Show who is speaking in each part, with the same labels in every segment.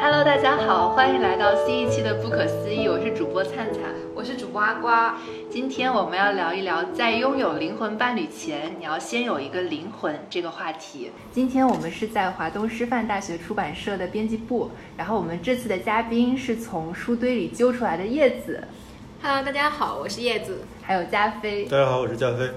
Speaker 1: Hello，大家好，欢迎来到新一期的《不可思议》，我是主播灿灿。
Speaker 2: 我是主播阿瓜，
Speaker 1: 今天我们要聊一聊，在拥有灵魂伴侣前，你要先有一个灵魂这个话题。今天我们是在华东师范大学出版社的编辑部，然后我们这次的嘉宾是从书堆里揪出来的叶子，
Speaker 2: Hello，大家好，我是叶子。
Speaker 1: 还有加菲。
Speaker 3: 大家好，我是加菲。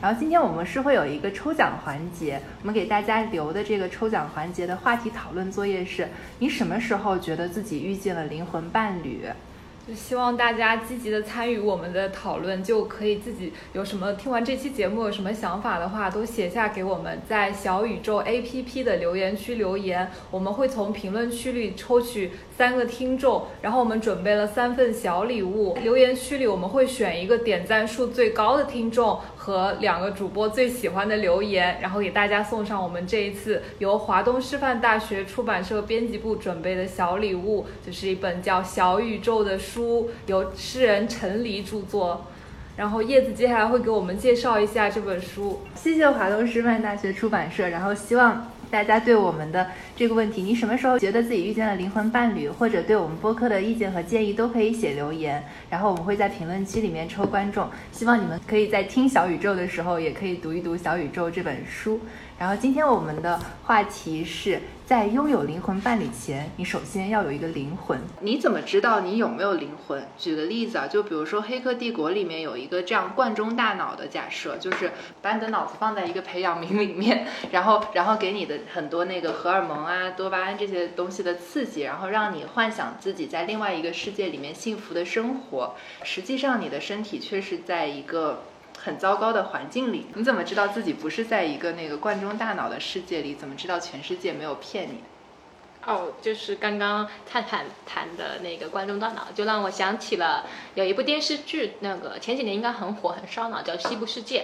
Speaker 1: 然后今天我们是会有一个抽奖环节，我们给大家留的这个抽奖环节的话题讨论作业是：你什么时候觉得自己遇见了灵魂伴侣？
Speaker 4: 就希望大家积极的参与我们的讨论，就可以自己有什么听完这期节目有什么想法的话，都写下给我们在小宇宙 APP 的留言区留言，我们会从评论区里抽取三个听众，然后我们准备了三份小礼物，留言区里我们会选一个点赞数最高的听众和两个主播最喜欢的留言，然后给大家送上我们这一次由华东师范大学出版社编辑部准备的小礼物，就是一本叫《小宇宙》的书，由诗人陈黎著作。然后叶子接下来会给我们介绍一下这本书。
Speaker 1: 谢谢华东师范大学出版社，然后希望大家对我们的这个问题，你什么时候觉得自己遇见了灵魂伴侣，或者对我们播客的意见和建议，都可以写留言，然后我们会在评论区里面抽观众。希望你们可以在听小宇宙的时候，也可以读一读《小宇宙》这本书。然后今天我们的话题是在拥有灵魂伴侣前，你首先要有一个灵魂。你怎么知道你有没有灵魂？举个例子啊，就比如说《黑客帝国》里面有一个这样罐中大脑的假设，就是把你的脑子放在一个培养皿里面，然后然后给你的很多那个荷尔蒙啊、多巴胺这些东西的刺激，然后让你幻想自己在另外一个世界里面幸福的生活。实际上，你的身体却是在一个很糟糕的环境里。你怎么知道自己不是在一个那个罐中大脑的世界里？怎么知道全世界没有骗你？
Speaker 5: 哦，就是刚刚灿灿谈的那个观众大脑，就让我想起了有一部电视剧，那个前几年应该很火、很烧脑，叫《西部世界》。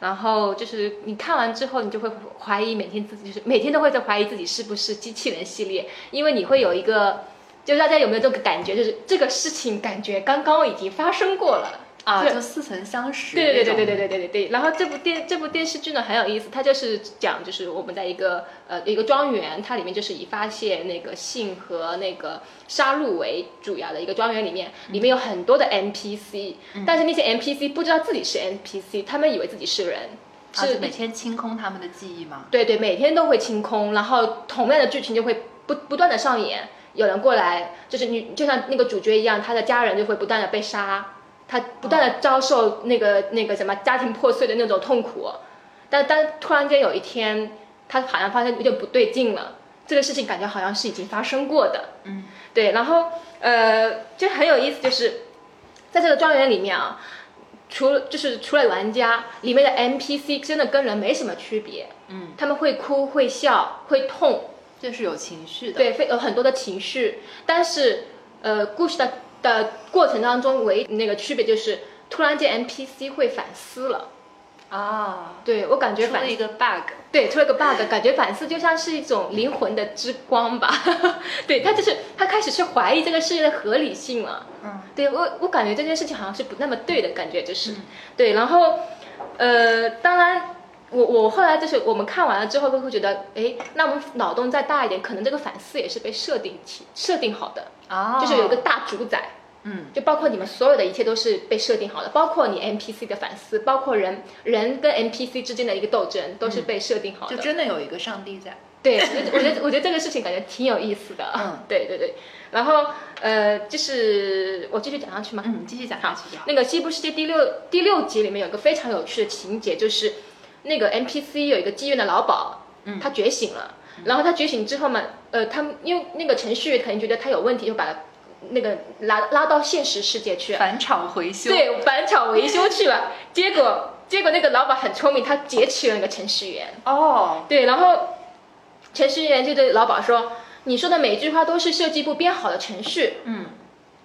Speaker 5: 然后就是你看完之后，你就会怀疑每天自己，就是每天都会在怀疑自己是不是机器人系列，因为你会有一个，就是大家有没有这个感觉，就是这个事情感觉刚刚已经发生过了。
Speaker 1: 啊，
Speaker 5: 对
Speaker 1: 就似曾相识那种。
Speaker 5: 对对对对对对对对对。然后这部电这部电视剧呢很有意思，它就是讲就是我们在一个呃一个庄园，它里面就是以发现那个性和那个杀戮为主要的一个庄园里面，
Speaker 1: 嗯
Speaker 5: 里面有很多的 NPC，、但是那些 NPC 不知道自己是 NPC，他们以为自己是人。
Speaker 1: 啊，
Speaker 5: 是
Speaker 1: 就每天清空他们的记忆吗？
Speaker 5: 对对，每天都会清空，然后同样的剧情就会不不断的上演。有人过来，就是你就像那个主角一样，他的家人就会不断的被杀，他不断的遭受那个、那个什么家庭破碎的那种痛苦。但但突然间有一天，他好像发现有点不对劲了，这个事情感觉好像是已经发生过的。
Speaker 1: 嗯，
Speaker 5: 对，然后呃，就很有意思，就是在这个庄园里面啊，除了就是除了玩家，里面的 NPC 真的跟人没什么区别。
Speaker 1: 嗯，
Speaker 5: 他们会哭、会笑、会痛，
Speaker 1: 这是有情绪的。，
Speaker 5: 对，会有很多的情绪。但是，呃，故事的的过程当中，唯一那个区别就是，突然间 NPC 会反思了。
Speaker 1: 啊，
Speaker 5: 对我感觉
Speaker 1: 出
Speaker 5: 反
Speaker 1: 了一个 bug。
Speaker 5: 对出了个 bug，感觉反思就像是一种灵魂的之光吧。 对他就是他开始去怀疑这个世界的合理性了。
Speaker 1: 嗯，
Speaker 5: 对我我感觉这件事情好像是不那么对的感觉，就是、对。然后呃，当然。我我后来就是我们看完了之后，都会觉得，哎，那我们脑洞再大一点，可能这个反思也是被设定起设定好的，
Speaker 1: 啊，
Speaker 5: 就是有一个大主宰，
Speaker 1: 嗯，
Speaker 5: 就包括你们所有的一切都是被设定好的，包括你 NPC 的反思，包括人人跟 NPC 之间的一个斗争，都是被设定好
Speaker 1: 嗯
Speaker 5: 的。
Speaker 1: 就真的有一个上帝在。
Speaker 5: 对，我觉得我觉得我觉得这个事情感觉挺有意思的。
Speaker 1: 嗯，
Speaker 5: 对对对。然后呃，就是我继续讲下去嘛。
Speaker 1: 嗯，你继续讲下去就好。
Speaker 5: 那个《西部世界》第六第六集里面有个非常有趣的情节，就是那个 NPC 有一个妓院的老鸨，
Speaker 1: 嗯
Speaker 5: 他觉醒了，然后他觉醒之后嘛，呃，他们因为那个程序员可能觉得他有问题，就把他那个拉拉到现实世界去，
Speaker 1: 返场回修。
Speaker 5: 对，返厂维修去 了。结果结果那个老鸨很聪明，他劫持了那个程序员，
Speaker 1: 哦，
Speaker 5: 对，然后程序员就对老鸨说：“你说的每句话都是设计部编好的程序。”
Speaker 1: 嗯，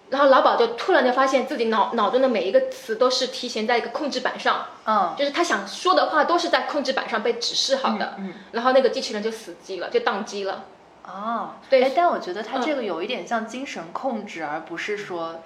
Speaker 5: 然后老鸨就突然就发现自己脑脑中的每一个词都是提前在一个控制板上，
Speaker 1: 嗯，
Speaker 5: 就是他想说的话都是在控制板上被指示好的。
Speaker 1: 嗯，
Speaker 5: 然后那个机器人就死机了，就宕机了。
Speaker 1: 哦，
Speaker 5: 对
Speaker 1: 哎但我觉得他
Speaker 5: 嗯
Speaker 1: 这个有一点像精神控制，而不是说，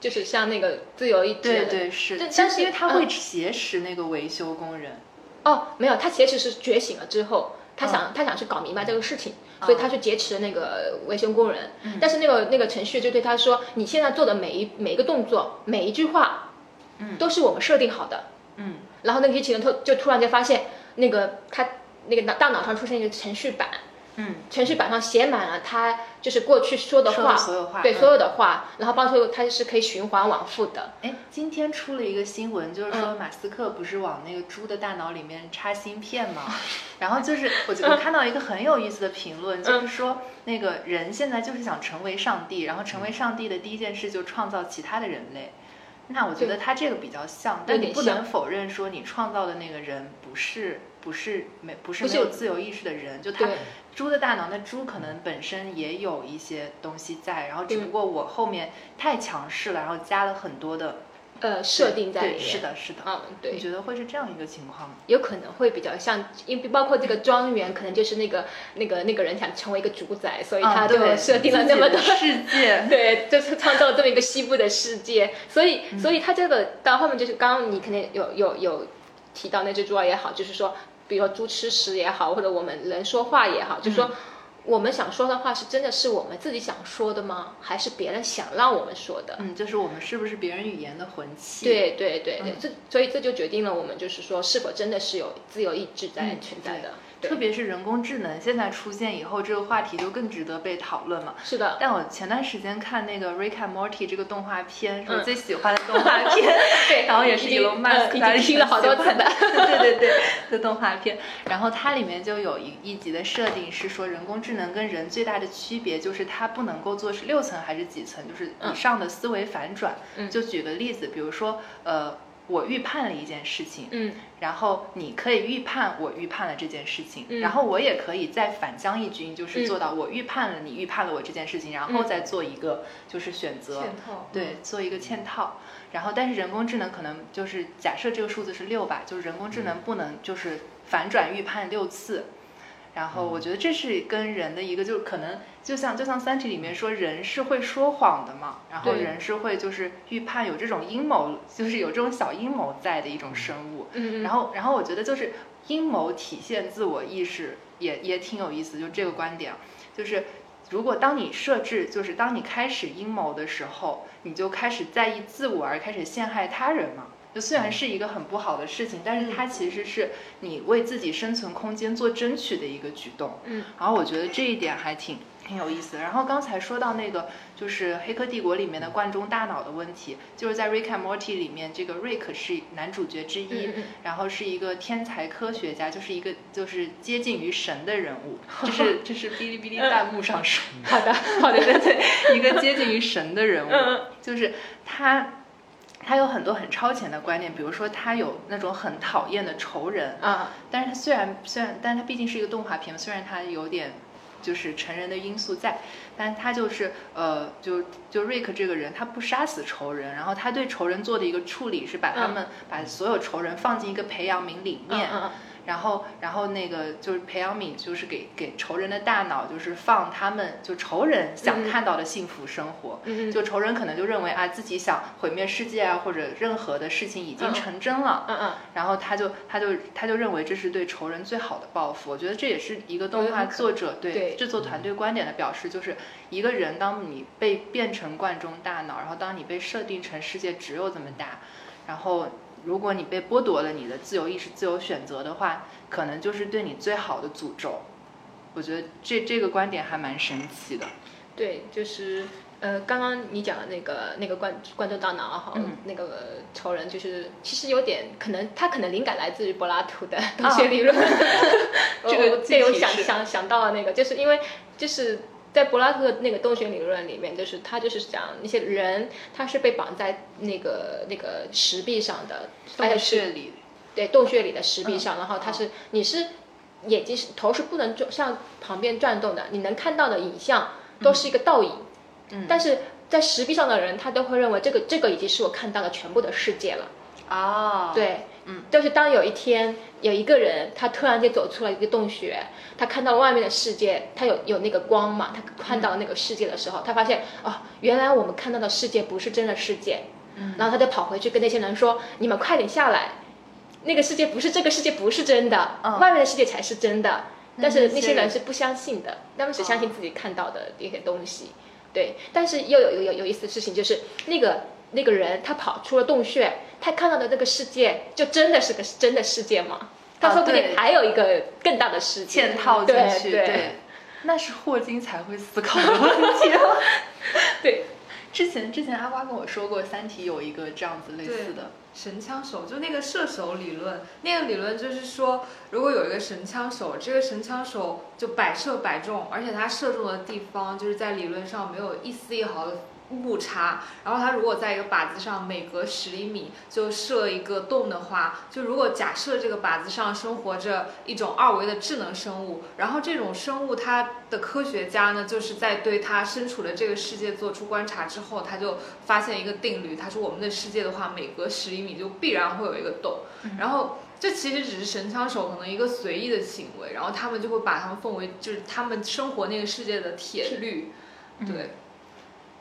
Speaker 5: 就是像那个自由意志
Speaker 1: 对对是，
Speaker 5: 但
Speaker 1: 其
Speaker 5: 但
Speaker 1: 实
Speaker 5: 是嗯
Speaker 1: 因为他会挟持那个维修工人，
Speaker 5: 哦，没有，他其实是觉醒了之后，他想、
Speaker 1: 嗯
Speaker 5: 他想去搞明白这个事情，所以他去劫持那个维权工人。
Speaker 1: 嗯
Speaker 5: 但是那个那个程序就对他说：“你现在做的每一每一个动作，每一句话，
Speaker 1: 嗯
Speaker 5: 都是我们设定好的。”
Speaker 1: 嗯，
Speaker 5: 然后那个机器人突就突然间发现，那个他那个脑大脑上出现一个程序板，
Speaker 1: 嗯，
Speaker 5: 程序板上写满了他就是过去说的
Speaker 1: 说
Speaker 5: 话，
Speaker 1: 的所有话，
Speaker 5: 对、
Speaker 1: 嗯
Speaker 5: 所有的话，然后包括它是可以循环往复的。
Speaker 1: 哎，今天出了一个新闻，就是
Speaker 5: 嗯
Speaker 1: 说马斯克不是往那个猪的大脑里面插芯片嘛？ 然后就是我
Speaker 5: 嗯
Speaker 1: 我看到一个很有意思的评论，就是说那个人现在就是想成为上帝，然后成为
Speaker 5: 嗯
Speaker 1: 上帝的第一件事就创造其他的人类。那我觉得他这个比较像，但你
Speaker 5: 有点
Speaker 1: 不
Speaker 5: 像
Speaker 1: 能否认说你创造的那个人不是不是没不是
Speaker 5: 不
Speaker 1: 没
Speaker 5: 是
Speaker 1: 有自由意识的人，就他
Speaker 5: 对
Speaker 1: 猪的大脑，那猪可能本身也有一些东西在，然后只
Speaker 5: 嗯
Speaker 1: 不过我后面太强势了，然后加了很多的
Speaker 5: 呃，设定在里
Speaker 1: 对，
Speaker 5: 面。
Speaker 1: 是，的，是的。
Speaker 5: 嗯，
Speaker 1: 你
Speaker 5: 对，
Speaker 1: 觉得会是这样一个情况吗？
Speaker 5: 有可能会比较像，因为包括这个庄园，可能就是那个那个那个人想成为一个主宰，所以他
Speaker 1: 啊对
Speaker 5: 就设定了那么多
Speaker 1: 自己的 世界。
Speaker 5: 对，就是创造这么一个西部的世界，所以，
Speaker 1: 嗯
Speaker 5: 所以它这个到后面就是刚刚你肯定有有有提到那只猪啊也好，就是说，比如说猪吃食也好，或者我们人说话也好，就是说。
Speaker 1: 嗯
Speaker 5: 我们想说的话是真的是我们自己想说的吗？还是别人想让我们说的？
Speaker 1: 嗯，就是我们是不是别人语言的魂器？，
Speaker 5: 对对对对
Speaker 1: 嗯，
Speaker 5: 这、所以这就决定了我们就是说是否真的是有自由意志在
Speaker 1: 嗯
Speaker 5: 存在的。
Speaker 1: 特别是人工智能现在出现以后，这个话题就更值得被讨论嘛。
Speaker 5: 是的，
Speaker 1: 但我前段时间看那个《Rick and Morty》这个动画片，是我
Speaker 5: 嗯
Speaker 1: 最喜欢的动画片。
Speaker 5: 对，
Speaker 1: 然后也是
Speaker 5: 已经
Speaker 1: Elon
Speaker 5: 呃
Speaker 1: Musk
Speaker 5: 已
Speaker 1: 他
Speaker 5: 经听了好多次的，
Speaker 1: 对对对的动画片。然后它里面就有一一集的设定是说，人工智能跟人最大的区别就是它不能够做是六层还是几层，就是以上的思维反转。
Speaker 5: 嗯
Speaker 1: 就举个例子，比如说呃，我预判了一件事情，
Speaker 5: 嗯，
Speaker 1: 然后你可以预判我预判了这件事情，
Speaker 5: 嗯
Speaker 1: 然后我也可以再反将一军，就是
Speaker 5: 嗯
Speaker 1: 做到我预判了你预判了我这件事情，然后
Speaker 5: 嗯
Speaker 1: 再做一个就是选择。
Speaker 4: 嵌套，
Speaker 1: 对，做一个嵌套。然后，但是人工智能可能就是假设这个数字是六吧，就是人工智能不能就是反转预判六次。然后我觉得这是跟人的一个，就是可能就像就像《三体》里面说，人是会说谎的嘛，然后
Speaker 5: 对
Speaker 1: 人是会就是预判有这种阴谋，就是有这种小阴谋在的一种生物。
Speaker 5: 嗯嗯，
Speaker 1: 然后，然后我觉得就是阴谋体现自我意识也也挺有意思，就这个观点啊，就是如果当你设置，就是当你开始阴谋的时候，你就开始在意自我而开始陷害他人嘛。就虽
Speaker 5: 嗯
Speaker 1: 然是一个很不好的事情，但是它其实是你为自己生存空间做争取的一个举动。
Speaker 5: 嗯，
Speaker 1: 然后我觉得这一点还挺挺有意思的。然后刚才说到那个就是《黑客帝国》里面的罐中大脑的问题，就是在《Rick and Morty》里面，这个 Rick 是男主角之一，
Speaker 5: 嗯嗯
Speaker 1: 然后是一个天才科学家，就是一个就是接近于神的人物，这是这是哔哩哔哩弹幕上说，
Speaker 5: 好的，
Speaker 1: 好对对 对，一个接近于神的人物，
Speaker 5: 嗯
Speaker 1: 就是他。他有很多很超前的观念，比如说他有那种很讨厌的仇人，
Speaker 5: 啊，
Speaker 1: 但是它虽然虽然，但是它毕竟是一个动画片，虽然它有点就是成人的因素在，但是它就是呃，就就瑞克这个人，他不杀死仇人，然后他对仇人做的一个处理是把他们、把所有仇人放进一个培养皿里
Speaker 5: 嗯
Speaker 1: 面，
Speaker 5: 嗯
Speaker 1: 然后然后那个就是培养皿就是给给仇人的大脑就是放他们就仇人想
Speaker 5: 嗯
Speaker 1: 看到的幸福生活，
Speaker 5: 嗯嗯，
Speaker 1: 就仇人可能就认为啊自己想毁灭世界啊或者任何的事情已经
Speaker 5: 嗯
Speaker 1: 成真了。
Speaker 5: 嗯嗯。
Speaker 1: 然后他就他就他就认为这是对仇人最好的报复。我觉得这也是一个
Speaker 5: 我
Speaker 1: 动
Speaker 5: 觉得
Speaker 1: 画
Speaker 5: 很可
Speaker 1: 作者对
Speaker 5: 对
Speaker 1: 制作团队观点的表示，就是一个人当你被变成罐中大脑，然后当你被设定成世界只有这么大，然后如果你被剥夺了你的自由意识、自由选择的话，可能就是对你最好的诅咒。我觉得这这个观点还蛮神奇的。
Speaker 5: 对，就是呃，刚刚你讲的那个那个冠冠状大脑啊哈，
Speaker 1: 嗯
Speaker 5: 那个仇人就是其实有点可能，他可能灵感来自于柏拉图的
Speaker 1: 啊
Speaker 5: 洞穴理 论， 我
Speaker 1: 这个
Speaker 5: 我
Speaker 1: 具
Speaker 5: 对我
Speaker 1: 体
Speaker 5: 想
Speaker 1: 是
Speaker 5: 想想到了那个，就是因为就是。在柏拉图的那个洞穴理论里面，就是他就是讲那些人，他是被绑在那个那个石壁上的，哎而且
Speaker 1: 洞
Speaker 5: 是
Speaker 1: 穴里，
Speaker 5: 对洞穴里的石壁上，然后它
Speaker 1: 哦
Speaker 5: 是你是眼睛是头是不能转向旁边转动的，你能看到的影像都是一个倒影，
Speaker 1: 嗯
Speaker 5: 但是在石壁上的人，他都会认为这个这个已经是我看到的全部的世界了。
Speaker 1: 啊，，
Speaker 5: 对，
Speaker 1: 嗯，
Speaker 5: 就是当有一天有一个人，他突然间走出了一个洞穴，他看到外面的世界，他有有那个光嘛，他看到那个世界的时候，他发现哦，原来我们看到的世界不是真的世界，
Speaker 1: 嗯
Speaker 5: 然后他就跑回去跟那些人说，你们快点下来，那个世界不是这个世界不是真的，
Speaker 1: 嗯
Speaker 5: 外面的世界才是真的。但是
Speaker 1: 那
Speaker 5: 那
Speaker 1: 些
Speaker 5: 些人
Speaker 1: 人
Speaker 5: 是不相信的，他们只相信自己看到的一些东西。对，但是又有有有有意思的事情，就是那个那个人他跑出了洞穴，他看到的那个世界就真的是个真的世界吗？他
Speaker 1: 啊
Speaker 5: 说不
Speaker 1: 对
Speaker 5: 定还有一个更大的世界
Speaker 1: 嵌套进去，
Speaker 5: 对对
Speaker 1: 那是霍金才会思考的 问题啊。
Speaker 5: 对，
Speaker 1: 之前之前阿瓜跟我说过，《三体》有一个这样子类似的，
Speaker 4: 神枪手就那个射手理论，那个理论就是说，如果有一个神枪手，这个神枪手就百射百中，而且他射中的地方就是在理论上没有一丝一毫的误差。然后他如果在一个靶子上每隔十厘米就射一个洞的话，就如果假设这个靶子上生活着一种二维的智能生物，然后这种生物它的科学家呢，就是在对它身处的这个世界做出观察之后，他就发现一个定律，他说我们的世界的话，每隔十厘米就必然会有一个洞，然后。这其实只是神枪手可能一个随意的行为，然后他们就会把他们奉为就是他们生活那个世界的铁律，对，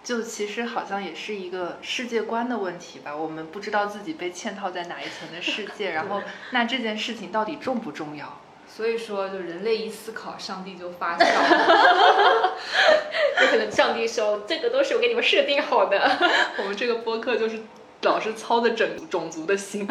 Speaker 1: 就其实好像也是一个世界观的问题吧。我们不知道自己被嵌套在哪一层的世界，然后那这件事情到底重不重要？
Speaker 4: 所以说就人类一思考，上帝就发笑了。
Speaker 5: 有可能上帝说这个都是我给你们设定好的。
Speaker 1: 我们这个播客就是老是操的整种族的心。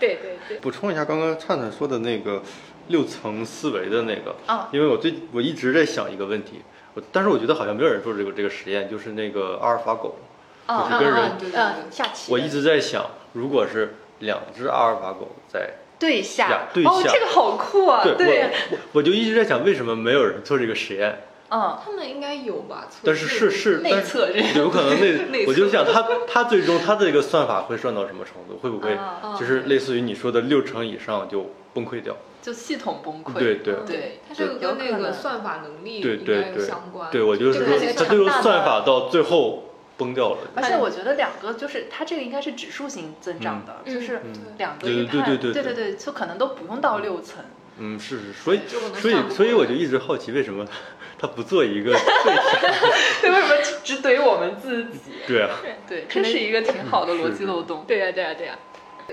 Speaker 5: 对对对，
Speaker 3: 补充一下刚刚灿灿说的那个六层思维的那个，
Speaker 1: 啊
Speaker 3: 因为我最我一直在想一个问题，我但是我觉得好像没有人做这个这个实验，就是那个阿尔法狗，
Speaker 1: 哦
Speaker 3: 就是跟人，
Speaker 5: 嗯
Speaker 4: 对对对
Speaker 5: 嗯，下棋
Speaker 3: 我一直在想，如果是两只阿尔法狗在，
Speaker 1: 对下
Speaker 3: 呀对
Speaker 1: 哦，
Speaker 3: 下
Speaker 1: 这个好酷啊！
Speaker 3: 对
Speaker 1: 对，
Speaker 3: 我我我就一直在想为什么没有人做这个实验，
Speaker 1: 嗯，
Speaker 4: 他们应该有吧？测
Speaker 3: 但是是
Speaker 4: 试
Speaker 3: 是
Speaker 1: 内测这
Speaker 3: 有 可能
Speaker 4: 内
Speaker 3: 那
Speaker 4: 测
Speaker 3: 我就想他他最终他的这个算法会算到什么程度，会不会
Speaker 1: 啊
Speaker 3: 就是类似于你说的六成以上就崩溃掉？
Speaker 1: 就系统崩溃。
Speaker 3: 对对。
Speaker 1: 对
Speaker 4: 它这个
Speaker 1: 有
Speaker 4: 跟
Speaker 1: 可
Speaker 4: 那个
Speaker 1: 能
Speaker 4: 算法能力
Speaker 3: 对
Speaker 4: 应该
Speaker 3: 对
Speaker 4: 有
Speaker 3: 对
Speaker 4: 相关。，
Speaker 3: 对我就是
Speaker 5: 就
Speaker 3: 说
Speaker 5: 看这，个
Speaker 3: 它最后
Speaker 5: 强大的
Speaker 3: 算法到最后崩掉了。
Speaker 1: 而且我觉得两个就是它这个应该是指数型增长的，
Speaker 5: 嗯
Speaker 1: 就是
Speaker 3: 嗯
Speaker 1: 两个
Speaker 3: 对
Speaker 1: 预判，
Speaker 3: 对
Speaker 1: 对
Speaker 3: 对对对
Speaker 1: 对就可能都不用到六层。
Speaker 3: 嗯，是是，所以
Speaker 4: 这个能
Speaker 3: 所
Speaker 4: 算
Speaker 3: 以
Speaker 4: 不
Speaker 3: 所以
Speaker 4: 过
Speaker 3: 我
Speaker 4: 来
Speaker 3: 就一直好奇，为什么 他不做一个最
Speaker 1: 对， 为什么只怼我们自己？
Speaker 3: 对啊？
Speaker 1: 对，这是一个挺好的逻辑漏洞。
Speaker 5: 对呀、对呀、对呀、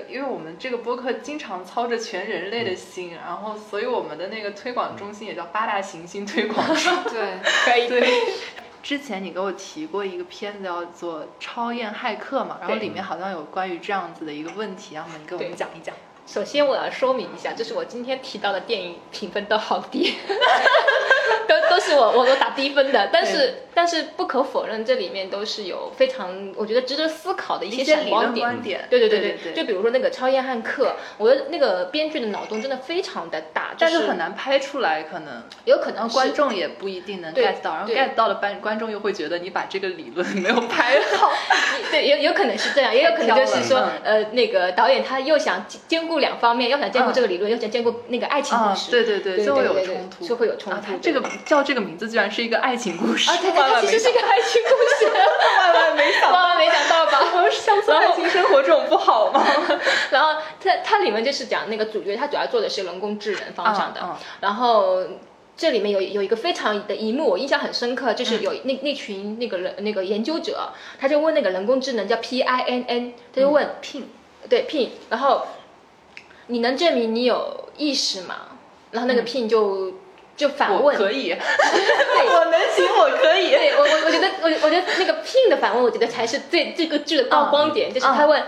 Speaker 1: 因为我们这个播客经常操着全人类的心，然后所以我们的那个推广中心也叫八大行星 推广中心。
Speaker 4: 对，
Speaker 5: 可以
Speaker 1: 对， 之前你给我提过一个片子叫做《超验骇客》嘛，然后
Speaker 5: 对
Speaker 1: 里面好像有关于这样子的一个问题，然后你给我们
Speaker 5: 对
Speaker 1: 讲一讲。
Speaker 5: 首先我要说明一下，就是我今天提到的电影评分都好 低，都都是我我都打低分的。但是但是不可否认，这里面都是有非常我觉得值得思考的一
Speaker 1: 一
Speaker 5: 些
Speaker 1: 些
Speaker 5: 闪
Speaker 1: 理
Speaker 5: 光
Speaker 1: 论
Speaker 5: 点。
Speaker 1: 观点，
Speaker 5: 对对
Speaker 1: 对
Speaker 5: 对
Speaker 1: 对，
Speaker 5: 就比如说那个《超验汉克》，我的那个编剧的脑洞真的非常的大，
Speaker 1: 但
Speaker 5: 就是
Speaker 1: 很难拍出来，可能
Speaker 5: 有可
Speaker 1: 然
Speaker 5: 能
Speaker 1: 后
Speaker 5: 是
Speaker 1: 观众也不一定能
Speaker 5: 对
Speaker 1: get 到，然后
Speaker 5: 对
Speaker 1: get 到的观观众又会觉得 你把这个理论没有拍好，
Speaker 5: 哎 对，有有可能是这样，也有可能就是
Speaker 1: 太挑
Speaker 5: 说
Speaker 1: 了，嗯
Speaker 5: 呃，那个导演他又想兼兼顾两方面，又想兼顾这个理论，又想兼顾那个爱情故
Speaker 1: 啊，
Speaker 5: 事，
Speaker 1: 嗯对对对，
Speaker 5: 对
Speaker 1: 就会有
Speaker 5: 对对
Speaker 1: 冲突，
Speaker 5: 就会有冲突
Speaker 1: 啊它
Speaker 5: 对
Speaker 1: 这个叫这个名字居然是一个爱情故事，
Speaker 5: 啊，对，
Speaker 1: 万
Speaker 5: 它
Speaker 1: 万
Speaker 5: 其
Speaker 1: 没
Speaker 5: 实是
Speaker 1: 想
Speaker 5: 一个爱情 故事，
Speaker 1: 万万没想
Speaker 5: 万
Speaker 1: 到，
Speaker 5: 万没想到吧？
Speaker 1: 乡村爱情生活这种不好 吗？
Speaker 5: 然后它它里面就是讲那个主角，他主要做的是人工智能方向的，
Speaker 1: 啊
Speaker 5: 然后。这里面有有一个非常的一幕，我印象很深刻，
Speaker 1: 嗯
Speaker 5: 就是有那那群那个人那个研究者，他就问那个人工智能叫 P I N N，他就问、
Speaker 1: 聘
Speaker 5: 对 Pin，然后你能证明你有意识吗？然后那个 Pin 就、就反
Speaker 1: 嗯我
Speaker 5: 问，
Speaker 1: 可以， 我能行，我可以，
Speaker 5: 对我我我觉得我我觉得那个 Pin 的反问，我觉得才是最这个剧的高光
Speaker 1: 嗯
Speaker 5: 点，就是他问。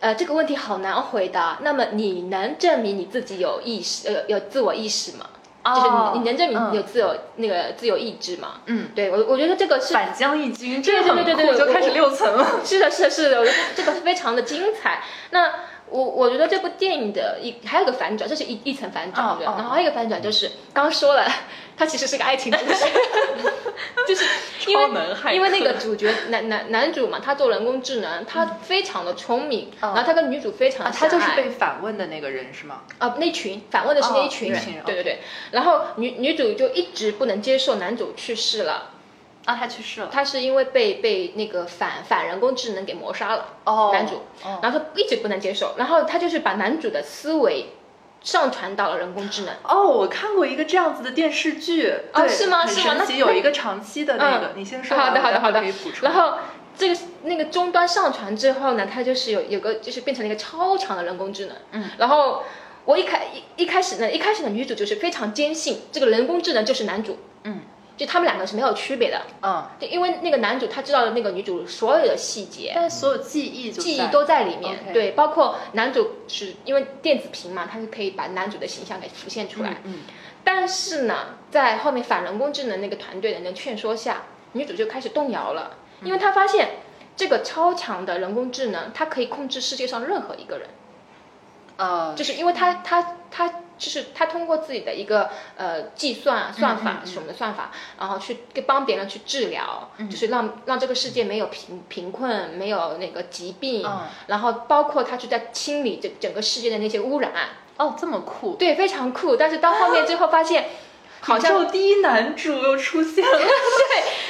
Speaker 5: 呃，这个问题好难回答。那么，你能证明你自己有意识，呃，有自我意识吗？就是
Speaker 1: 哦
Speaker 5: 你你能证明
Speaker 1: 嗯
Speaker 5: 你有自由、那个自由意志吗？
Speaker 1: 嗯，
Speaker 5: 对我，我觉得这个是
Speaker 1: 反将一军，这
Speaker 5: 对对
Speaker 1: 个很
Speaker 5: 对对
Speaker 1: 酷，
Speaker 5: 对对
Speaker 1: 就开始
Speaker 5: 我
Speaker 1: 六层了，
Speaker 5: 是的，是的，是的，我觉得这个非常的精彩。那我我觉得这部电影的一还有个反转，这是一一层反转
Speaker 1: 哦
Speaker 5: 对
Speaker 1: 哦
Speaker 5: 然后还有一个反转就是刚说了，它其实是个爱情故 事，就是因
Speaker 1: 超能
Speaker 5: 为
Speaker 1: 骇客
Speaker 5: 因为那个主角男男男主嘛，他做人工智能，他非常的聪明，
Speaker 1: 嗯
Speaker 5: 然后他跟女主非常
Speaker 1: 啊
Speaker 5: 的，
Speaker 1: 他就
Speaker 5: 相
Speaker 1: 是
Speaker 5: 爱
Speaker 1: 被反问的那个人是吗？
Speaker 5: 啊，那群反问的是那一
Speaker 1: 哦
Speaker 5: 群人，
Speaker 1: 一群人
Speaker 5: 对对对。然后女女主就一直不能接受男主去世了，
Speaker 1: 啊，他去世了，
Speaker 5: 他是因为被被那个反反人工智能给谋杀了。
Speaker 1: 哦，
Speaker 5: 男主，
Speaker 1: 哦
Speaker 5: 然后他一直不能接受，然后他就是把男主的思维上传到了人工智能。
Speaker 1: 哦，我看过一个这样子的电视剧，
Speaker 5: 哦
Speaker 1: 对
Speaker 5: 是吗
Speaker 1: 很
Speaker 5: 是吗
Speaker 1: 神
Speaker 5: 那
Speaker 1: 奇，
Speaker 5: 那嗯
Speaker 1: 有一个长期的那个，你先说完。
Speaker 5: 好的好的好
Speaker 1: 我待
Speaker 5: 的
Speaker 1: 会儿可以补充。
Speaker 5: 然后这个那个终端上传之后呢，它就是有有个就是变成了一个超强的人工智能。
Speaker 1: 嗯，
Speaker 5: 然后。我一开一一开始呢，一开始的女主就是非常坚信这个人工智能就是男主，
Speaker 1: 嗯，
Speaker 5: 就他们两个是没有区别的，
Speaker 1: 嗯，
Speaker 5: 就因为那个男主他知道了那个女主所有的细节，
Speaker 1: 但所有记忆就
Speaker 5: 记忆
Speaker 1: 在
Speaker 5: 都在里面。
Speaker 1: OK
Speaker 5: 对，包括男主是因为电子屏嘛，它是可以把男主的形象给浮现出来。
Speaker 1: 嗯
Speaker 5: 但是呢，在后面反人工智能那个团队的人的劝说下，女主就开始动摇了，
Speaker 1: 嗯
Speaker 5: 因为她发现这个超强的人工智能，它可以控制世界上任何一个人，
Speaker 1: 呃，
Speaker 5: 嗯就是因为它它它。就是她通过自己的一个呃计算算法
Speaker 1: 嗯嗯
Speaker 5: 什么的算法，然后去给帮别人去治疗，
Speaker 1: 嗯
Speaker 5: 就是让让这个世界没有贫贫困，没有那个疾病，
Speaker 1: 嗯
Speaker 5: 然后包括他就在清理整整个世界的那些污染，
Speaker 1: 哦这么酷，
Speaker 5: 对，非常酷。但是到后面最后 发现，好像
Speaker 1: 宇宙第一男主又出现了，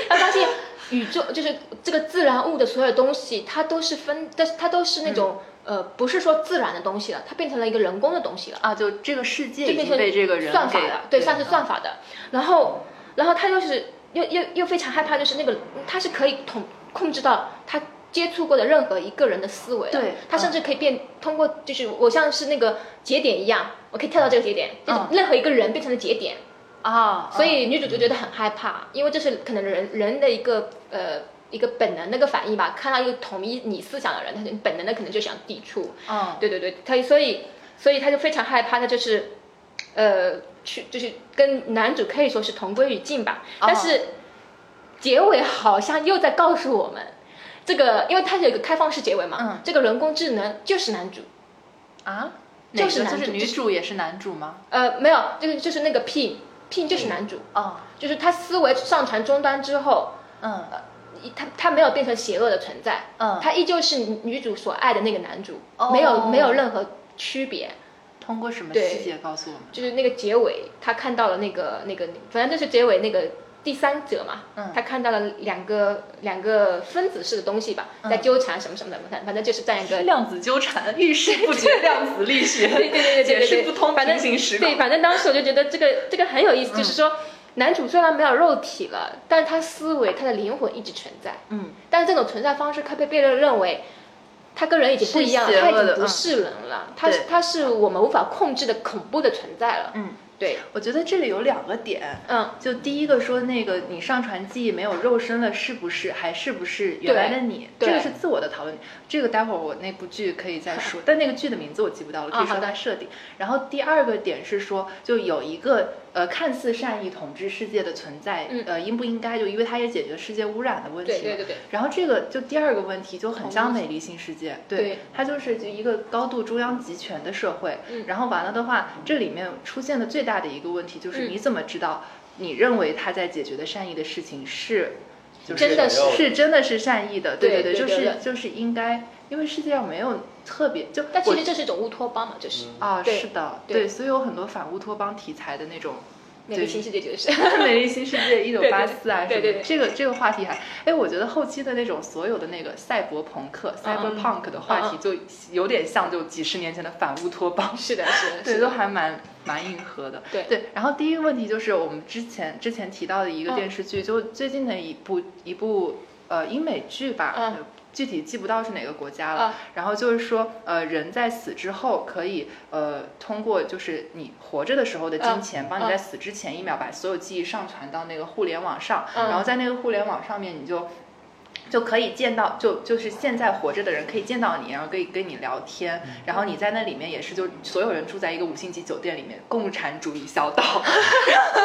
Speaker 5: 他发现宇宙就是这个自然物的所有东西，它都是分，但是它都是那
Speaker 1: 嗯
Speaker 5: 种、呃，不是说自然的东西了，它变成了一个人工的东西了，
Speaker 1: 啊，就这个世界
Speaker 5: 就
Speaker 1: 已
Speaker 5: 变
Speaker 1: 经
Speaker 5: 成
Speaker 1: 被这个人
Speaker 5: 算法
Speaker 1: 给嗯
Speaker 5: 的，对，算是算法的。然后，然后他又是又又又非常害怕，就是那个他是可以统控制到他。接触过的任何一个人的思维的，
Speaker 1: 对嗯
Speaker 5: 他甚至可以变、通过，就是我像是那个节点一样，我可以跳到这个节点，就是
Speaker 1: 嗯
Speaker 5: 任何一个人变成了节点，
Speaker 1: 啊，
Speaker 5: 所以女主就觉得很害怕，因为这是可能人人的一个呃一个本能的一个反应吧。看到一个统一你思想的人，他就本能的可能就想抵触。
Speaker 1: 嗯
Speaker 5: 对对对，他所以所以他就非常害怕，他就是呃去就是跟男主可以说是同归于尽吧。
Speaker 1: 哦
Speaker 5: 但是结尾好像又在告诉我们，这个因为它有一个开放式结尾嘛，
Speaker 1: 嗯
Speaker 5: 这个人工智能就是男主。
Speaker 1: 啊，
Speaker 5: 就
Speaker 1: 哪
Speaker 5: 是
Speaker 1: 个就
Speaker 5: 男
Speaker 1: 是
Speaker 5: 主
Speaker 1: 女
Speaker 5: 就是
Speaker 1: 主也是男主吗？
Speaker 5: 呃，没有，这个就是那个 P P 就是男主，
Speaker 1: 哦，
Speaker 5: 就是他思维上传终端之后，
Speaker 1: 嗯
Speaker 5: 他他没有变成邪恶的存在，
Speaker 1: 嗯，
Speaker 5: 他依旧是女主所爱的那个男主，
Speaker 1: 哦
Speaker 5: 没有没有任何区别。
Speaker 1: 通过什么
Speaker 5: 对
Speaker 1: 细节告诉我们？
Speaker 5: 就是那个结尾，他看到了那个那个，反正就是结尾那个第三者嘛，
Speaker 1: 嗯
Speaker 5: 他看到了两个两个分子式的东西吧，
Speaker 1: 嗯
Speaker 5: 在纠缠什么什么的，反正反正就是这 样一个。
Speaker 1: 量子纠缠，遇事不决量子力学，
Speaker 5: 对对对对对
Speaker 1: 解
Speaker 5: 对
Speaker 1: 释不通
Speaker 5: 反正
Speaker 1: 平行时空嗯
Speaker 5: 对，反正当时我就觉得这个这个很有意思，就是说。男主虽然没有肉体了，但他思维、他的灵魂一直存在。
Speaker 1: 嗯，
Speaker 5: 但这种存在方式，他被别人认为他跟人已经不一样
Speaker 1: 是
Speaker 5: 了，
Speaker 1: 邪
Speaker 5: 他
Speaker 1: 恶
Speaker 5: 已
Speaker 1: 的嗯
Speaker 5: 经不是人了，他
Speaker 1: 对
Speaker 5: 他是我们无法控制的恐怖的存在了。
Speaker 1: 嗯，
Speaker 5: 对，
Speaker 1: 我觉得这里有两个点，
Speaker 5: 嗯，
Speaker 1: 就第一个说那个你上传记忆没有肉身了，是不是还是不是原来的你？这
Speaker 5: 对
Speaker 1: 个是自我的讨论。这个待会儿我那部剧可以再 说，但那个剧的名字我记不到了，可以
Speaker 5: 啊好
Speaker 1: 说
Speaker 5: 的
Speaker 1: 它设定。然后第二个点是说，就有一个呃看似善意统治世界的存在，
Speaker 5: 嗯
Speaker 1: 呃应不应该？就因为它也解决世界污染的问题嘛。
Speaker 5: 对对对对，
Speaker 1: 然后这个就第二个问题就很像美丽新世界，对，
Speaker 5: 对
Speaker 1: 它就是就一个高度中央集权的社会。
Speaker 5: 嗯
Speaker 1: 然后完了的话，这里面出现的最大的一个问题就是，
Speaker 5: 嗯
Speaker 1: 你怎么知道你认为他在解决的善意的事情是，就是
Speaker 5: 真的
Speaker 3: 是
Speaker 1: 是真的是善意的？对
Speaker 5: 对
Speaker 1: 对，
Speaker 5: 对
Speaker 1: 就
Speaker 5: 对
Speaker 1: 是
Speaker 5: 对
Speaker 1: 就是应该，因为世界上没有特别就
Speaker 5: 但其实
Speaker 1: 我
Speaker 5: 这是一种乌托邦嘛，就是
Speaker 1: 啊
Speaker 5: 对
Speaker 1: 是的，
Speaker 5: 对
Speaker 1: 对，所以有很多反乌托邦题材的那种。
Speaker 5: 美丽新世界就是。
Speaker 1: 美丽新世界一九八四啊什么
Speaker 5: 对对
Speaker 1: 的，
Speaker 5: 对
Speaker 1: 这个这个话题还，哎，我觉得后期的那种所有的那个赛博朋克
Speaker 5: 嗯
Speaker 1: （cyberpunk） 的话题，就有点像就几十年前的反乌托邦，
Speaker 5: 是的，是的，
Speaker 1: 对，
Speaker 5: 是
Speaker 1: 都
Speaker 5: 的。
Speaker 1: 还蛮蛮硬核的。
Speaker 5: 对
Speaker 1: 对，然后第一个问题就是我们之前之前提到的一个
Speaker 5: 嗯
Speaker 1: 电视剧，就最近的一部一部呃英美剧吧。
Speaker 5: 嗯
Speaker 1: 具体记不到是哪个国家了，
Speaker 5: 嗯
Speaker 1: 然后就是说，呃，人在死之后可以，呃，通过就是你活着的时候的金
Speaker 5: 嗯
Speaker 1: 钱，帮你在死之前一秒把所有记忆上传到那个互联网上，
Speaker 5: 嗯
Speaker 1: 然后在那个互联网上面你就就可以见到，就就是现在活着的人可以见到你，然后可以跟你聊天，然后你在那里面也是，就所有人住在一个五星级酒店里面，共产主义小岛。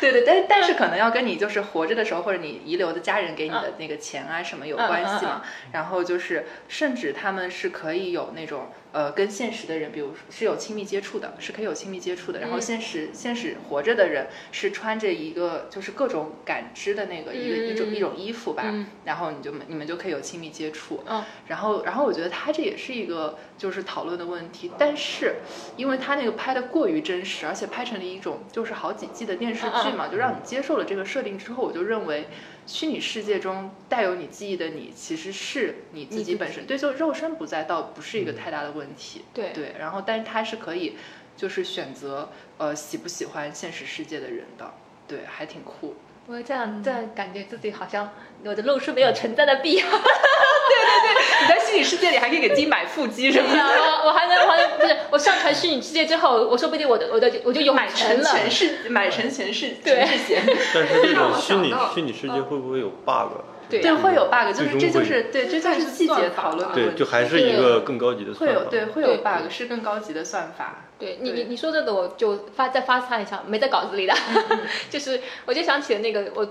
Speaker 1: 对对，但但是可能要跟你就是活着的时候，或者你遗留的家人给你的那个钱啊什么有关系嘛。然后就是，甚至他们是可以有那种呃跟现实的人，比如说是有亲密接触的，是可以有亲密接触的。然后
Speaker 5: 嗯
Speaker 1: 现实现实活着的人是穿着一个就是各种感知的那个一个一种一种衣服吧，
Speaker 5: 嗯
Speaker 1: 然后你就你们就可以有亲密接触。
Speaker 5: 嗯
Speaker 1: 然后然后我觉得他这也是一个就是讨论的问题，但是因为他那个拍的过于真实，而且拍成了一种就是好几季的电视剧嘛，就让你接受了这个设定之后，我就认为虚拟世界中带有你记忆的你，其实是你自
Speaker 5: 你
Speaker 1: 己嗯
Speaker 5: 自
Speaker 1: 本身。对，就肉身不在，倒不是一个太大的问题。
Speaker 5: 对
Speaker 1: 对，然后但是他是可以。就是选择呃喜不喜欢现实世界的人的，对，还挺酷。
Speaker 5: 我这样这样感觉自己好像我的露出没有存在的必 要。
Speaker 1: 你在虚拟世界里还可以给自己买腹肌什么
Speaker 5: 对
Speaker 1: 的，
Speaker 5: 啊，我我还能我还能不是我上传虚拟世界之后，我说不定我的我的我就有
Speaker 1: 买
Speaker 5: 成
Speaker 1: 成
Speaker 5: 了。
Speaker 1: 全世买成全世
Speaker 5: 对
Speaker 1: 全世界。
Speaker 3: 但是这
Speaker 4: 让
Speaker 3: 种
Speaker 4: 我
Speaker 3: 虚拟
Speaker 4: 想到
Speaker 3: 虚拟世界会不会有 bug？
Speaker 1: 对，
Speaker 3: 这
Speaker 5: 啊
Speaker 1: 但
Speaker 3: 个
Speaker 1: 会有 bug，就
Speaker 3: 最
Speaker 1: 是
Speaker 3: 终
Speaker 1: 这就
Speaker 3: 会
Speaker 1: 是对，这算是细节讨论的问
Speaker 3: 对，
Speaker 1: 题。
Speaker 3: 就还是一个更高级的
Speaker 1: 会
Speaker 3: 算法。嗯
Speaker 1: 有对会有 bug，是更高级的算法。
Speaker 5: 对你
Speaker 1: 对嗯
Speaker 5: 你你说这个，我就发再发散一下，没在稿子里的， 就是我就想起了那个我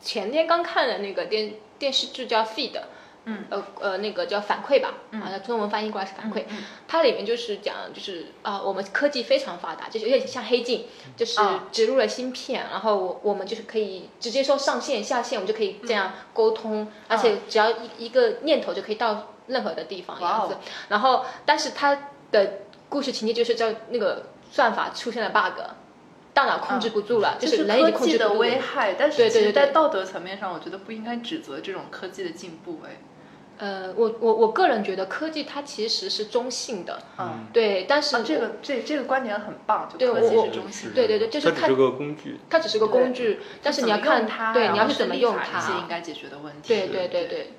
Speaker 5: 前天刚看了那个电电视剧叫《Feed》。
Speaker 1: 嗯，
Speaker 5: 呃呃，那个叫反馈吧，
Speaker 1: 嗯
Speaker 5: 好像中文翻译过来是反
Speaker 1: 嗯
Speaker 5: 馈。
Speaker 1: 嗯
Speaker 5: 它里面就是讲，就是啊、我们科技非常发达，就是有点像黑镜，就是
Speaker 1: 啊
Speaker 5: 植入了芯片，然后我我们就是可以直接说上线下线，我们就可以这样
Speaker 1: 嗯
Speaker 5: 沟通，而且
Speaker 1: 啊
Speaker 5: 只要一一个念头就可以到任何的地方，
Speaker 1: 哇哦
Speaker 5: 样子。然后，但是它的故事情节就是叫那个算法出现了 bug，大脑控制不住了，
Speaker 1: 嗯就是
Speaker 5: 人已
Speaker 1: 啊科
Speaker 5: 经控
Speaker 1: 技
Speaker 5: 制不
Speaker 1: 的
Speaker 5: 住
Speaker 1: 危
Speaker 5: 了。
Speaker 1: 害，但是
Speaker 5: 对对
Speaker 1: 其实，
Speaker 5: 对
Speaker 1: 在
Speaker 5: 对
Speaker 1: 道德层面上，我觉得不应该指责这种科技的进步。哎，
Speaker 5: 呃，我我我个人觉得科技它其实是中性的，
Speaker 1: 嗯，
Speaker 5: 对，但是
Speaker 1: 啊，这
Speaker 5: 我
Speaker 1: 个这这个观点很棒，就
Speaker 5: 对
Speaker 1: 科
Speaker 5: 我
Speaker 1: 技
Speaker 5: 我
Speaker 1: 是中心。
Speaker 5: 对对对这是
Speaker 3: 它只
Speaker 5: 看
Speaker 3: 是个工具。
Speaker 5: 它只是个工具，但是你要
Speaker 1: 怎么用
Speaker 5: 看
Speaker 1: 它，
Speaker 5: 对，
Speaker 1: 然
Speaker 5: 你
Speaker 1: 后
Speaker 5: 要去
Speaker 1: 是
Speaker 5: 怎么
Speaker 1: 立
Speaker 5: 用
Speaker 1: 法一些应
Speaker 5: 它。
Speaker 1: 该解决的问题。
Speaker 5: 对对对对，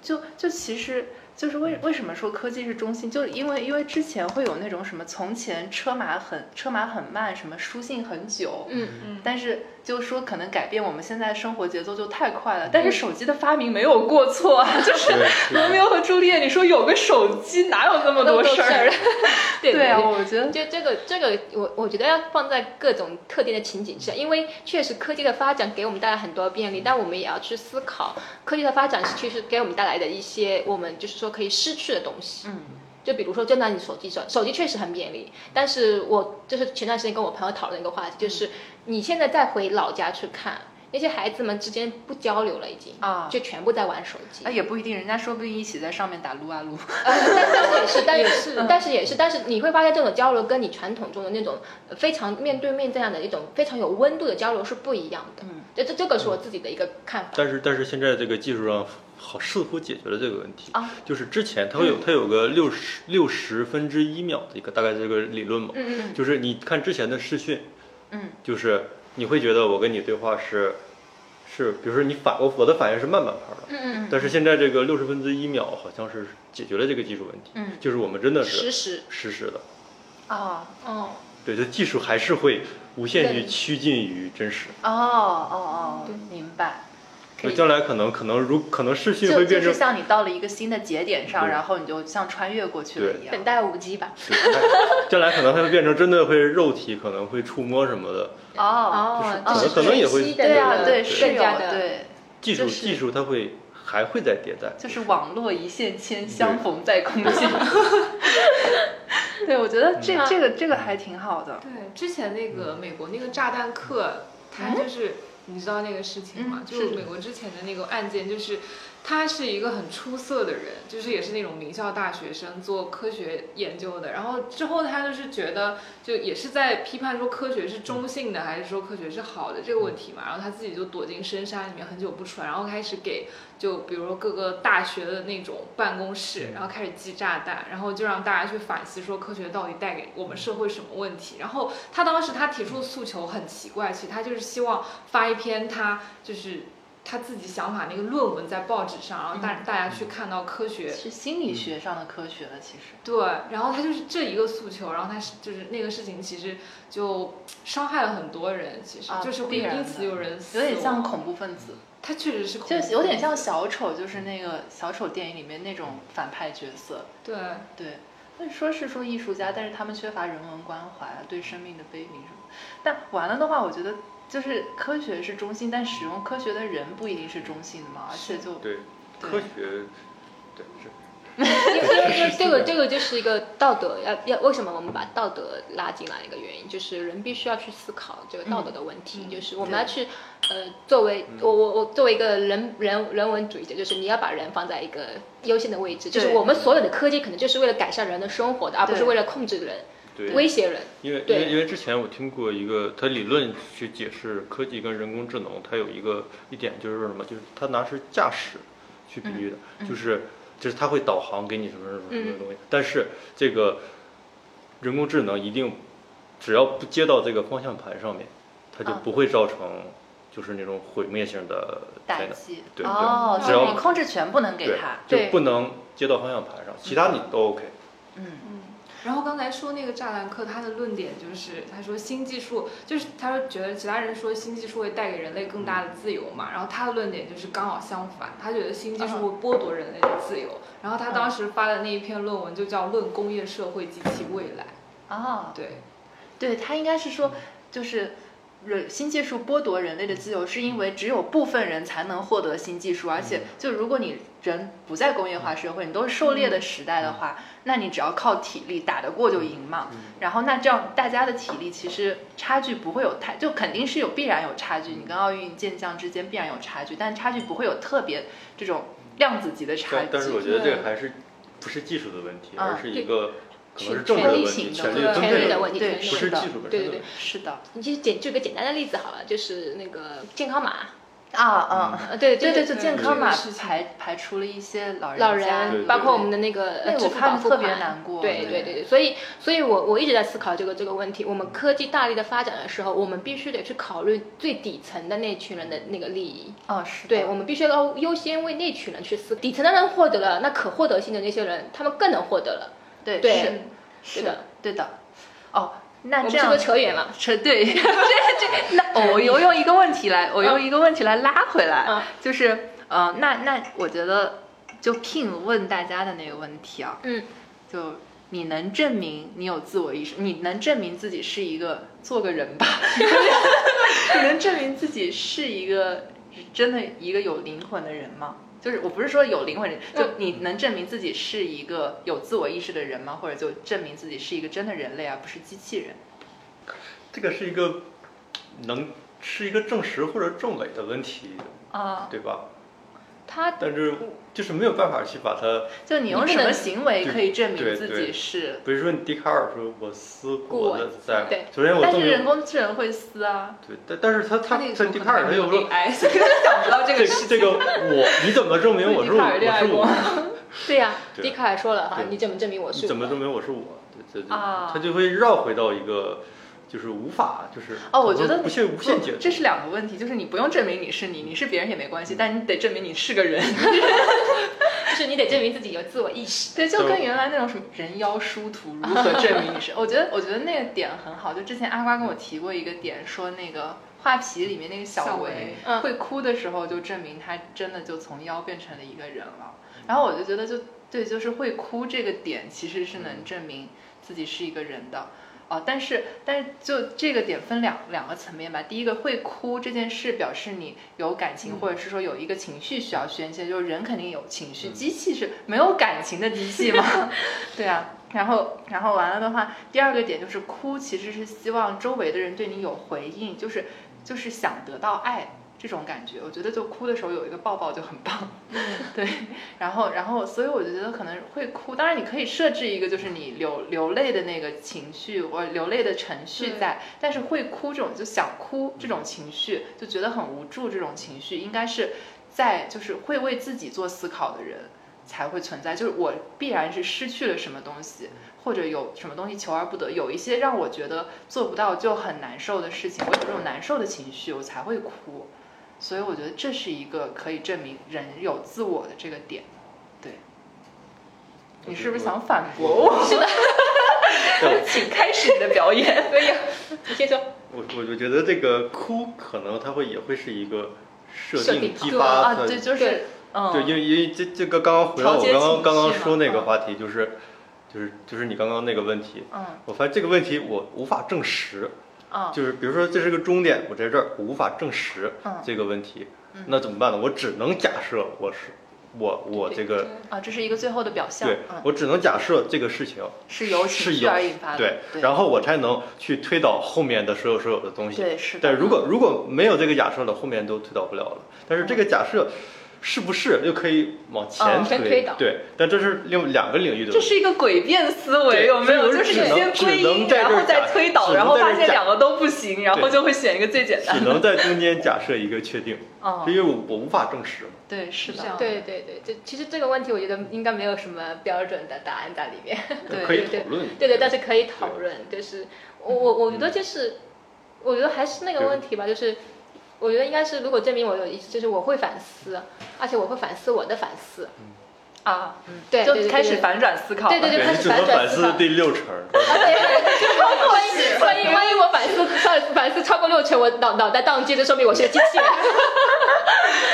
Speaker 1: 就就其实就是为为什么说科技是中心，就是因为因为之前会有那种什么从前车马很车马很慢，什么书信很久，
Speaker 5: 嗯，
Speaker 1: 但是就说可能改变我们现在生活节奏就太快了。但是手机的发明没有过错 啊，就是
Speaker 3: 对，
Speaker 1: 罗密欧和朱丽叶，你说有个手机哪有那么多事儿？，
Speaker 5: 对
Speaker 1: 对啊，
Speaker 5: 对
Speaker 1: 我觉 得
Speaker 5: 就这个这个，我我觉得要放在各种特定的情景下，因为确实科技的发展给我们带来很多便利，但我们也要去思考科技的发展是确实给我们带来的一些我们就是说可以失去的东西。
Speaker 1: 嗯。
Speaker 5: 就比如说，就拿你手机手手机确实很便利，但是我就是前段时间跟我朋友讨论一个话题，就是你现在再回老家去看，那些孩子们之间不交流了，已经
Speaker 1: 啊
Speaker 5: 就全部在玩手机
Speaker 1: 啊，。也不一定，人家说不定一起在上面打撸啊撸。
Speaker 5: 呃，但但也是，嗯但也是，但是也是，但是你会发现这种交流跟你传统中的那种呃非常面对面这样的一种非常有温度的交流是不一样的。
Speaker 1: 嗯，
Speaker 5: 这这这个是我自己的一个看法。
Speaker 3: 但是但是现在这个技术上好似乎解决了这个问题
Speaker 1: 啊，
Speaker 3: 就是之前它会有它有个六十六十分之一秒的一个大概这个理论嘛，
Speaker 5: 嗯嗯
Speaker 3: 就是你看之前的视讯，
Speaker 1: 嗯，
Speaker 3: 就是你会觉得我跟你对话是是，比如说你反我我的反应是慢半拍的，
Speaker 5: 嗯
Speaker 3: 但是现在这个六十分之一秒好像是解决了这个技术问题，
Speaker 1: 嗯
Speaker 3: 就是我们真的
Speaker 5: 嗯，实
Speaker 3: 是
Speaker 5: 时，
Speaker 3: 实时的，
Speaker 1: 哦
Speaker 5: 哦，
Speaker 3: 对，就技术还是会无限于
Speaker 5: 对
Speaker 3: 趋近于真实。
Speaker 1: 哦哦哦，明白。可以
Speaker 3: 将来可能可能如可能视讯
Speaker 1: 就
Speaker 3: 会变
Speaker 1: 就
Speaker 3: 成
Speaker 1: 是像你到了一个新的节点上，
Speaker 3: 对
Speaker 1: 然后你就像穿越过去了一样
Speaker 5: 等。待五 G 吧。
Speaker 3: 对它 将来可能它会变成真的会肉体可能会触摸什么的，
Speaker 1: 哦，
Speaker 5: 哦，
Speaker 1: 就是
Speaker 5: 就是
Speaker 3: 可能也会
Speaker 5: 信息的
Speaker 1: 对
Speaker 5: 那
Speaker 1: 啊，
Speaker 5: 个
Speaker 1: 对，是
Speaker 5: 更
Speaker 1: 有
Speaker 5: 加的。
Speaker 1: 对，
Speaker 3: 技术、
Speaker 1: 就是
Speaker 3: 技术它会还会再迭代，
Speaker 1: 就是网络一线牵，相逢在空间。 对，我觉得这
Speaker 4: 嗯
Speaker 1: 这个这个还挺好的。
Speaker 4: 对，之前那个美国那个炸弹客，他就是、你知道那个事情吗？
Speaker 1: 嗯
Speaker 4: 就是
Speaker 1: 是
Speaker 4: 美国之前的那个案件，就是他是一个很出色的人，就是也是那种名校大学生做科学研究的。然后之后他就是觉得，就也是在批判说科学是中性的，还是说科学是好的这个问题嘛。然后他自己就躲进深山里面很久不出来，然后开始给就比如说各个大学的那种办公室，然后开始寄炸弹，然后就让大家去反思说科学到底带给我们社会什么问题。然后他当时他提出的诉求很奇怪，其实他就是希望发一篇他就是他自己想法那个论文在报纸上，然后大大家去看到科学。
Speaker 1: 是心理学上的科学了，其实。
Speaker 4: 对，然后他就是这一个诉求，然后他是就是那个事情，其实就伤害了很多人，其实
Speaker 1: 啊
Speaker 4: 就是会
Speaker 1: 必然
Speaker 4: 因此
Speaker 1: 的
Speaker 4: 有人死
Speaker 1: 有
Speaker 4: 亡，
Speaker 1: 点像恐怖分子，
Speaker 4: 他确实是恐怖
Speaker 1: 就是
Speaker 4: 分子，
Speaker 1: 有点像小丑，就是那个小丑电影里面那种反派角色。
Speaker 4: 对，
Speaker 1: 对，但是说是说艺术家，但是他们缺乏人文关怀啊，对生命的悲悯什么。但完了的话，我觉得就是科学是中心，但使用科学的人不一定是中心的嘛，而且就
Speaker 3: 对
Speaker 1: 对
Speaker 3: 科学，对是
Speaker 5: 因为因为因为这个这个就是一个道德要要为什么我们把道德拉进来的一个原因，就是人必须要去思考这个道德的问题，
Speaker 1: 嗯
Speaker 5: 就是我们要去呃作为我我我作为一个人人人文主义者，就是你要把人放在一个优先的位置，就是
Speaker 1: 对
Speaker 5: 我们所有的科技可能就是为了改善人的生活的，而不是
Speaker 1: 对
Speaker 5: 为了控制人、
Speaker 3: 对
Speaker 5: 威胁人。
Speaker 3: 因为因
Speaker 5: 对
Speaker 3: 为因为之前我听过一个，它理论去解释科技跟人工智能，它有一个一点就是说什么，就是它拿是驾驶去比喻的，
Speaker 1: 嗯
Speaker 3: 就是就是它会导航给你什么什么什么
Speaker 5: 嗯
Speaker 3: 东西，但是这个人工智能一定只要不接到这个方向盘上面，它
Speaker 1: 啊
Speaker 3: 就不会造成就是那种毁灭性的灾
Speaker 1: 打
Speaker 3: 难。
Speaker 1: 击。
Speaker 3: 对
Speaker 1: 哦，
Speaker 3: 对
Speaker 1: 就
Speaker 3: 只要
Speaker 1: 是你控制权不能给他。
Speaker 3: 对，就不能接到方向盘上，其他你都 OK。
Speaker 1: 嗯，
Speaker 4: 嗯，然后刚才说那个栅栏课，他的论点就是，他说新技术就是他说觉得其他人说新技术会带给人类
Speaker 1: 嗯
Speaker 4: 更大的自由嘛，然后他的论点就是刚好相反，他觉得新技
Speaker 1: 嗯
Speaker 4: 术会剥夺人类的自由。然后他当时发的那一篇论文就叫《论工业社会及其未来》，
Speaker 1: 哦，
Speaker 4: 对，
Speaker 1: 对他应该是
Speaker 3: 嗯
Speaker 1: 说，就是人新技术剥夺人类的自由，是因为只有部分人才能获得新技术，而
Speaker 3: 嗯
Speaker 1: 且就如果你人不在工业化社会，你都是狩猎的
Speaker 3: 嗯
Speaker 1: 时代的话，那你只要靠体力打得过就赢嘛。然后那这样大家的体力其实差距不会有太，就肯定是有必然有差距，
Speaker 3: 嗯
Speaker 1: 你跟奥运健将之间必然有差距，但差距不会有特别这种量子级的差距
Speaker 3: 但。但是我觉得这个还是不是技术的问题，
Speaker 1: 嗯
Speaker 3: 而是一个可能是政
Speaker 1: 权
Speaker 3: 治的
Speaker 1: 力
Speaker 3: 问
Speaker 1: 型
Speaker 3: 题，
Speaker 1: 的
Speaker 3: 权
Speaker 1: 问题，
Speaker 3: 力的分
Speaker 6: 权
Speaker 3: 配
Speaker 6: 力的
Speaker 3: 问
Speaker 6: 问
Speaker 3: 题，
Speaker 6: 题
Speaker 1: 对，
Speaker 3: 不是
Speaker 1: 是的
Speaker 3: 技，术本身的问题。
Speaker 6: 对对对
Speaker 1: 是的
Speaker 6: 你就简举个简单的例子好了，就是那个健康码，
Speaker 1: 啊，嗯。
Speaker 6: 呃，对
Speaker 1: 对
Speaker 6: 对
Speaker 1: 对，就
Speaker 4: 对
Speaker 1: 健康码
Speaker 4: 这个事情
Speaker 1: 排排除了一些老人
Speaker 6: 老
Speaker 1: 家
Speaker 3: 对
Speaker 6: 人，
Speaker 3: 对
Speaker 6: 包括我们的那个呃
Speaker 1: 那个
Speaker 6: 支
Speaker 1: 我
Speaker 6: 付
Speaker 1: 看
Speaker 6: 宝
Speaker 1: 着
Speaker 6: 付
Speaker 1: 特别
Speaker 6: 款，
Speaker 1: 难过，
Speaker 6: 对对对对，所以所以我我一直在思考这个这个问题。我们科技大力的发展的时候，我们必须得去考虑最底层的那群人的那个利益。
Speaker 1: 哦是的
Speaker 6: 对，我们必须要优先为那群人去思。底层的人获得了，那可获得性的那些人，他们更能获得了。
Speaker 1: 对
Speaker 6: 对
Speaker 1: 是
Speaker 6: 对的，
Speaker 1: 对的，哦，
Speaker 6: 我
Speaker 1: 那
Speaker 6: 们
Speaker 1: 这
Speaker 6: 是
Speaker 1: 样
Speaker 6: 不是扯远了？
Speaker 1: 扯对， 这这那哦我又用一个问题来，我用一个问题来拉回来，
Speaker 6: 嗯
Speaker 1: 就是呃，那那我觉得就聘问大家的那个问题啊，
Speaker 6: 嗯，
Speaker 1: 就你能证明你有自我意识，你能证明自己是一个做个人 吧，你能证明自己是一个真的一个有灵魂的人吗？就是我不是说有灵魂人，就你能证明自己是一个有自我意识的人吗？或者就证明自己是一个真的人类啊而不是机器人？
Speaker 3: 这个是一个能是一个证实或者证伪的问题，
Speaker 1: 啊，
Speaker 3: 对吧？
Speaker 6: 他
Speaker 3: 但是就是没有办法去把它，
Speaker 1: 就你用
Speaker 6: 你不
Speaker 1: 什么
Speaker 6: 能
Speaker 1: 行为可以证明
Speaker 3: 对
Speaker 1: 自己
Speaker 3: 对
Speaker 1: 是？
Speaker 3: 比如说你笛卡尔说我思
Speaker 6: 故
Speaker 3: 国的在
Speaker 6: 对，
Speaker 3: 首先我
Speaker 1: 但
Speaker 3: 证
Speaker 1: 是人
Speaker 3: 明
Speaker 1: 工智能会撕啊，
Speaker 3: 对，但但是他他
Speaker 4: 那个时
Speaker 3: 他
Speaker 4: 候
Speaker 3: 笛
Speaker 4: 可
Speaker 3: 卡
Speaker 4: 能
Speaker 3: 尔他
Speaker 4: 还没
Speaker 3: 又
Speaker 4: 有
Speaker 3: 说
Speaker 4: AI，所以他想不到这
Speaker 3: 这
Speaker 4: 个事
Speaker 3: 这
Speaker 4: 情。
Speaker 3: 个我你怎么证明我是
Speaker 4: 笛
Speaker 3: 我
Speaker 4: 卡尔
Speaker 3: 我
Speaker 4: 恋爱
Speaker 3: 是
Speaker 4: 过
Speaker 3: 我？
Speaker 6: 对呀、
Speaker 3: 对
Speaker 6: 笛卡尔说了哈
Speaker 3: 对，
Speaker 6: 你怎么证明我是
Speaker 3: 你
Speaker 6: 我？
Speaker 3: 怎么证明我是我？对对对，
Speaker 1: 啊
Speaker 3: 他就会绕回到一个就是无法就是
Speaker 1: 哦我觉得
Speaker 3: 不限无限解
Speaker 1: 这
Speaker 3: 读。
Speaker 1: 是两个问题，就是你不用证明你是你，你是别人也没关系，但你得证明你是个人。
Speaker 6: 就是你得证明自己有自我意识。
Speaker 1: 对，就
Speaker 3: 对
Speaker 1: 跟原来那种什么人妖殊途如何证明你是，我觉得我觉得那个点很好。就之前阿瓜跟我提过一个点，说那个画皮里面那个
Speaker 4: 小
Speaker 1: 小
Speaker 4: 维
Speaker 1: 维
Speaker 6: 嗯
Speaker 1: 会哭的时候，就证明他真的就从妖变成了一个人了。然后我就觉得就，对，就是会哭这个点其实是能证明自己是一个人的。哦，但是但是就这个点分两两个层面吧。第一个会哭这件事，表示你有感情，或者是说有一个情绪需要宣泄，就是人肯定有情绪，
Speaker 3: 嗯
Speaker 1: 机器是没有感情的机器嘛，对啊。然后然后完了的话，第二个点就是哭，其实是希望周围的人对你有回应，就是就是想得到爱。这种感觉，我觉得就哭的时候有一个抱抱就很棒， 对。然后，然后，所以我就觉得可能会哭。当然，你可以设置一个就是你流流泪的那个情绪或流泪的程序
Speaker 4: 对
Speaker 1: 在，但是会哭这种就想哭这种情绪，就觉得很无助这种情绪，应该是在就是会为自己做思考的人才会存在。就是我必然是失去了什么东西，或者有什么东西求而不得，有一些让我觉得做不到就很难受的事情，我有这种难受的情绪，我才会哭。所以我觉得这是一个可以证明人有自我的这个点。对，你是不是想反驳我？是的，
Speaker 3: 对
Speaker 1: 请开始你的表演。
Speaker 6: 所以，你先说。
Speaker 3: 我我就觉得这个哭可能它会也会是一个设
Speaker 6: 设
Speaker 3: 定
Speaker 6: 定
Speaker 3: 激
Speaker 6: 对
Speaker 3: 发
Speaker 1: 啊，
Speaker 3: 它
Speaker 1: 对，就是
Speaker 6: 对，
Speaker 1: 嗯，
Speaker 3: 对，因为因为这这个刚刚回到
Speaker 1: 调
Speaker 3: 我
Speaker 1: 节
Speaker 3: 刚
Speaker 1: 情
Speaker 3: 刚
Speaker 1: 绪
Speaker 3: 刚刚
Speaker 1: 嘛
Speaker 3: 说那个
Speaker 1: 嗯
Speaker 3: 话题，就是就是就是你刚刚那个问题，
Speaker 1: 嗯
Speaker 3: 我发现这个问题我无法证实，
Speaker 1: 嗯，
Speaker 3: 就是比如说这是个终点，我在这儿我无法证实
Speaker 1: 嗯
Speaker 3: 这个问题
Speaker 1: 嗯，
Speaker 3: 那怎么办呢？我只能假设我是我我这个
Speaker 1: 啊，这是一个最后的表象，
Speaker 3: 对
Speaker 1: 嗯，
Speaker 3: 我只能假设这个事情
Speaker 1: 是由情
Speaker 3: 是
Speaker 1: 绪
Speaker 3: 有
Speaker 1: 而引发的，
Speaker 3: 对，
Speaker 1: 对，
Speaker 3: 然后我才能去推导后面的所有所有的东西。
Speaker 1: 对是的，
Speaker 3: 但如果如果没有这个假设了，后面都推导不了了。但是这个假设是不是又可以往前
Speaker 1: 嗯
Speaker 3: 推？
Speaker 6: 先推导
Speaker 3: 对，但这是另两个领域的
Speaker 1: 这
Speaker 3: 问题。
Speaker 1: 是一个诡辩思维，
Speaker 3: 对
Speaker 1: 有没有？
Speaker 3: 只
Speaker 1: 就
Speaker 3: 能
Speaker 1: 是你先
Speaker 3: 只
Speaker 1: 归
Speaker 3: 能
Speaker 1: 因，
Speaker 3: 在这儿
Speaker 1: 然后再
Speaker 3: 假
Speaker 1: 推导，
Speaker 3: 只能
Speaker 1: 然后
Speaker 3: 在这
Speaker 1: 发
Speaker 3: 儿
Speaker 1: 现
Speaker 3: 假
Speaker 1: 两个都不行，然后
Speaker 3: 对
Speaker 1: 就会选一个最简 单
Speaker 3: 只
Speaker 1: 的。
Speaker 3: 能在中间假设一个确定，因
Speaker 1: 嗯，
Speaker 3: 为我我无法证实嘛。
Speaker 1: 对，是
Speaker 4: 这样
Speaker 1: 的，
Speaker 6: 对对对，就其实这个问题，我觉得应该没有什么标准的答案在里面。
Speaker 1: 对
Speaker 3: 可以
Speaker 6: 对
Speaker 3: 讨论。
Speaker 6: 对对，但是可以讨论。就是我我我觉得就是
Speaker 5: 我觉得还是那个问题吧，就是我觉得应该是，如果证明我有意识，就是我会反思，而且我会反思我的反思。
Speaker 1: 啊，
Speaker 5: 对，对
Speaker 1: 就
Speaker 5: 对
Speaker 1: 开
Speaker 5: 对
Speaker 1: 始
Speaker 5: 对
Speaker 1: 反转思考了。
Speaker 5: 对对对
Speaker 3: 你只能反思第六层，
Speaker 5: 万一万一万一我反思反反思超过六成，我脑脑袋宕机，就说明我是个机器人，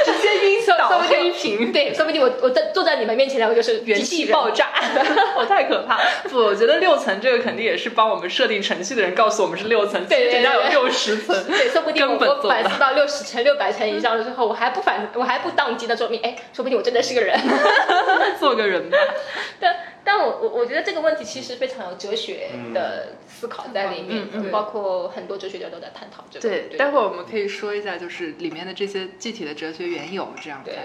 Speaker 1: 直接晕
Speaker 5: 说
Speaker 1: 倒
Speaker 5: 不
Speaker 1: 黑
Speaker 5: 定
Speaker 1: 屏。
Speaker 5: 对，说不定我我在坐在你们面前，然后就是
Speaker 1: 元
Speaker 5: 机器
Speaker 1: 气
Speaker 5: 人
Speaker 1: 爆。炸， 我太可怕了。不，我觉得六层这个肯定也是帮我们设定程序的人告诉我们是六层，
Speaker 5: 对对对
Speaker 1: 人家有六十层。
Speaker 5: 对，说不定我
Speaker 1: 根本
Speaker 5: 我
Speaker 1: 做不
Speaker 5: 反思到六十乘六百乘以上的时候，我还不反，我还不宕机，那说明哎，说不定我真的是个人。
Speaker 1: 做个人吧。
Speaker 5: 但但我我我觉得这个问题其实非常有哲学的思考在里面，
Speaker 1: 嗯嗯嗯嗯
Speaker 5: 包括很多哲学家都在探讨这个。
Speaker 1: 对，待会儿我们可以说一下，就是里面的这些具体的哲学缘由，这样
Speaker 5: 对
Speaker 1: 看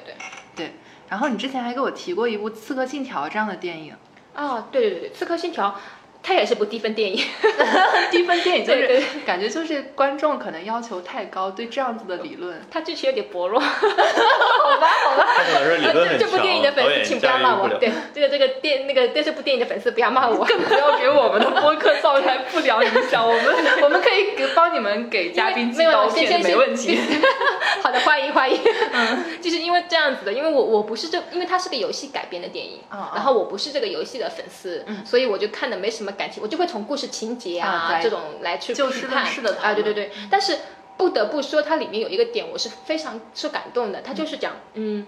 Speaker 5: 对
Speaker 1: 然后你之前还给我提过一部《刺客信条》这样的电 影，
Speaker 5: 啊，对对对对，《刺客信条》它也是部低分电影，
Speaker 1: 低分电影就
Speaker 5: 对对
Speaker 1: 是感觉就是观众可能要求太高，对这样子的理 论，
Speaker 5: 它剧情有点薄弱。
Speaker 3: 他可能是理论
Speaker 5: 这
Speaker 3: 很
Speaker 5: 这部电影的
Speaker 3: 强，
Speaker 5: 粉
Speaker 3: 导
Speaker 5: 丝请
Speaker 3: 演
Speaker 5: 不要
Speaker 3: 驾
Speaker 5: 骂
Speaker 3: 驭
Speaker 5: 我
Speaker 3: 不，了。
Speaker 5: 对，这个这个电那个对这部电影的粉丝不要骂我。
Speaker 1: 更不要给我们的播客造成不良影响。我们我们可以给帮你们给嘉宾寄
Speaker 5: 因为没有
Speaker 1: 刀片，
Speaker 5: 先先
Speaker 1: 没问 题。
Speaker 5: 好的，欢迎欢迎。嗯， 就是因为这样子的，因为我我不是这，因为它是个游戏改编的电影，
Speaker 1: 啊啊
Speaker 5: 然后我不是这个游戏的粉丝，所以我就看的没什么感情，我就会从故事情节
Speaker 1: 嗯啊
Speaker 5: 啊
Speaker 1: 对
Speaker 5: 这种来去
Speaker 1: 就
Speaker 5: 批
Speaker 1: 事
Speaker 5: 判
Speaker 1: 论事地讨论嗯
Speaker 5: 啊，对对对，但是。不得不说，它里面有一个点我是非常受感动的，它就是讲，嗯，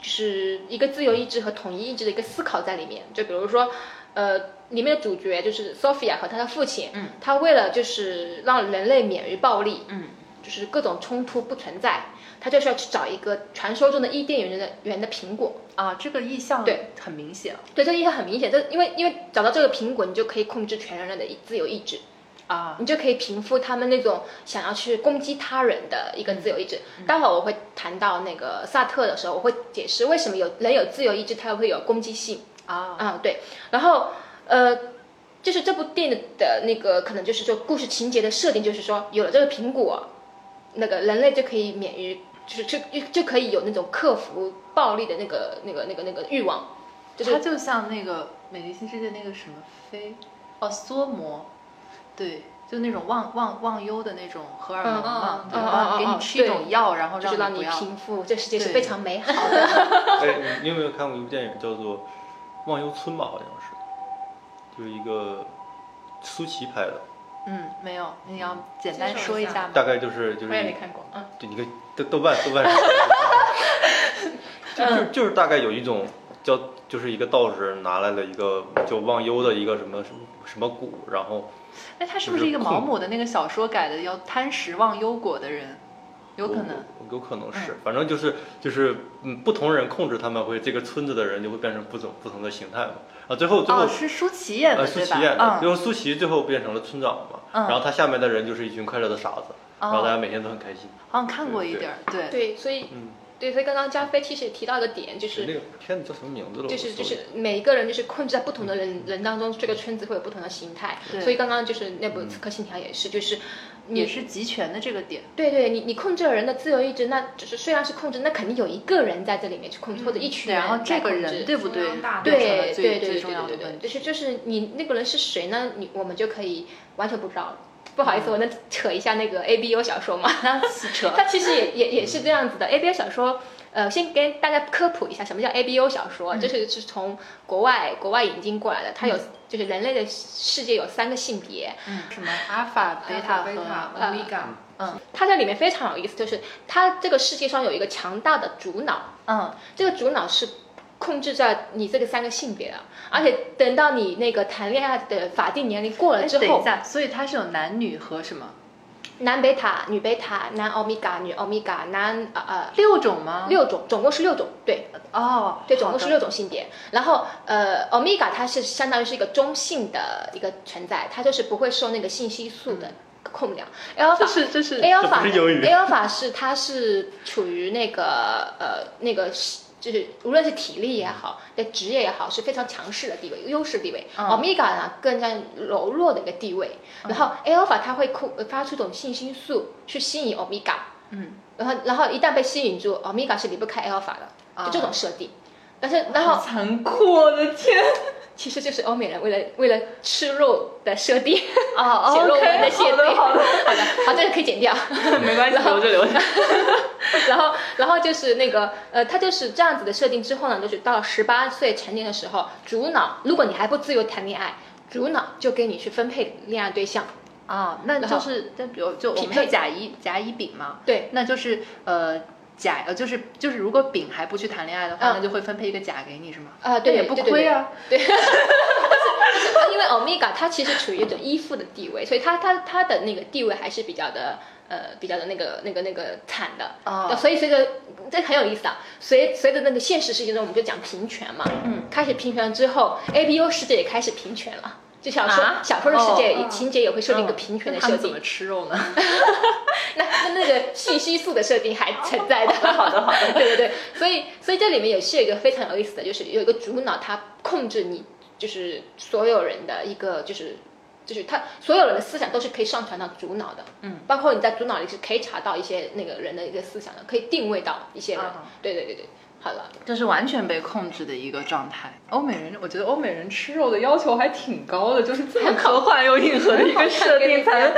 Speaker 5: 就是一个自由意志和统一意志的一个思考在里面。就比如说，呃，里面的主角就是 Sophia 和她的父亲，
Speaker 1: 嗯，
Speaker 5: 他为了就是让人类免于暴力，
Speaker 1: 嗯，
Speaker 5: 就是各种冲突不存在，他就是要去找一个传说中的伊甸园的园的苹果。
Speaker 1: 啊，这个意向
Speaker 5: 对
Speaker 1: 很明显
Speaker 5: 对，这个意思很明显，这因为因为找到这个苹果，你就可以控制全人类的意自由意志，
Speaker 1: 啊，
Speaker 5: 你就可以平复他们那种想要去攻击他人的一个自由意志。
Speaker 1: 嗯
Speaker 5: 待会儿我会谈到那个萨特的时候，我会解释为什么有人有自由意志，他会有攻击性。
Speaker 1: 啊
Speaker 5: 啊、对，然后呃，就是这部电影的那个可能就是说故事情节的设定，就是说有了这个苹果，那个人类就可以免于就是就就就可以有那种克服暴力的那个那个那个那个欲望，就是
Speaker 1: 它就像那个《美丽新世界》那个什么飞，哦，梭摩，对，就那种忘忘忘忧的那种荷尔蒙嘛，
Speaker 5: 嗯嗯
Speaker 1: 对
Speaker 5: 嗯
Speaker 1: 吧？
Speaker 5: 嗯
Speaker 1: 给
Speaker 5: 嗯
Speaker 1: 你吃一种药，然后
Speaker 5: 就是
Speaker 1: 让
Speaker 5: 让
Speaker 1: 不
Speaker 5: 你
Speaker 1: 要。
Speaker 5: 平复，这世界是
Speaker 1: 对
Speaker 5: 非常美好的。
Speaker 3: 哎，你有没有看过一部电影叫做《忘忧村》吧？好像是，就是一个苏琪拍的，
Speaker 1: 嗯，没有，你要简单
Speaker 4: 介绍
Speaker 1: 说
Speaker 4: 一
Speaker 1: 一
Speaker 4: 下
Speaker 1: 下吗？
Speaker 3: 大概就是就是
Speaker 5: 我也没看过，嗯，
Speaker 3: 对，你可以豆豆瓣豆瓣上，就就
Speaker 5: 嗯
Speaker 3: 就是大概有一种叫就是一个道士拿来了一个就忘忧的一个什么什么什么蛊，然后
Speaker 1: 哎，他是不是一个
Speaker 3: 就是
Speaker 1: 毛
Speaker 3: 控
Speaker 1: 姆的那个小说改的，要贪食忘忧果的人？有可能。
Speaker 3: 我有可
Speaker 5: 嗯
Speaker 3: 能是，反正就是就是嗯，不同人控制他们会这个村子的人就会变成不同不同的形态嘛。啊，最后最后、
Speaker 1: 哦，是舒淇演的，
Speaker 3: 呃舒
Speaker 1: 对
Speaker 3: 淇演的
Speaker 1: 吧，？
Speaker 3: 最
Speaker 1: 嗯，
Speaker 3: 后苏琪最后变成了村长嘛，
Speaker 1: 嗯
Speaker 3: 然后他下面的人就是一群快乐的傻子，
Speaker 5: 哦
Speaker 3: 然后大家每天都很开心。
Speaker 1: 哦好像看过一点儿，对。
Speaker 5: 对，所以
Speaker 3: 嗯，
Speaker 5: 对，所以刚刚加菲其实也提到一个点，就是
Speaker 3: 是那个片子叫什么名字了？我
Speaker 5: 就是
Speaker 3: 搜
Speaker 5: 就
Speaker 3: 一
Speaker 5: 是
Speaker 3: 下
Speaker 5: 每一个人就是控制在不同的人人当中，这个圈子会有不同的形态。
Speaker 1: 对
Speaker 5: 所以刚刚就是那部《刺客信条》也是，就是你
Speaker 1: 也是集权的这个点，
Speaker 5: 对对，你你控制了人的自由意志，那就是虽然是控制，那肯定有一个人在这里面去控制，或者一
Speaker 1: 嗯
Speaker 5: 群
Speaker 1: 对，
Speaker 5: 人
Speaker 1: 然后这
Speaker 5: 在
Speaker 1: 个
Speaker 5: 控制
Speaker 1: 人对不
Speaker 4: 中
Speaker 1: 对
Speaker 4: 央？大
Speaker 5: 对
Speaker 1: 变成
Speaker 5: 对
Speaker 1: 了
Speaker 5: 对
Speaker 1: 最
Speaker 5: 对
Speaker 1: 最
Speaker 5: 对
Speaker 1: 重要的
Speaker 5: 对
Speaker 1: 问题。
Speaker 5: 对，就是就是你那个人是谁呢？你我们就可以完全不知道了。不好意
Speaker 1: 嗯
Speaker 5: 思，我能扯一下那个 A B U 小说吗？
Speaker 1: 那撕扯
Speaker 5: 它其实也也也是这样子的。A B O 小说，呃，先跟大家科普一下什么叫 A B O 小说，
Speaker 1: 嗯
Speaker 5: 就是是从国外国外引进过来的。它有、就是人类的世界有三个性别，
Speaker 1: 嗯，什么阿尔法、贝
Speaker 6: 啊
Speaker 1: 塔
Speaker 4: 贝塔
Speaker 1: 和、
Speaker 4: 欧米伽，
Speaker 5: 它在里面非常有意思，就是它这个世界上有一个强大的主脑，
Speaker 1: 嗯，
Speaker 5: 这个主脑是。控制着你这个三个性别的，而且等到你那个谈恋爱的法定年龄过了
Speaker 1: 哎，
Speaker 5: 之
Speaker 1: 等一
Speaker 5: 后，
Speaker 1: 下，所以它是有男女和什么
Speaker 5: 男贝塔、女贝塔、男欧米伽、女欧米伽、男呃
Speaker 1: 六种吗？
Speaker 5: 呃六种，总共是六种，对，
Speaker 1: 哦，
Speaker 5: 对，总共
Speaker 1: 好
Speaker 5: 是
Speaker 1: 的
Speaker 5: 六种性别。然后呃，omega 它是相当于是一个中性的一个存在，它就是不会受那个信息素
Speaker 1: 嗯
Speaker 5: 的控量。
Speaker 1: 这
Speaker 5: alpha
Speaker 1: 是这是
Speaker 5: alpha
Speaker 3: 这不是英语
Speaker 5: alpha 是它是处于那个呃那个是。就是无论是体力也好，在职业也好，是非常强势的地位、优势地位。
Speaker 1: 嗯
Speaker 5: omega 呢，更加柔弱的一个地位。
Speaker 6: 嗯
Speaker 5: 然后 alpha 它会控发出一种信息素去吸引 omega，
Speaker 1: 嗯，
Speaker 5: 然后然后一旦被吸引住 ，omega 是离不开 alpha 的，就这种设定。但是然后
Speaker 1: 残酷，我的天，
Speaker 5: 其实就是欧美人为了为了吃肉的设定，
Speaker 6: 哦
Speaker 5: 写论文的
Speaker 6: ，OK，
Speaker 5: 写
Speaker 6: 好
Speaker 5: 对
Speaker 6: 的好的，
Speaker 5: 好的，好，这个可以剪掉。
Speaker 6: 没关系，留着留着。
Speaker 5: 然后，然后就是那个，呃，它就是这样子的设定之后呢，就是到十八岁成年的时候，主脑，如果你还不自由谈恋爱，主脑就给你去分配恋爱对象。
Speaker 1: 啊，那
Speaker 5: 然
Speaker 1: 就
Speaker 5: 后
Speaker 1: 是那比如就我
Speaker 5: 匹
Speaker 1: 们
Speaker 5: 配
Speaker 1: 叫甲乙甲乙丙嘛，
Speaker 5: 对，
Speaker 1: 那就是呃甲呃就是就是如果丙还不去谈恋爱的话，
Speaker 5: 嗯
Speaker 1: 那就会分配一个甲给你是吗？
Speaker 5: 啊、对，
Speaker 1: 那也不
Speaker 5: 对对对
Speaker 1: 亏啊。
Speaker 5: 它因为 omega 它其实处于一种依附的地位，所以它它它的那个地位还是比较的呃比较的那个那个那个惨的。
Speaker 1: 啊
Speaker 5: 所以随着这很有意思啊，随随着那个现实世界中，我们就讲平权嘛，
Speaker 1: 嗯，
Speaker 5: 开始平权之后，A B U 世界也开始平权了。就小说、
Speaker 6: 啊
Speaker 5: 小说的世界、
Speaker 4: 哦
Speaker 5: 情节也会设定一个
Speaker 1: 嗯
Speaker 5: 平权
Speaker 1: 那
Speaker 5: 的
Speaker 1: 他
Speaker 5: 设
Speaker 1: 们怎么
Speaker 5: 定，
Speaker 1: 吃肉呢？
Speaker 5: 那那那个信息素的设定还存在的。
Speaker 6: 好的好的，
Speaker 5: 对对对，所以所以这里面也是有一个非常有意思的，就是有一个主脑，它控制你，就是所有人的一个就是。就是他所有人的思想都是可以上传到主脑的，
Speaker 1: 嗯，
Speaker 5: 包括你在主脑里是可以查到一些那个人的一个思想的，可以定位到一些人。
Speaker 1: 啊
Speaker 5: 对对对对，好了，
Speaker 1: 这是完全被控制的一个状态。
Speaker 4: 欧美人，我觉得欧美人吃肉的要求还挺高的，就是这么科幻又硬核的一个设定才能。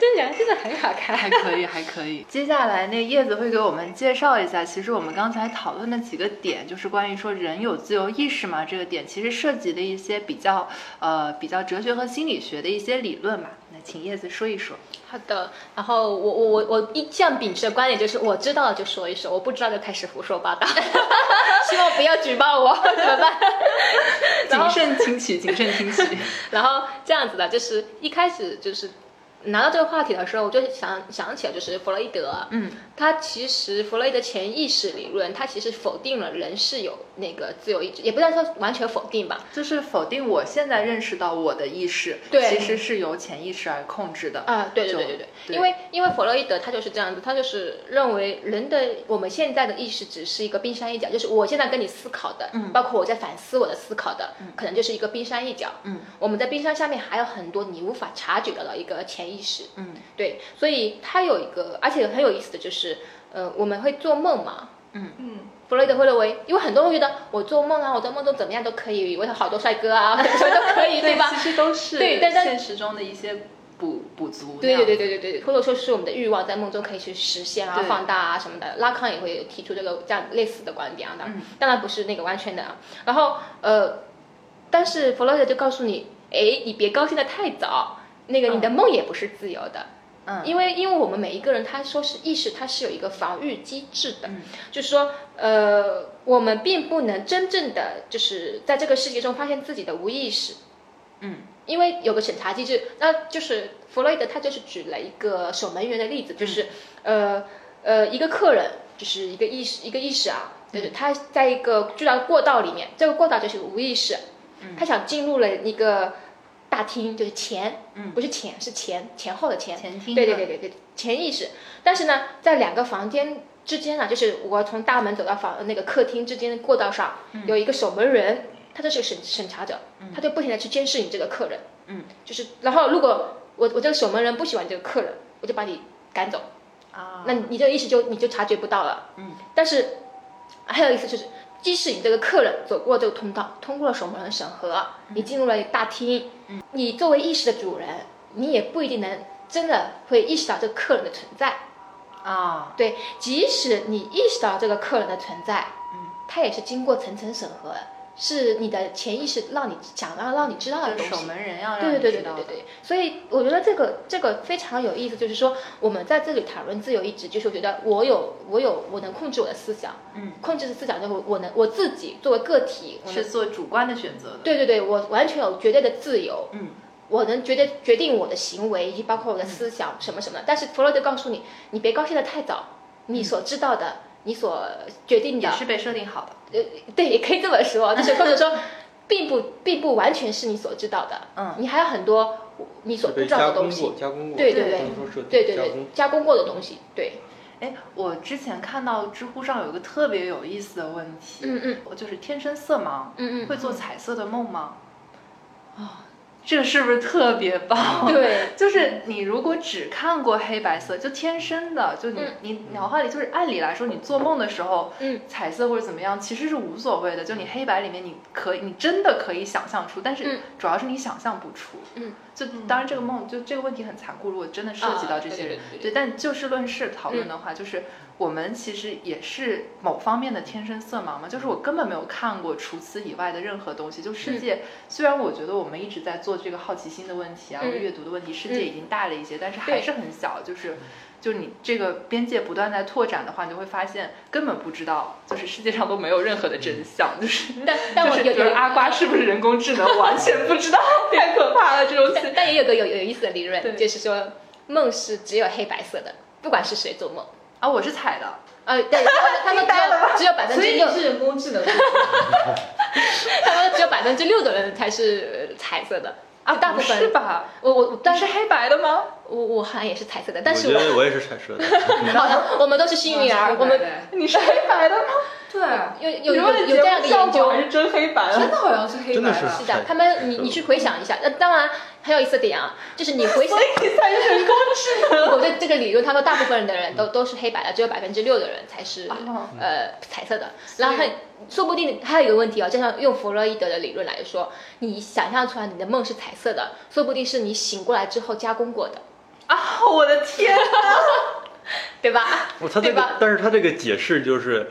Speaker 5: 真人真的很好看。
Speaker 1: 还可以，还可以。 接下来那叶子会给我们介绍一下，其实我们刚才讨论的几个点，就是关于说人有自由意识嘛这个点，其实涉及了一些比较呃比较哲学和心理学的一些理论嘛。那请叶子说一 说。
Speaker 5: 好的，然后我我我我一向秉持的观点就是，我知道了就说一说，我不知道就开始胡说八道， 希望不要举报我，怎么办？然后
Speaker 1: 谨慎听取，谨慎 听取。
Speaker 5: 然后这样子的，就是一开始就是拿到这个话题的时候，我就想想起了就是弗洛伊德，啊
Speaker 1: 嗯，
Speaker 5: 他其实弗洛伊德潜意识理论，他其实否定了人是有那个自由意志，也不能说完全否定吧，
Speaker 1: 就是否定我现在认识到我的意识，
Speaker 5: 对
Speaker 1: 其实是由潜意识而控制的。
Speaker 5: 啊，对对对
Speaker 1: 就
Speaker 5: 对对，
Speaker 1: 对
Speaker 5: 因为因为弗洛伊德他就是这样子，他就是认为人的我们现在的意识只是一个冰山一角，就是我现在跟你思考的，
Speaker 1: 嗯
Speaker 5: 包括我在反思我的思考的，可能就是一个冰山一角，
Speaker 1: 嗯，
Speaker 5: 我们在冰山下面还有很多你无法察觉到的一个潜意识，
Speaker 1: 嗯，
Speaker 5: 对，所以他有一个，而且很有意思的就是，呃，我们会做梦嘛。
Speaker 4: 嗯，
Speaker 5: 弗洛伊德会认为，因为很多人会觉得我做梦啊，我在梦中怎么样都可以，我有好多帅哥啊， 什么都可以，对吧？
Speaker 1: 其实都是
Speaker 5: 对但但
Speaker 1: 现实中的一些补补足。
Speaker 5: 对对对对对对，或者说是我们的欲望在梦中可以去实现啊
Speaker 1: 对、
Speaker 5: 放大啊什么的。拉康也会提出这个这样类似的观点啊，当然
Speaker 1: 嗯
Speaker 5: 当然不是那个完全的啊。然后呃，但是弗洛伊德就告诉你，哎，你别高兴的太早，那个你的梦也不是自由的。
Speaker 1: 嗯
Speaker 5: 因为因为我们每一个人，他说是意识，它是有一个防御机制的，
Speaker 1: 嗯
Speaker 5: 就是说，呃，我们并不能真正的就是在这个世界中发现自己的无意识，
Speaker 1: 嗯，
Speaker 5: 因为有个审查机制，那就是弗洛伊德他就是举了一个守门员的例子，就是、呃呃一个客人就是一个意识一个意识啊，就是他在一个巨大的过道里面，这个过道就是无意识，他想进入了一个大厅，就是前，
Speaker 1: 嗯
Speaker 5: 不是前是前前后的前，
Speaker 1: 前厅
Speaker 5: 对对
Speaker 1: 的
Speaker 5: 对对对，潜意识。但是呢，在两个房间之间呢，就是我从大门走到房那个客厅之间的过道上，
Speaker 1: 嗯
Speaker 5: 有一个守门人，他就是个审审查者，他就不停的去监视你这个客人。
Speaker 1: 嗯，
Speaker 5: 就是然后如果我我这个守门人不喜欢你这个客人，我就把你赶走，
Speaker 1: 啊，
Speaker 5: 那你你这个意识就你就察觉不到了。
Speaker 1: 嗯，
Speaker 5: 但是还有一次就是。即使你这个客人走过这个通道，通过了守门人审核，
Speaker 1: 嗯
Speaker 5: 你进入了大厅，你作为意识的主人，你也不一定能真的会意识到这个客人的存在。
Speaker 1: 啊，
Speaker 5: 对，即使你意识到这个客人的存在，嗯，他也是经过层层审核，是你的潜意识让你想要让你知道的
Speaker 1: 就
Speaker 5: 东
Speaker 1: 是守
Speaker 5: 西。
Speaker 1: 门人要让
Speaker 5: 对
Speaker 1: 你
Speaker 5: 对
Speaker 1: 知
Speaker 5: 对对
Speaker 1: 道
Speaker 5: 对
Speaker 1: 的。
Speaker 5: 对，所以我觉得这个这个非常有意思，就是说我们在这里讨论自由意志，就是我觉得我有我有我能控制我的思想，
Speaker 1: 嗯，
Speaker 5: 控制思想就是我能我自己作为个体，我能
Speaker 1: 是做主观的选择的。，
Speaker 5: 对对对，我完全有绝对的自由，
Speaker 1: 嗯，
Speaker 5: 我能决定决定我的行为，以及包括我的思想什么什么的。但是弗洛伊德告诉你，你别高兴的太早，你所知道的，你所决定
Speaker 1: 嗯也
Speaker 5: 的，
Speaker 1: 是被设定好的。
Speaker 5: 对，也可以这 么说，就是或者说，并不并不完全是你所知道的，
Speaker 1: 嗯
Speaker 5: 你还有很多你所不
Speaker 3: 被
Speaker 5: 知道
Speaker 3: 加
Speaker 5: 的东
Speaker 3: 工
Speaker 5: 西
Speaker 3: 过，，加工过，
Speaker 5: 对对
Speaker 1: 对
Speaker 3: 不能说设定
Speaker 5: 对对
Speaker 3: 加
Speaker 5: 对
Speaker 3: 工，，
Speaker 5: 加工过的东西，对，
Speaker 1: 哎，我之前看到知乎上有一个特别有意思的问题，
Speaker 5: 嗯嗯
Speaker 1: 我就是天生色盲，
Speaker 5: 嗯嗯，
Speaker 1: 会做彩色的梦吗？
Speaker 5: 啊，
Speaker 1: 这个是不是特别棒？
Speaker 5: 嗯对，
Speaker 1: 就是你如果只看过黑白色，就天生的，就你、
Speaker 5: 嗯
Speaker 1: 你脑海里就是按理来说，你做梦的时候，
Speaker 5: 嗯，
Speaker 1: 彩色或者怎么样，其实是无所谓的。就你黑白里面，你可以，你真的可以想象出，但是
Speaker 5: 嗯
Speaker 1: 主要是你想象不出。
Speaker 5: 嗯，
Speaker 1: 就当然这个梦就这个问题很残酷，如果真的涉及到这些人，
Speaker 5: 啊对对
Speaker 1: 对，
Speaker 5: 对
Speaker 1: 但就事论事讨
Speaker 5: 嗯
Speaker 1: 论的话，就是我们其实也是某方面的天生色盲嘛，就是我根本没有看过除此以外的任何东西。就
Speaker 5: 嗯
Speaker 1: 世界，虽然我觉得我们一直在做这个好奇心的问题啊，
Speaker 5: 嗯
Speaker 1: 阅读的问题，世界已经大了一些，但是还
Speaker 5: 对
Speaker 1: 是很小，就是。就你这个边界不断在拓展的话，你就会发现根本不知道，就是世界上都没有任何的真相，就是
Speaker 5: 但但
Speaker 1: 就
Speaker 5: 我
Speaker 1: 是
Speaker 5: 有
Speaker 1: 比如
Speaker 5: 有
Speaker 1: 阿瓜是不是人工智 能，完全不知道，太可怕了这种
Speaker 5: 但但也有个有有意思的理
Speaker 1: 对
Speaker 5: 论，就是说梦是只有黑白色的，不管是谁做梦。
Speaker 1: 啊，我是彩的，
Speaker 5: 呃，对，他们他们只有只有百分
Speaker 6: 所
Speaker 5: 之
Speaker 6: 以
Speaker 5: 六
Speaker 6: 你，是人工智能，
Speaker 5: 他们只有百分之六的人才是彩色的
Speaker 1: 啊，
Speaker 5: 大部
Speaker 1: 不是
Speaker 5: 分
Speaker 1: 吧？
Speaker 5: 我我我但
Speaker 1: 但
Speaker 5: 是
Speaker 1: 是黑白的吗？
Speaker 5: 我我好像也是彩色的，但
Speaker 3: 我
Speaker 5: 是
Speaker 3: 觉得我也是彩色的，
Speaker 5: 好的， 我们都是幸运儿，我们
Speaker 1: 你是黑白的吗？
Speaker 6: 对，
Speaker 5: 有有有有这样的
Speaker 1: 效
Speaker 5: 研
Speaker 1: 果
Speaker 5: 究
Speaker 1: 还。是真黑白
Speaker 6: 真
Speaker 1: 啊？
Speaker 6: 的好像是黑白
Speaker 3: 真的是
Speaker 5: 是的，他们你你去回想一下，那当然很有意思的点啊，就是你回想，
Speaker 1: 你才是人工智能。
Speaker 5: 我对这个理论，他说大部分的人都都是黑白的，只有百分之六的人才是
Speaker 1: 哦
Speaker 5: 呃彩色的。然后他说不定还有一个问题哦，就像用弗洛伊德的理论来说，你想象出来你的梦是彩色的，说不定是你醒过来之后加工过的，
Speaker 1: 啊！我的天啊！
Speaker 5: 对吧？
Speaker 3: 我他这
Speaker 5: 对
Speaker 3: 个
Speaker 5: 吧，
Speaker 3: 但是他这个解 释就是，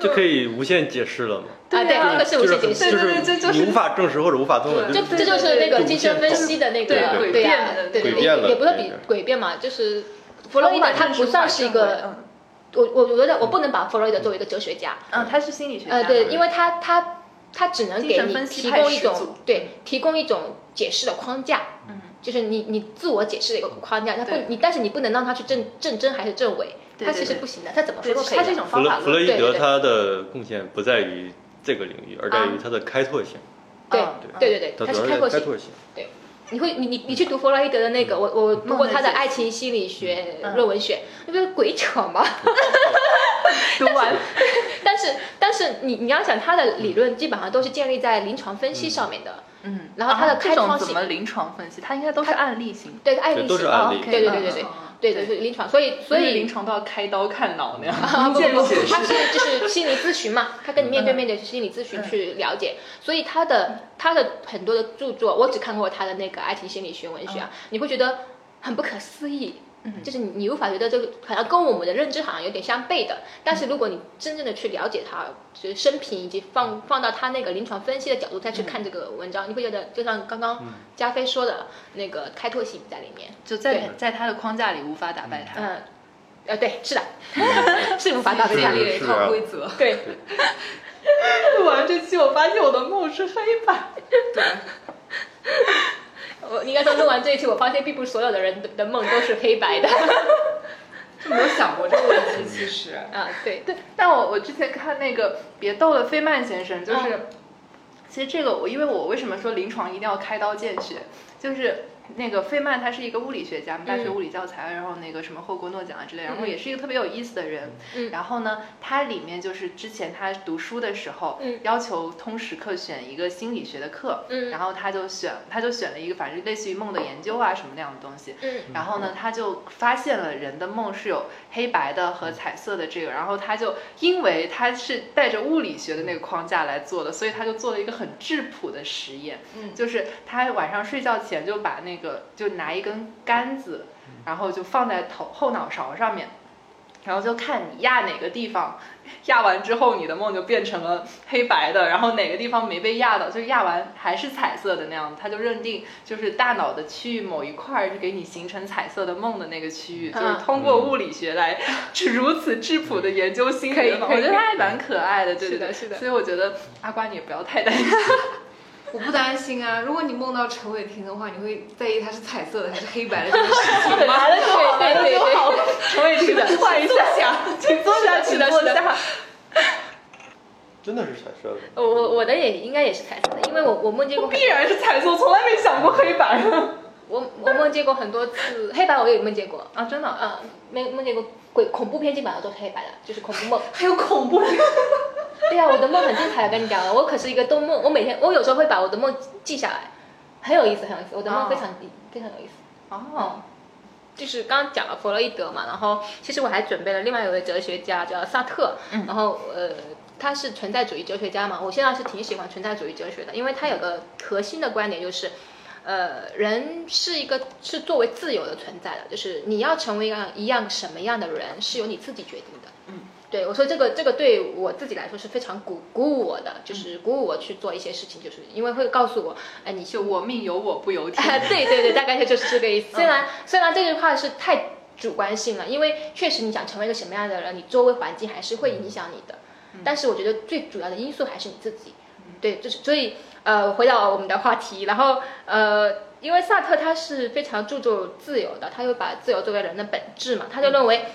Speaker 3: 就可以无限解释了嘛。
Speaker 5: 啊，对，
Speaker 1: 啊
Speaker 5: 这个是无限解
Speaker 3: 就
Speaker 1: 对
Speaker 5: 释。
Speaker 3: 是
Speaker 1: 对对这就是
Speaker 3: 你无法证实或者无法动的，
Speaker 1: 对
Speaker 5: 这
Speaker 3: 就是
Speaker 5: 这就是那个精神分析的那个
Speaker 1: 对
Speaker 3: 对
Speaker 5: 对呀，
Speaker 1: 对
Speaker 5: 对
Speaker 3: 诡辩了
Speaker 5: 也也不是
Speaker 3: 对
Speaker 5: 比
Speaker 3: 对
Speaker 5: 诡辩嘛，就是弗洛伊德他不算是一个，
Speaker 1: 嗯
Speaker 5: 我我我觉得我不能把弗洛伊德作为一个哲学家，
Speaker 1: 嗯，他是心理学家。嗯
Speaker 5: 呃，对，因为他他他只能
Speaker 1: 精
Speaker 5: 给
Speaker 1: 神
Speaker 5: 你
Speaker 1: 分析
Speaker 5: 提
Speaker 1: 派
Speaker 5: 供一
Speaker 1: 始祖
Speaker 5: 种对提供一种解释的框架，
Speaker 1: 嗯，
Speaker 5: 就是你你自我解释的一个框架，他不
Speaker 1: 对
Speaker 5: 你但是你不能让他去证证真还是证伪，
Speaker 1: 对
Speaker 5: 他
Speaker 1: 对
Speaker 5: 其实
Speaker 1: 对
Speaker 5: 不行的，他怎么
Speaker 1: 对
Speaker 5: 说都可以
Speaker 1: 他
Speaker 5: 的。
Speaker 1: 这种
Speaker 3: 弗
Speaker 1: 方
Speaker 3: 洛
Speaker 1: 法
Speaker 3: 弗洛
Speaker 1: 论，
Speaker 3: 伊
Speaker 5: 对
Speaker 3: 德
Speaker 5: 对
Speaker 3: 他的贡献不在于这个领域，而在于他的开拓性，
Speaker 5: 对
Speaker 1: 嗯
Speaker 5: 对对对，
Speaker 3: 他
Speaker 5: 他
Speaker 3: 主嗯
Speaker 5: 是
Speaker 3: 要
Speaker 5: 开
Speaker 3: 是
Speaker 5: 拓
Speaker 3: 开
Speaker 5: 性。
Speaker 3: 拓性。
Speaker 5: 你会你你你去读弗洛伊德的那个，我我读过他
Speaker 1: 嗯
Speaker 5: 的
Speaker 1: 梦的解释
Speaker 5: 爱情心理学
Speaker 1: 嗯
Speaker 5: 论文学，那不是鬼扯吗？
Speaker 1: 读完
Speaker 5: 但是但是你你要想他的理论基本上都是建立在临床分析上面的，
Speaker 1: 嗯，
Speaker 5: 然后他的
Speaker 1: 啊
Speaker 5: 开创
Speaker 1: 这种怎
Speaker 5: 性
Speaker 1: 么临床分析？他应该都是案例型。
Speaker 5: 对案
Speaker 3: 对
Speaker 5: 例
Speaker 3: 都
Speaker 5: 性
Speaker 3: 是案例
Speaker 1: 哦，OK，
Speaker 5: 对对对
Speaker 1: 嗯
Speaker 5: 对对
Speaker 1: 嗯
Speaker 5: 对对就是临床，所以
Speaker 1: 不
Speaker 5: 所
Speaker 1: 是
Speaker 5: 以
Speaker 1: 临床到开刀看脑那
Speaker 5: 啊
Speaker 1: 样，
Speaker 5: 不
Speaker 1: 见
Speaker 5: 不不
Speaker 1: 血，
Speaker 5: 他是就是心理咨询嘛，他跟你面对面的心理咨询去了解，所以他的他的很多的著作，我只看过他的那个爱情心理学文学啊，你会觉得很不可思议。
Speaker 1: 嗯
Speaker 5: 就是你，你无法觉得这个好像跟我们的认知好像有点相悖的。但是如果你真正的去了解他，就是生平以及放放到他那个临床分析的角度再去看这个文章，你会觉得就像刚刚
Speaker 3: 嗯
Speaker 5: 加菲说的那个开拓性在里面。
Speaker 1: 就在
Speaker 5: 对
Speaker 1: 在他的框架里无法打败他。
Speaker 5: 嗯，呃，对，是的， 是无法打
Speaker 6: 自己
Speaker 5: 败他
Speaker 6: 建
Speaker 3: 是
Speaker 6: 立了一
Speaker 3: 是
Speaker 6: 套
Speaker 3: 啊
Speaker 6: 规则。
Speaker 5: 对，
Speaker 1: 录完这期，我发现我的梦是黑白。
Speaker 5: 我应该说录完这一期，我发现并不是所有的人的梦都是黑白 的
Speaker 6: 就没有想过这个问题，其实。
Speaker 3: 嗯
Speaker 5: 啊。对，
Speaker 1: 对，但我我之前看那个《别逗了，费曼先生》，就是、其实这个我因为我为什么说临床一定要开刀见血，就是。那个费曼他是一个物理学家，大学物理教材，然后那个什么获过诺奖啊之类，然后
Speaker 5: 嗯
Speaker 1: 也是一个特别有意思的人。
Speaker 5: 嗯
Speaker 1: 然后呢，他里面就是之前他读书的时候，
Speaker 5: 嗯
Speaker 1: 要求通识课选一个心理学的课，
Speaker 5: 嗯
Speaker 1: 然后他就选他就选了一个反正类似于梦的研究啊什么那样的东西，
Speaker 5: 嗯
Speaker 1: 然后呢，他就发现了人的梦是有黑白的和彩色的这个，然后他就因为他是带着物理学的那个框架来做的，所以他就做了一个很质朴的实验，
Speaker 6: 嗯
Speaker 1: 就是他晚上睡觉前就把那个就拿一根杆子，然后就放在头后脑勺上面。然后就看你压哪个地方，压完之后你的梦就变成了黑白的，然后哪个地方没被压到，就是压完还是彩色的那样，他就认定就是大脑的区域某一块儿是给你形成彩色的梦的那个区域，就是
Speaker 5: 啊
Speaker 1: 通过物理学来如此质朴的研究心
Speaker 5: 可以
Speaker 1: 理的梦，
Speaker 5: 嗯可以
Speaker 1: 我觉得他还蛮可爱的，对
Speaker 5: 是
Speaker 1: 对
Speaker 5: 的
Speaker 1: 对，
Speaker 5: 是的
Speaker 1: 所以我觉得阿瓜你也不要太担 心，
Speaker 6: 我不担心啊，如果你梦到陈伟霆的话，你会在意他是彩色的还是黑白的这个
Speaker 5: 嗯
Speaker 6: 事情吗？
Speaker 1: 完了就
Speaker 5: 好完了就好
Speaker 1: 陈伟 霆的换一下，请坐下，请
Speaker 5: 是的 是的
Speaker 1: 坐下。
Speaker 3: 真的是彩色的。
Speaker 5: 我我我的也应该也是彩色的，因为我我梦见过很
Speaker 1: 必然是彩色，从来没想过黑白
Speaker 5: 我我梦见过很多次黑白，我也梦见过，
Speaker 1: 啊！真的啊，
Speaker 5: 啊，没梦见过鬼恐怖片基本上都是黑白的，就是恐怖 梦。啊
Speaker 6: 还有恐怖片，
Speaker 5: 对呀、我的梦很精彩，我跟你讲了，我可是一个都梦，我每天我有时候会把我的梦记下来。很有意思，很有意思，我的
Speaker 6: 哦
Speaker 5: 梦非常、非常有意思。
Speaker 6: 哦，
Speaker 5: 就是刚刚讲了弗洛伊德嘛，然后其实我还准备了另外一位哲学家叫萨特，
Speaker 1: 嗯
Speaker 5: 然后呃他是存在主义哲学家嘛，我现在是挺喜欢存在主义哲学的，因为他有个核心的观点就是。呃，人是一个是作为自由的存在的，就是你要成为一样一样什么样的人，是由你自己决定的。
Speaker 1: 嗯，
Speaker 5: 对我说这个这个对我自己来说是非常鼓鼓舞我的，
Speaker 1: 嗯
Speaker 5: 就是鼓舞我去做一些事情，就是因为会告诉我，哎，你
Speaker 6: 就我命由我不由天。
Speaker 5: 啊，对对对，大概就是这个意思。虽然虽然这句话是太主观性了，因为确实你想成为一个什么样的人，你周围环境还是会影响你的。但是我觉得最主要的因素还是你自己。对，就是所以呃，回到我们的话题，然后呃，因为萨特他是非常注重自由的，他又把自由作为人的本质嘛，他就认为。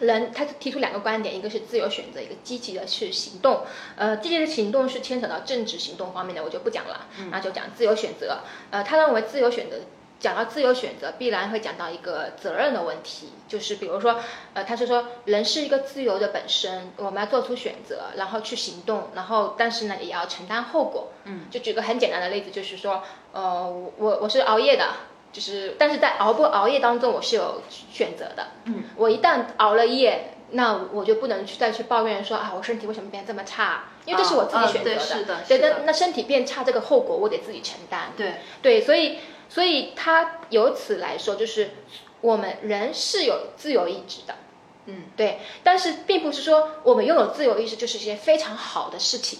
Speaker 5: 人他提出两个观点，一个是自由选择，一个积极的去行动。呃，积极的行动是牵扯到政治行动方面的，我就不讲了，
Speaker 6: 嗯
Speaker 5: 那就讲自由选择。呃，他认为自由选择，讲到自由选择，必然会讲到一个责任的问题，就是比如说，呃，他是说人是一个自由的本身，我们要做出选择，然后去行动，然后但是呢，也要承担后果。嗯，就举个很简单的例子，就是说，呃，我我是熬夜的。就是，但是在熬不熬夜当中，我是有选择的。嗯，我一旦熬了夜，那我就不能去再去抱怨说啊，我身体为什么变这么差？ 因为这是我自己
Speaker 6: 啊
Speaker 5: 选择
Speaker 6: 对是的
Speaker 5: 对，
Speaker 6: 是的
Speaker 5: 那那身体变差这个后果我得自己承担。
Speaker 6: 对，
Speaker 5: 对，所以所以他由此来说，就是我们人是有自由意志的，
Speaker 6: 嗯，
Speaker 5: 对，但是并不是说我们拥有自由意志就是一件非常好的事情，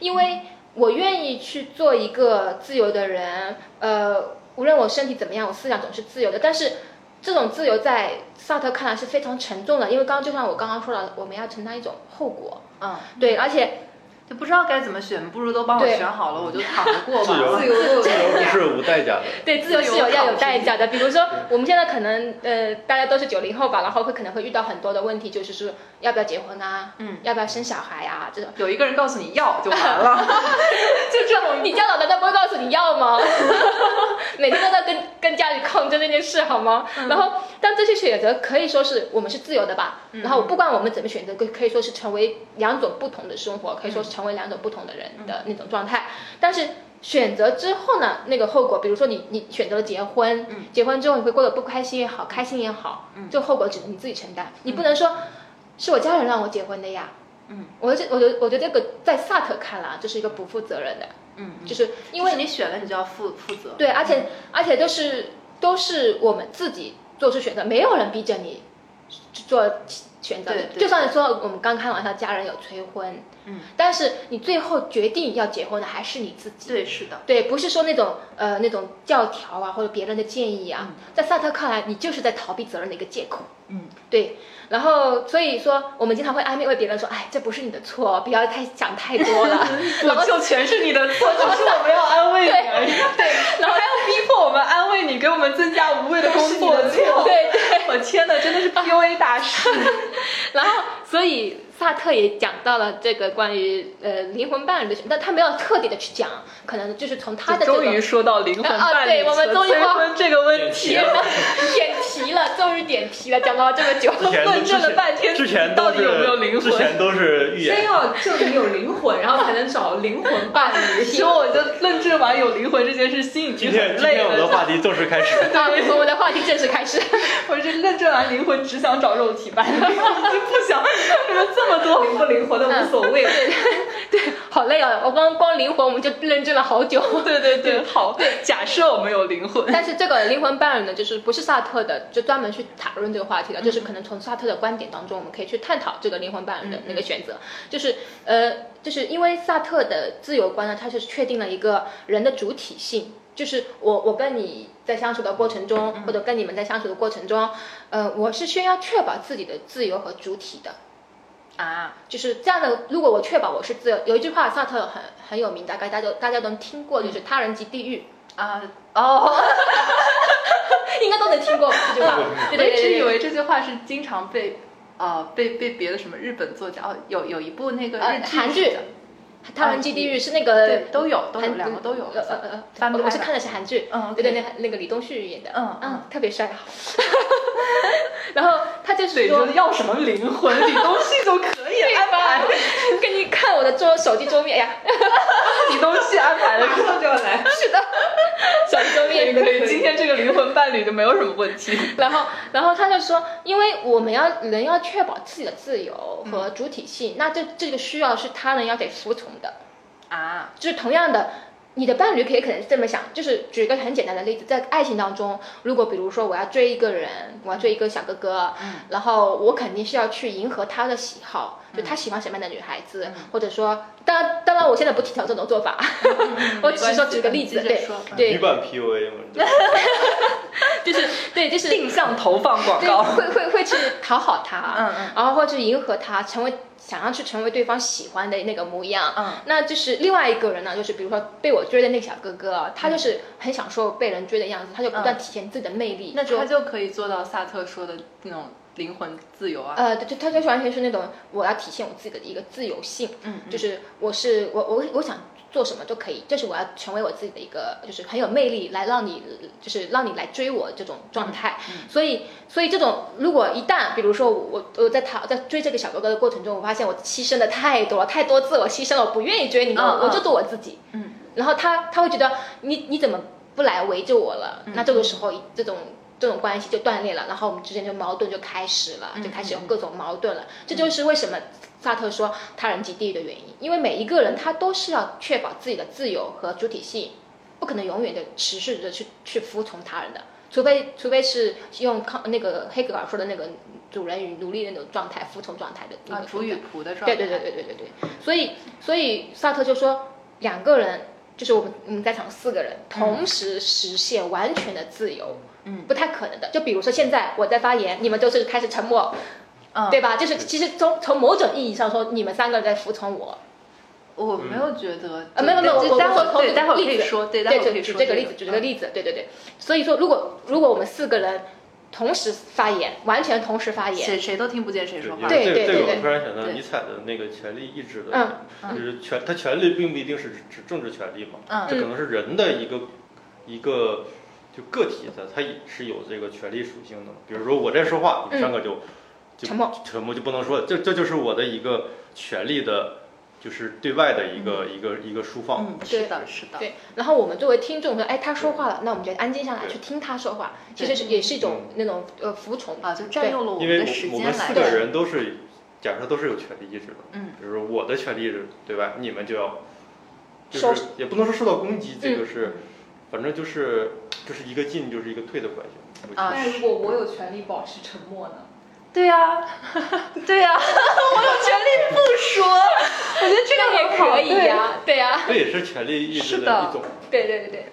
Speaker 5: 因为我愿意去做一个自由的人，呃，无论我身体怎么样，我思想总是自由的，但是。这种自由在萨特看来是非常沉重的，因为刚刚就像我刚刚说了，我们要承担一种后果。
Speaker 6: 嗯，
Speaker 5: 对，而且
Speaker 6: 就不知道该怎么选，不如都帮我
Speaker 5: 对
Speaker 6: 选好了，我就躺着 过吧。
Speaker 3: 自由
Speaker 4: 自由 落
Speaker 3: 自由
Speaker 4: 体
Speaker 3: 不是无代价的。
Speaker 5: 对，自由
Speaker 6: 自由
Speaker 5: 是有要
Speaker 6: 考
Speaker 5: 有代价的。比如说，我们现在可能呃，大家都是九零后吧，然后会可能会遇到很多的问题，就是说要不要结婚啊，
Speaker 6: 嗯，
Speaker 5: 要不要生小孩啊这种。
Speaker 6: 有一个人告诉你要就完 了，
Speaker 5: 就这种，你家老奶奶不会告诉你要吗？ 每天都在跟跟家里抗争这件事好吗？然后，但这些选择可以说是我们是自由的吧。然后，不管我们怎么选择，可可以说是成为两种不同的生活，可以说是成为两种不同的人的那种状态。但是选择之后呢，那个后果，比如说你你选择了结婚，结婚之后你会过得不开心也好，开心也好，这后果只能你自己承担，你不能说是我家人让我结婚的呀。
Speaker 6: 嗯，
Speaker 5: 我这我觉得我觉得这个在萨特看来，啊这是一个不负责任的，
Speaker 6: 嗯，
Speaker 5: 就是 因
Speaker 6: 因
Speaker 5: 为
Speaker 6: 为你选了，你就要负负责。
Speaker 5: 对，而且而且都是都是我们自己做出选择，没有人逼着你做选择
Speaker 6: 对
Speaker 5: 的。
Speaker 6: 对
Speaker 5: 就算说我们刚开玩笑，家人有催婚，
Speaker 6: 嗯，
Speaker 5: 但是你最后决定要结婚的还是你自己。
Speaker 6: 对，是的，
Speaker 5: 对，不是说那种呃那种教条啊，或者别人的建议啊，在萨特看来，你就是在逃避责任的一个借口。
Speaker 6: 嗯，
Speaker 5: 对。然后所以说，我们经常会安慰别人说，哎，这不是你的错，不要太想太多了。然
Speaker 6: 我
Speaker 5: 后
Speaker 6: 就全是你的错，只是我们要安慰你而已。对，然后还要逼迫我们安慰你，给我们增加无谓的工作
Speaker 5: 都是你的错对
Speaker 6: 对，我天哪，真的是 PUA 大师。
Speaker 5: 然后，所以萨特也讲到了这个关于呃灵魂伴侣的选，但他没有特地的去讲，可能就是从他的这个
Speaker 6: 终于说到灵魂
Speaker 5: 啊
Speaker 6: 伴
Speaker 5: 对
Speaker 6: 侣
Speaker 5: 我们
Speaker 6: 和
Speaker 5: 终于
Speaker 6: 催
Speaker 5: 花
Speaker 6: 婚这个问题
Speaker 3: 点题
Speaker 6: 了。
Speaker 5: 点题了，终于点题了，讲到这么久，
Speaker 3: 之前
Speaker 6: 论证了半天
Speaker 3: 之前
Speaker 6: 到
Speaker 3: 都
Speaker 6: 底
Speaker 3: 是
Speaker 6: 有没有灵魂
Speaker 3: 之前都是预
Speaker 4: 先
Speaker 3: 言。
Speaker 4: 要证明有灵魂，然后才能找灵魂伴 侣。
Speaker 6: 其实我就论证完有灵魂这件事，心已
Speaker 3: 今
Speaker 6: 经
Speaker 3: 天
Speaker 6: 很
Speaker 3: 今
Speaker 6: 累
Speaker 3: 天我们的
Speaker 6: 了。
Speaker 3: 话题正式开始。。
Speaker 5: 啊，我们的话题正式开始。
Speaker 6: 我是论证完灵魂，只想找肉体伴侣， 就不想 这么多
Speaker 4: 灵不灵活的无所谓，
Speaker 5: 好累哦，我光光灵魂我们就认证了好久。
Speaker 6: 对对对，好。假设我们有灵魂，
Speaker 5: 但是这个灵魂伴侣呢，就是不是萨特的，就专门去讨论这个话题的，就是可能从萨特的观点当中，我们可以去探讨这个灵魂伴侣的那个选择，就是呃，就是因为萨特的自由观呢，它是确定了一个人的主体性。就是我，我跟你在相处的过程中，或者跟你们在相处的过程中，呃，我是需要确保自己的自由和主体的，
Speaker 6: 啊，
Speaker 5: 就是这样的。如果我确保我是自由，有一句话萨特很很有名，大概大家都大家都能听过，就是“他人即地狱”。
Speaker 6: 啊 哦，
Speaker 5: 应该都能听过吧这句话
Speaker 6: 我
Speaker 5: 对对
Speaker 6: 一
Speaker 5: 对
Speaker 6: 直
Speaker 5: 对
Speaker 6: 以
Speaker 5: 对。
Speaker 6: 为这句话是经常被啊被被别的什么日本作家哦，有有一部那个
Speaker 5: 呃
Speaker 6: 日，剧
Speaker 5: 韩剧《他人即地狱》是那个
Speaker 6: 对都有都有
Speaker 5: 韩
Speaker 6: 两个都有，
Speaker 5: 呃呃呃
Speaker 6: 翻拍
Speaker 5: 呃，
Speaker 6: 的
Speaker 5: 我是看的是韩剧，
Speaker 6: 嗯，OK
Speaker 5: 对对，那那个李东旭演的，
Speaker 6: 嗯嗯
Speaker 5: 嗯，特别 帅。然后他就是
Speaker 6: 对，说
Speaker 5: 说，
Speaker 6: 要什么灵魂，李东旭就可以了。
Speaker 5: 对吧？给你看我的桌手机桌面，哎呀，己东西安排 的，
Speaker 4: 马上就要来。
Speaker 5: 是的，小鱼周面可以。今天这个灵魂伴侣就没有什么问题。然后，然后他就说，因为我们要人要确保自己的自由和
Speaker 6: 嗯
Speaker 5: 主体性，那这这个需要是他人要得服从的。
Speaker 1: 啊，
Speaker 5: 就是同样的，你的伴侣可以可能是这么想，就是举一个很简单的例子，在爱情当中，如果比如说我要追一个人，我要追一个小哥哥，
Speaker 1: 嗯
Speaker 5: 然后我肯定是要去迎合他的喜好，就他喜欢什么样的女孩子，
Speaker 1: 嗯
Speaker 5: 或者说，当然当然我现在不提倡这种做 法，我只是说举个例子，
Speaker 1: 没关系
Speaker 5: 对
Speaker 1: 说
Speaker 3: 女
Speaker 5: 对，
Speaker 3: 版 PUA 嘛，对吧
Speaker 5: 就是对就是
Speaker 1: 定向投放广
Speaker 5: 对
Speaker 1: 告。
Speaker 5: 会会会去讨好他，
Speaker 1: 嗯嗯
Speaker 5: 然后或者迎合他，成为想要去成为对方喜欢的那个模样。
Speaker 1: 嗯
Speaker 5: 那就是另外一个人呢，就是比如说被我追的那个小哥
Speaker 1: 嗯
Speaker 5: 哥，他就是很享受被人追的样子，他就不断体现自己的魅力。
Speaker 1: 那
Speaker 5: 就
Speaker 1: 他就可以做到萨特说的那种灵魂自由啊。
Speaker 5: 呃，对，就他就是完全是那种我要体现我自己的一个自由性，
Speaker 1: 嗯，嗯
Speaker 5: 就是我是我我我想做什么都可以，这是我要成为我自己的一个，就是很有魅力来让你就是让你来追我这种状态。
Speaker 1: 嗯
Speaker 5: 所以所以这种如果一旦比如说我我在他在追这个小哥哥的过程中，我发现我牺牲的太多了，太多自我牺牲了，我不愿意追你
Speaker 1: 嗯
Speaker 5: 了，
Speaker 1: 嗯
Speaker 5: 我就做我自己。
Speaker 1: 嗯，
Speaker 5: 然后他他会觉得你你怎么不来围着我了？
Speaker 1: 嗯
Speaker 5: 那这个时候这种。这种关系就断裂了，然后我们之间就矛盾就开始
Speaker 1: 嗯
Speaker 5: 了，就开始有各种矛盾了。这就是为什么萨特说他人即地狱的原因，因为每一个人他都是要确保自己的自由和主体性，不可能永远的持续的去去服从他人的，除非除非是用康那个黑格尔说的那个主人与奴隶的那种状态，服从状态的那
Speaker 1: 啊
Speaker 5: 个，
Speaker 1: 主
Speaker 5: 状态
Speaker 1: 与仆的状态。
Speaker 5: 对对对对对对对，所以所以萨特就说，两个人就是我们我们在场四个人同时实现完全的自由，
Speaker 1: 嗯，
Speaker 5: 不太可能的。就比如说现在我在发言，你们都是开始沉默，
Speaker 1: 嗯，
Speaker 5: 对吧？就是其实从从某种意义上说，你们三个人在服从我。
Speaker 1: 我嗯没有觉得。
Speaker 5: 啊，没有没有，
Speaker 1: 对
Speaker 5: 我
Speaker 1: 待会
Speaker 5: 我
Speaker 1: 儿
Speaker 5: 我
Speaker 1: 对待会儿可
Speaker 5: 例
Speaker 1: 以
Speaker 5: 子
Speaker 1: 说，对待
Speaker 5: 对，
Speaker 1: 会儿
Speaker 5: 就
Speaker 1: 可以
Speaker 5: 举
Speaker 1: 说嗯
Speaker 5: 这个例子，举这个
Speaker 1: 子。
Speaker 5: 例子，对对对。所以说，如果如果我们四个人同时发言，完全同时发言，
Speaker 1: 谁谁都听不见谁说话。
Speaker 3: 因为
Speaker 5: 对对
Speaker 3: 这个这个
Speaker 5: 对
Speaker 3: 我突然想到
Speaker 1: 对
Speaker 3: 尼采的那个权力意志的
Speaker 5: 嗯，
Speaker 3: 就是权，他权力并不一定是指指政治权利嘛，
Speaker 1: 嗯
Speaker 3: 这可能是人的一个一个就个体的，他也是有这个权利属性的。比如说我在说话，
Speaker 5: 嗯
Speaker 3: 你上个就就
Speaker 5: 沉默
Speaker 3: 沉默就不能说，这这就是我的一个权利的，就是对外的一个一个一个释放。
Speaker 1: 嗯，是的，是的。
Speaker 5: 对。然后我们作为听众说，哎，他说话了，那我们就安静下来
Speaker 3: 对
Speaker 5: 去听他说话，其
Speaker 1: 对嗯
Speaker 5: 实是也是一种那种呃服从。
Speaker 1: 啊，就占用了我
Speaker 3: 因
Speaker 1: 们
Speaker 3: 为
Speaker 1: 的时
Speaker 3: 我我
Speaker 1: 间
Speaker 3: 们
Speaker 1: 来
Speaker 3: 四
Speaker 5: 对
Speaker 3: 个
Speaker 1: 说。
Speaker 3: 人都是，假如说都是有权利意志的，
Speaker 1: 嗯，
Speaker 3: 比如说我的权利意志对吧？你们就要，就
Speaker 5: 受
Speaker 3: 是也不能说受到攻击，这个是，反正就是就是一个进就是一个退的关系。我觉得
Speaker 1: 啊
Speaker 4: 但如果我有权利保持沉默呢？
Speaker 1: 对呀、 对呀、 我有权利不说。我觉得这
Speaker 5: 那
Speaker 1: 个
Speaker 5: 也
Speaker 1: 很好
Speaker 5: 可以
Speaker 1: 对
Speaker 5: 呀，对呀，
Speaker 3: 这也是权利意志
Speaker 1: 是的
Speaker 3: 一种。
Speaker 5: 对对对对，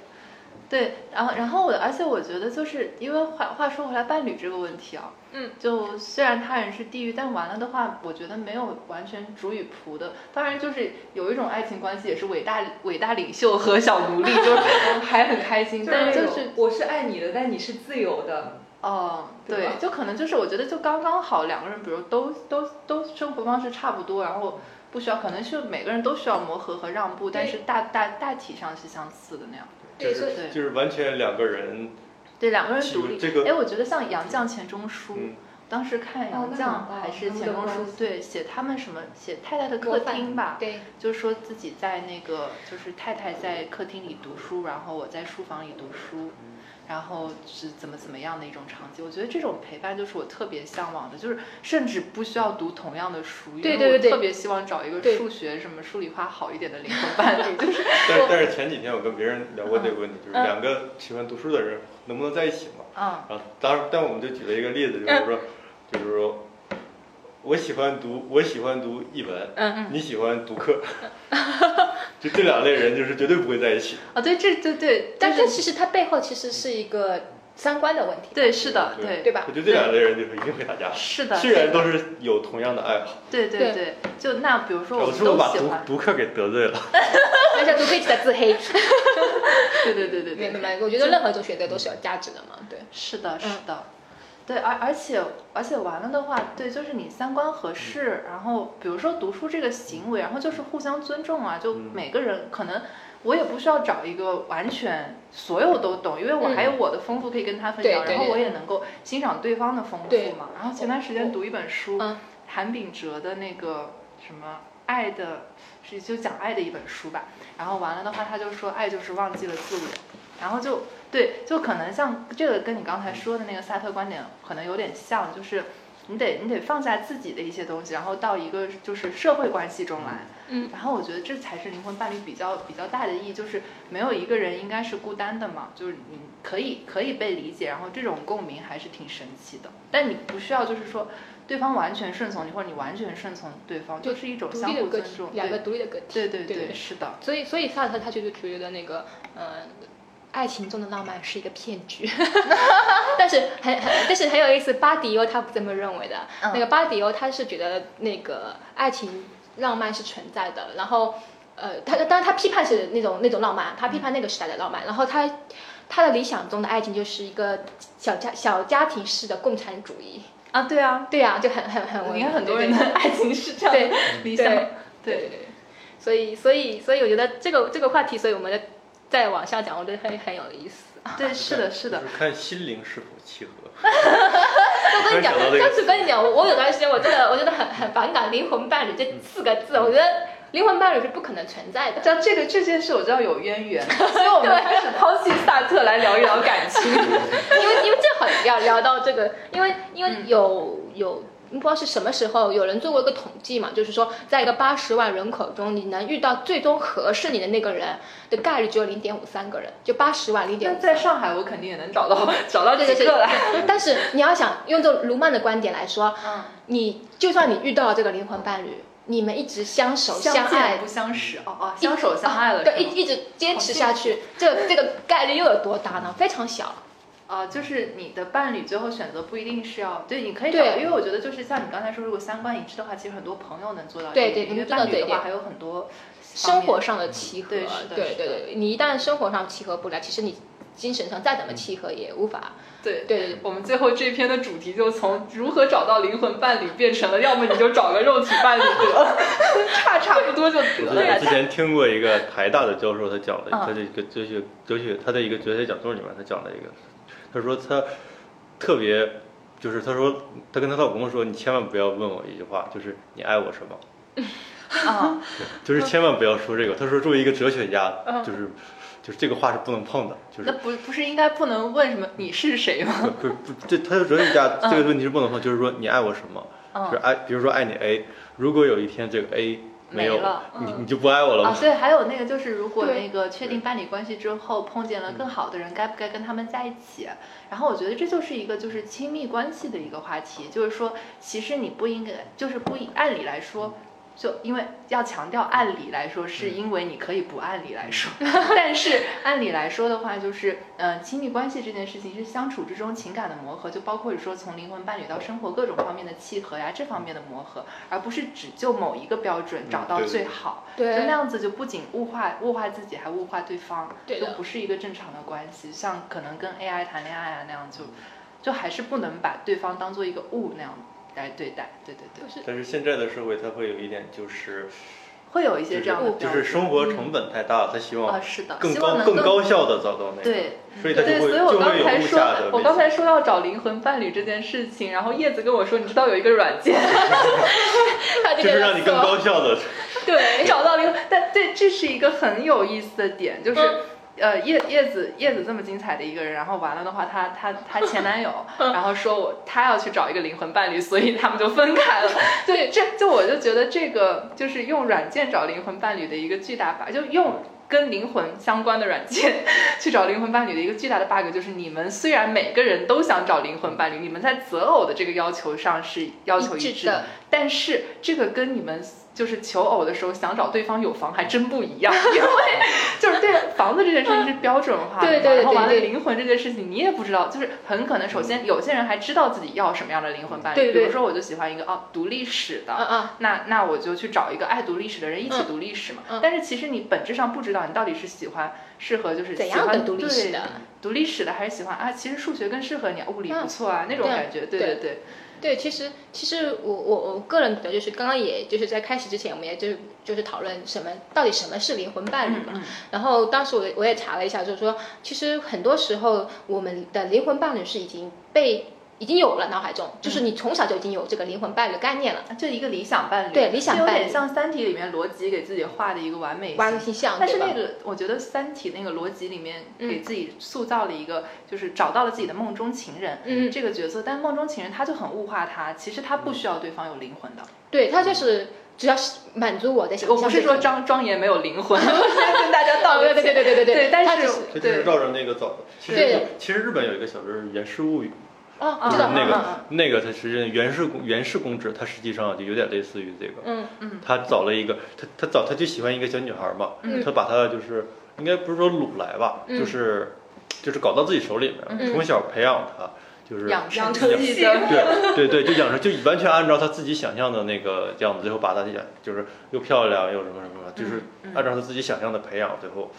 Speaker 1: 对，然后然后我，而且我觉得就是因为话话说回来，伴侣这个问题啊，
Speaker 5: 嗯，
Speaker 1: 就虽然他人是地狱，但完了的话，我觉得没有完全主与仆的。当然，就是有一种爱情关系也是伟大伟大领袖和小奴隶，就是还很开心，但
Speaker 4: 那
Speaker 1: 就
Speaker 4: 种
Speaker 1: 是
Speaker 4: 我是爱你的，但你是自由的。
Speaker 1: 哦，
Speaker 4: 对
Speaker 1: 对
Speaker 4: 吧，
Speaker 1: 就可能就是我觉得就刚刚好，两个人比如都都都生活方式差不多，然后不需要，可能是每个人都需要磨合和让步，但
Speaker 5: 对
Speaker 1: 是大大大体上是相似的那样。
Speaker 5: 对，
Speaker 3: 就
Speaker 5: 所以
Speaker 3: 是
Speaker 1: 对
Speaker 3: 就是完全两个人，
Speaker 1: 对，两个人
Speaker 3: 是
Speaker 1: 独立。
Speaker 3: 这个
Speaker 1: 哎，我觉得像杨绛、钱钟书，
Speaker 3: 嗯，
Speaker 1: 当时看
Speaker 4: 哦
Speaker 1: 杨
Speaker 4: 那
Speaker 1: 绛
Speaker 4: 很棒
Speaker 1: 还是
Speaker 4: 他们
Speaker 1: 钱
Speaker 4: 的
Speaker 1: 钟
Speaker 4: 关
Speaker 1: 书
Speaker 4: 系，
Speaker 1: 对，写他们什么写太太的
Speaker 5: 模
Speaker 1: 客
Speaker 5: 范
Speaker 1: 厅吧，
Speaker 5: 对
Speaker 1: 就是说自己在那个就是太太在客厅里读书，然后我在书房里读书，然后是怎么怎么样的一种场景。我觉得这种陪伴就是我特别向往的，就是甚至不需要读同样的书，因
Speaker 5: 对
Speaker 1: 为
Speaker 5: 对对对
Speaker 1: 我特别希望找一个
Speaker 5: 对
Speaker 1: 数学什么数理化好一点的灵魂伴侣，就是
Speaker 3: 但是但是前几天我跟别人聊过这个问题，就是
Speaker 5: 嗯
Speaker 3: 两个喜欢读书的人能不能在一起嘛？
Speaker 1: 嗯
Speaker 3: 然后当时但我们就举了一个例子，就是说，就是说，我喜欢读我喜欢读译文，
Speaker 5: 嗯
Speaker 3: 你喜欢读课， 就这两类人就是绝对不会在一起。
Speaker 1: 啊对，这对对，
Speaker 5: 但
Speaker 1: 但
Speaker 5: 是
Speaker 1: 是
Speaker 5: 其实它背后其实是一个三观的问题。
Speaker 1: 对是的
Speaker 3: 对
Speaker 5: 对吧
Speaker 3: 我觉得这两类人就是一定会打架，
Speaker 1: 是的，
Speaker 3: 虽然都是有同样的爱好。
Speaker 1: 对对
Speaker 5: 对
Speaker 1: 对，就那比如说我
Speaker 3: 我
Speaker 1: 们
Speaker 3: 是不
Speaker 1: 都
Speaker 3: 是把
Speaker 1: 喜
Speaker 3: 读
Speaker 1: 欢，
Speaker 3: 读课给得罪了？
Speaker 5: 而且都可以在自黑。
Speaker 1: 对对对对
Speaker 5: 没
Speaker 1: 对
Speaker 5: 没，没，我觉得任何一种选择都是有价值的嘛。对，
Speaker 1: 是的，是
Speaker 5: 嗯
Speaker 1: 的，对，而而且而且完了的话，对，就是你三观合适，然后比如说读书这个行为，然后就是互相尊重啊，就
Speaker 3: 嗯
Speaker 1: 每个人可能我也不需要找一个完全所有都懂，因为我还有我的丰富可以跟他分
Speaker 5: 嗯对
Speaker 1: 享，
Speaker 5: 对
Speaker 1: 然后
Speaker 5: 对
Speaker 1: 我也能够欣赏对方的丰
Speaker 5: 对
Speaker 1: 富嘛。然后前段时间读一本书
Speaker 5: 嗯，
Speaker 1: 韩炳哲的那个什么。爱的，是就讲爱的一本书吧。然后完了的话，他就说爱哎就是忘记了自我，然后就对，就可能像这个跟你刚才说的那个萨特观点可能有点像，就是你得你得放下自己的一些东西，然后到一个就是社会关系中来。
Speaker 5: 嗯，
Speaker 1: 然后我觉得这才是灵魂伴侣比较比较大的意义，就是没有一个人应该是孤单的嘛，就是你可以可以被理解，然后这种共鸣还是挺神奇的。但你不需要就是说对方完全顺从你，或者你完全顺从对方，
Speaker 5: 就
Speaker 1: 就是一种
Speaker 5: 独
Speaker 1: 相
Speaker 5: 立的
Speaker 1: 互
Speaker 5: 个
Speaker 1: 尊
Speaker 5: 体
Speaker 1: 重。，
Speaker 5: 两个
Speaker 1: 对
Speaker 5: 独立的个体。
Speaker 1: 对对
Speaker 5: 对对
Speaker 1: 是的，
Speaker 5: 所以，所以萨特他就是觉得那个，呃，爱情中的浪漫是一个骗局。 但是很很，但是很有意思，巴迪欧他不这么认为的。
Speaker 1: 嗯
Speaker 5: 那个巴迪欧他是觉得那个爱情浪漫是存在的，然后，呃，他当然他批判是那种那种浪漫，他批判那个时代的浪漫，然后他。他的理想中的爱情就是一个小家小家庭式的共产主义，
Speaker 1: 啊，对啊，
Speaker 5: 对啊，就很很很文
Speaker 1: 你
Speaker 5: 明，
Speaker 1: 看很多
Speaker 5: 对
Speaker 1: 人
Speaker 5: 对
Speaker 1: 的爱情是这样
Speaker 5: 对
Speaker 1: 的理
Speaker 5: 对
Speaker 1: 想，
Speaker 5: 对对，所以所以所以我觉得这个这个话题，所以我们再再往下讲，我觉得很很有意思。
Speaker 1: 对是 的，是的
Speaker 3: 就，是看心灵是否契合。
Speaker 5: 我跟你讲，
Speaker 3: 突然想到这个
Speaker 5: 上次跟你讲，我我有段时间我真的我真的很很反感“灵魂伴侣”这四个字，我觉得灵魂伴侣是不可能存 在的。
Speaker 1: 像这个这件事我知道有渊源，所以我们开始抛弃萨特来聊一聊感 情。
Speaker 5: 因为因为正好要聊到这个，因为因为有有。不知道是什么时候，有人做过一个统计嘛，就是说，在一个八十万人口中，你能遇到最终合适你的那个人的概率只有零点五三个人，就八十万零点
Speaker 1: 那
Speaker 5: 五。
Speaker 1: 在上海我肯定也能找到找到
Speaker 5: 对
Speaker 1: 几
Speaker 5: 对对
Speaker 1: 个来。
Speaker 5: 对但是你要想用这种卢曼的观点来说，
Speaker 1: 嗯，
Speaker 5: 你就算你遇到了这个灵魂伴侣，你们一直相守
Speaker 1: 相见，
Speaker 5: 爱
Speaker 1: 不相识，哦哦，相守相爱了，
Speaker 5: 对，
Speaker 1: 是吗
Speaker 5: 一一直坚持下
Speaker 1: 哦
Speaker 5: 去，这个这个概率又有多大呢？非常小。
Speaker 1: 啊，就是你的伴侣最后选择不一定是要对，你可以找
Speaker 5: 对，
Speaker 1: 因为我觉得就是像你刚才说，如果三观一致的话，其实很多朋友能做到这
Speaker 5: 对
Speaker 1: 一点，
Speaker 5: 对
Speaker 1: 因为
Speaker 5: 能做到
Speaker 1: 伴侣
Speaker 5: 这一
Speaker 1: 的话
Speaker 5: 点
Speaker 1: 还有很多方
Speaker 5: 生
Speaker 1: 面
Speaker 5: 活上的契合，
Speaker 1: 嗯对是的
Speaker 5: 对
Speaker 1: 是的
Speaker 5: 对对你一旦生活上契合不来，其实你精神上再怎么契合也无法。
Speaker 1: 对。
Speaker 5: 对对对，
Speaker 1: 我们最后这篇的主题就从如何找到灵魂伴侣变成了，要么你就找个肉体伴侣得了， 差差不多就
Speaker 3: 我
Speaker 1: 得
Speaker 3: 记得
Speaker 1: 了
Speaker 3: 我。之前听过一个台大的教授，他讲了一个
Speaker 1: 啊嗯
Speaker 3: 他的一个哲学哲学他的一个哲学讲座里面，他讲了一个，他说他特别就是他说他跟她老公说，你千万不要问我一句话，就是你爱我什么，
Speaker 1: 啊，
Speaker 3: 就是千万不要说这个。他说作为一个哲学家，就是就是这个话是不能碰的，就是
Speaker 1: 嗯那不不是应该不能问什么你是谁吗？
Speaker 3: 不是不，这他的哲学家这个问题是不能碰，就是说你爱我什么，就是
Speaker 1: 嗯，
Speaker 3: 爱，比如说爱你 A，如果有一天这个 A 没有
Speaker 1: 没了
Speaker 3: 你你就不爱我了
Speaker 1: 啊，
Speaker 3: 吗？
Speaker 1: 对，还有那个就是，如果
Speaker 5: 对
Speaker 1: 那个确定伴侣关系之后碰见
Speaker 3: 嗯
Speaker 1: 了更好的人，该不该跟他们在一起？然后我觉得这就是一个就是亲密关系的一个话题，就是说，其实你不应该，就是不应按理来说。就因为要强调，按理来说，
Speaker 3: 嗯
Speaker 1: 是因为你可以不按理来说， 但是按理来说的话，就是，嗯、亲密关系这件事情是相处之中情感的磨合，就包括说从灵魂伴侣到生活各种方面的契合呀，这方面的磨合，而不是只就某一个标准找到
Speaker 3: 嗯对对
Speaker 1: 最
Speaker 3: 对
Speaker 1: 好。
Speaker 5: 对
Speaker 1: 就那样子就不仅物化物化自己，还物化对方，
Speaker 5: 对
Speaker 1: 就
Speaker 5: 的
Speaker 1: 不是一个正常的关系。像可能跟 AI 谈恋爱啊那样就，就还是不能把对方当做一个物那样来对待。对对对，
Speaker 3: 但是现在的社会，它会有一点就是
Speaker 1: 会有一些这样的
Speaker 3: 就
Speaker 1: 标
Speaker 3: 是
Speaker 1: 准
Speaker 3: 生活成本太大，他希
Speaker 1: 啊，
Speaker 3: 望
Speaker 1: 是的，
Speaker 3: 更
Speaker 1: 希望
Speaker 3: 高
Speaker 1: 能
Speaker 3: 更高效的找到那个，
Speaker 1: 对。
Speaker 3: 所以他
Speaker 1: 对，
Speaker 3: 就
Speaker 1: 所
Speaker 3: 会
Speaker 1: 以我
Speaker 3: 就
Speaker 1: 刚
Speaker 3: 会有
Speaker 1: 才
Speaker 3: 物
Speaker 1: 说
Speaker 3: 价的，
Speaker 1: 我
Speaker 3: 那
Speaker 1: 刚
Speaker 3: 些
Speaker 1: 才说到找灵魂伴侣这件事情，然后叶子跟我说，你知道有一个软件，
Speaker 5: 他就
Speaker 3: 就是让你
Speaker 5: 在
Speaker 3: 更
Speaker 5: 说
Speaker 3: 高 效的，
Speaker 5: 对，
Speaker 1: 找到灵魂，但对，这是一个很有意思的点，就是。呃，叶叶子叶子这么精彩的一个人，然后完了的话，她她她前男友，然后说我她要去找一个灵魂伴侣，所以他们就分开了。对，这就我就觉得这个就是用软件找灵魂伴侣的一个巨大 bug，就用跟灵魂相关的软件 去找灵魂伴侣的一个巨大的 bug，就是你们虽然每个人都想找灵魂伴侣，你们在择偶的这个要求上是要求一
Speaker 5: 一
Speaker 1: 致
Speaker 5: 致的，
Speaker 1: 但是这个跟你们就是求偶的时候想找对方有房还真不一 样，因为就是对房子这件事情是标准化的嘛，
Speaker 5: 对对对
Speaker 1: 然后完了
Speaker 5: 对
Speaker 1: 灵魂这件事情你也不知道，就是很可能首先有些人还知道自己要什么样的灵魂伴侣，
Speaker 5: 嗯对对对
Speaker 1: 比如说我就喜欢一个哦读历史的。
Speaker 5: 嗯嗯，
Speaker 1: 那那我就去找一个爱读历史的人一起读历史嘛。
Speaker 5: 嗯嗯
Speaker 1: 但是其实你本质上不知道你到底是喜欢适合就是
Speaker 5: 怎
Speaker 1: 喜
Speaker 5: 样
Speaker 1: 欢
Speaker 5: 的独立式的？
Speaker 1: 对读历史的，还是喜欢啊？其实数学更适合你，物理不错啊、那种
Speaker 5: 对啊
Speaker 1: 感觉。对
Speaker 5: 对
Speaker 1: 对对，
Speaker 5: 对，其实其实我我我个人觉得就是刚刚也就是在开始之前，我们也就是就是讨论什么到底什么是灵魂伴侣嘛。
Speaker 1: 嗯
Speaker 5: 然后当时我我也查了一下，就是说其实很多时候我们的灵魂伴侣是已经被已经有了脑海中，就是你从小就已经有这个灵魂伴侣概念了。
Speaker 1: 啊就一个理想伴侣，
Speaker 5: 对理想
Speaker 1: 就有
Speaker 5: 伴
Speaker 1: 点
Speaker 5: 侣
Speaker 1: 像《三体》里面罗辑给自己画的一个完美
Speaker 5: 完
Speaker 1: 形
Speaker 5: 形象，
Speaker 1: 嗯但是
Speaker 5: 对吧
Speaker 1: 那个，我觉得《三体》那个逻辑里面
Speaker 5: 嗯
Speaker 1: 给自己塑造了一个，就是找到了自己的梦中情人、
Speaker 5: 嗯，
Speaker 1: 这个角色，但梦中情人他就很物化他，其实他不需要对方有灵魂的。
Speaker 5: 对他就是只要是满足我的想象
Speaker 1: 我
Speaker 5: 就行，
Speaker 1: 不是说张庄严没有灵魂，我先跟大家道
Speaker 5: 对
Speaker 1: 个
Speaker 5: 对
Speaker 1: 歉。
Speaker 5: 对对 对对
Speaker 1: 对，但
Speaker 5: 他只
Speaker 1: 是
Speaker 3: 它就是
Speaker 1: 对
Speaker 3: 绕着那个走的。其实
Speaker 5: 对
Speaker 3: 其实日本有一个小说是《源氏物语》，
Speaker 5: 哦，
Speaker 1: 嗯
Speaker 5: 知
Speaker 3: 就是
Speaker 5: 道
Speaker 3: 那
Speaker 1: 嗯嗯
Speaker 3: 个那个它实际上源氏公源氏公主，它实际上就有点类似于这个。
Speaker 5: 嗯
Speaker 3: 他找了一个，他他找他就喜欢一个小女孩嘛，
Speaker 5: 嗯
Speaker 3: 他把她就是应该不是说掳来吧，
Speaker 5: 嗯
Speaker 3: 就是就是搞到自己手里面，
Speaker 5: 嗯
Speaker 3: 从小培养她，就是
Speaker 1: 养成
Speaker 4: 成
Speaker 1: 系
Speaker 4: 系
Speaker 1: 的，
Speaker 3: 对对对，就养成就完全按照他自己想象的那个样子，最后把她养就是又漂亮又什么什么，就是
Speaker 1: 嗯
Speaker 3: 按照他自己想象的培养，最后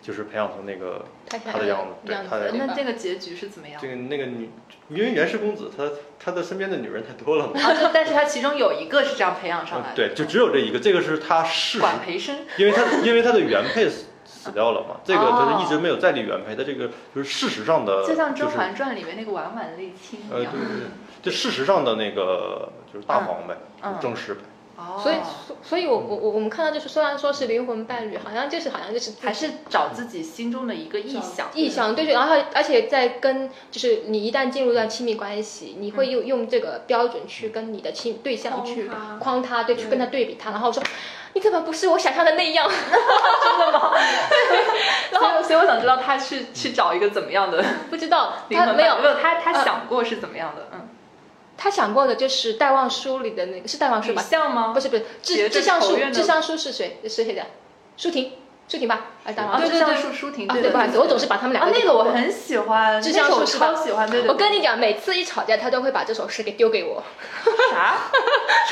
Speaker 3: 就是培养成那个
Speaker 5: 他想
Speaker 3: 他的
Speaker 5: 要
Speaker 3: 样子对
Speaker 5: 样子
Speaker 3: 他的
Speaker 5: 对
Speaker 1: 那
Speaker 5: 吧
Speaker 1: 这个结局是怎么样
Speaker 3: 这？个那个女，因为源氏公子她她的身边的女人太多了嘛，
Speaker 1: 啊，就 但是他其中有一个是这样培养上来的，
Speaker 3: 呃对，就只有这一个，这个是他事实
Speaker 1: 管培生，
Speaker 3: 因为他因为他的原配死死掉了嘛，这个他
Speaker 1: 哦
Speaker 3: 是一直没有再立原配，他这个就是事实上的，
Speaker 1: 就像《
Speaker 3: 呃就
Speaker 1: 甄
Speaker 3: 是
Speaker 1: 嬛传》里面那个婉婉泪卿
Speaker 3: 呃，
Speaker 1: 一
Speaker 3: 对
Speaker 1: 样
Speaker 3: 对。对，就事实上的那个就是大黄呗，
Speaker 1: 嗯嗯
Speaker 3: 正室呗，
Speaker 1: 哦，
Speaker 5: 所以，所所以我我我我们看到就是，虽然说是灵魂伴侣，好像就是好像就是
Speaker 1: 还是找自己心中的一个意向，
Speaker 5: 意向对对，然后而且在跟就是你一旦进入到亲密关系，你会用用这个标准去跟你的亲对象去
Speaker 6: 框他
Speaker 5: 框他，对，去
Speaker 6: 对
Speaker 5: 跟他对比他，然后说你怎么不是我想象的那样？
Speaker 1: 所以，所以我想知道他是去找一个怎么样的
Speaker 5: 不知道
Speaker 1: 灵魂伴
Speaker 5: 他
Speaker 1: 侣
Speaker 5: 没有
Speaker 1: 没有，他他
Speaker 5: 呃
Speaker 1: 想过是怎么样的？嗯，
Speaker 5: 他想过的就是《戴望舒》里的那个是《戴望舒》
Speaker 1: 取
Speaker 5: 吧？
Speaker 1: 向吗？
Speaker 5: 不是不是，
Speaker 1: 别的
Speaker 5: 智智向
Speaker 1: 口
Speaker 5: 书
Speaker 1: 院的
Speaker 5: 智向书是谁是谁的？舒婷，舒婷吧？哎，戴
Speaker 1: 啊，
Speaker 5: 望舒
Speaker 1: 就
Speaker 5: 对
Speaker 1: 像
Speaker 5: 对
Speaker 1: 舒舒婷
Speaker 5: 啊
Speaker 1: 对的
Speaker 5: 对，不好意思，我总是把他们两
Speaker 1: 啊
Speaker 5: 个
Speaker 1: 那个我很喜欢，
Speaker 5: 就
Speaker 1: 那
Speaker 5: 像
Speaker 1: 首我
Speaker 5: 是吧
Speaker 1: 超喜欢，对对
Speaker 5: 我
Speaker 1: 对，
Speaker 5: 跟你讲，每次一吵架，他都会把这首诗给丢给我。
Speaker 1: 啥？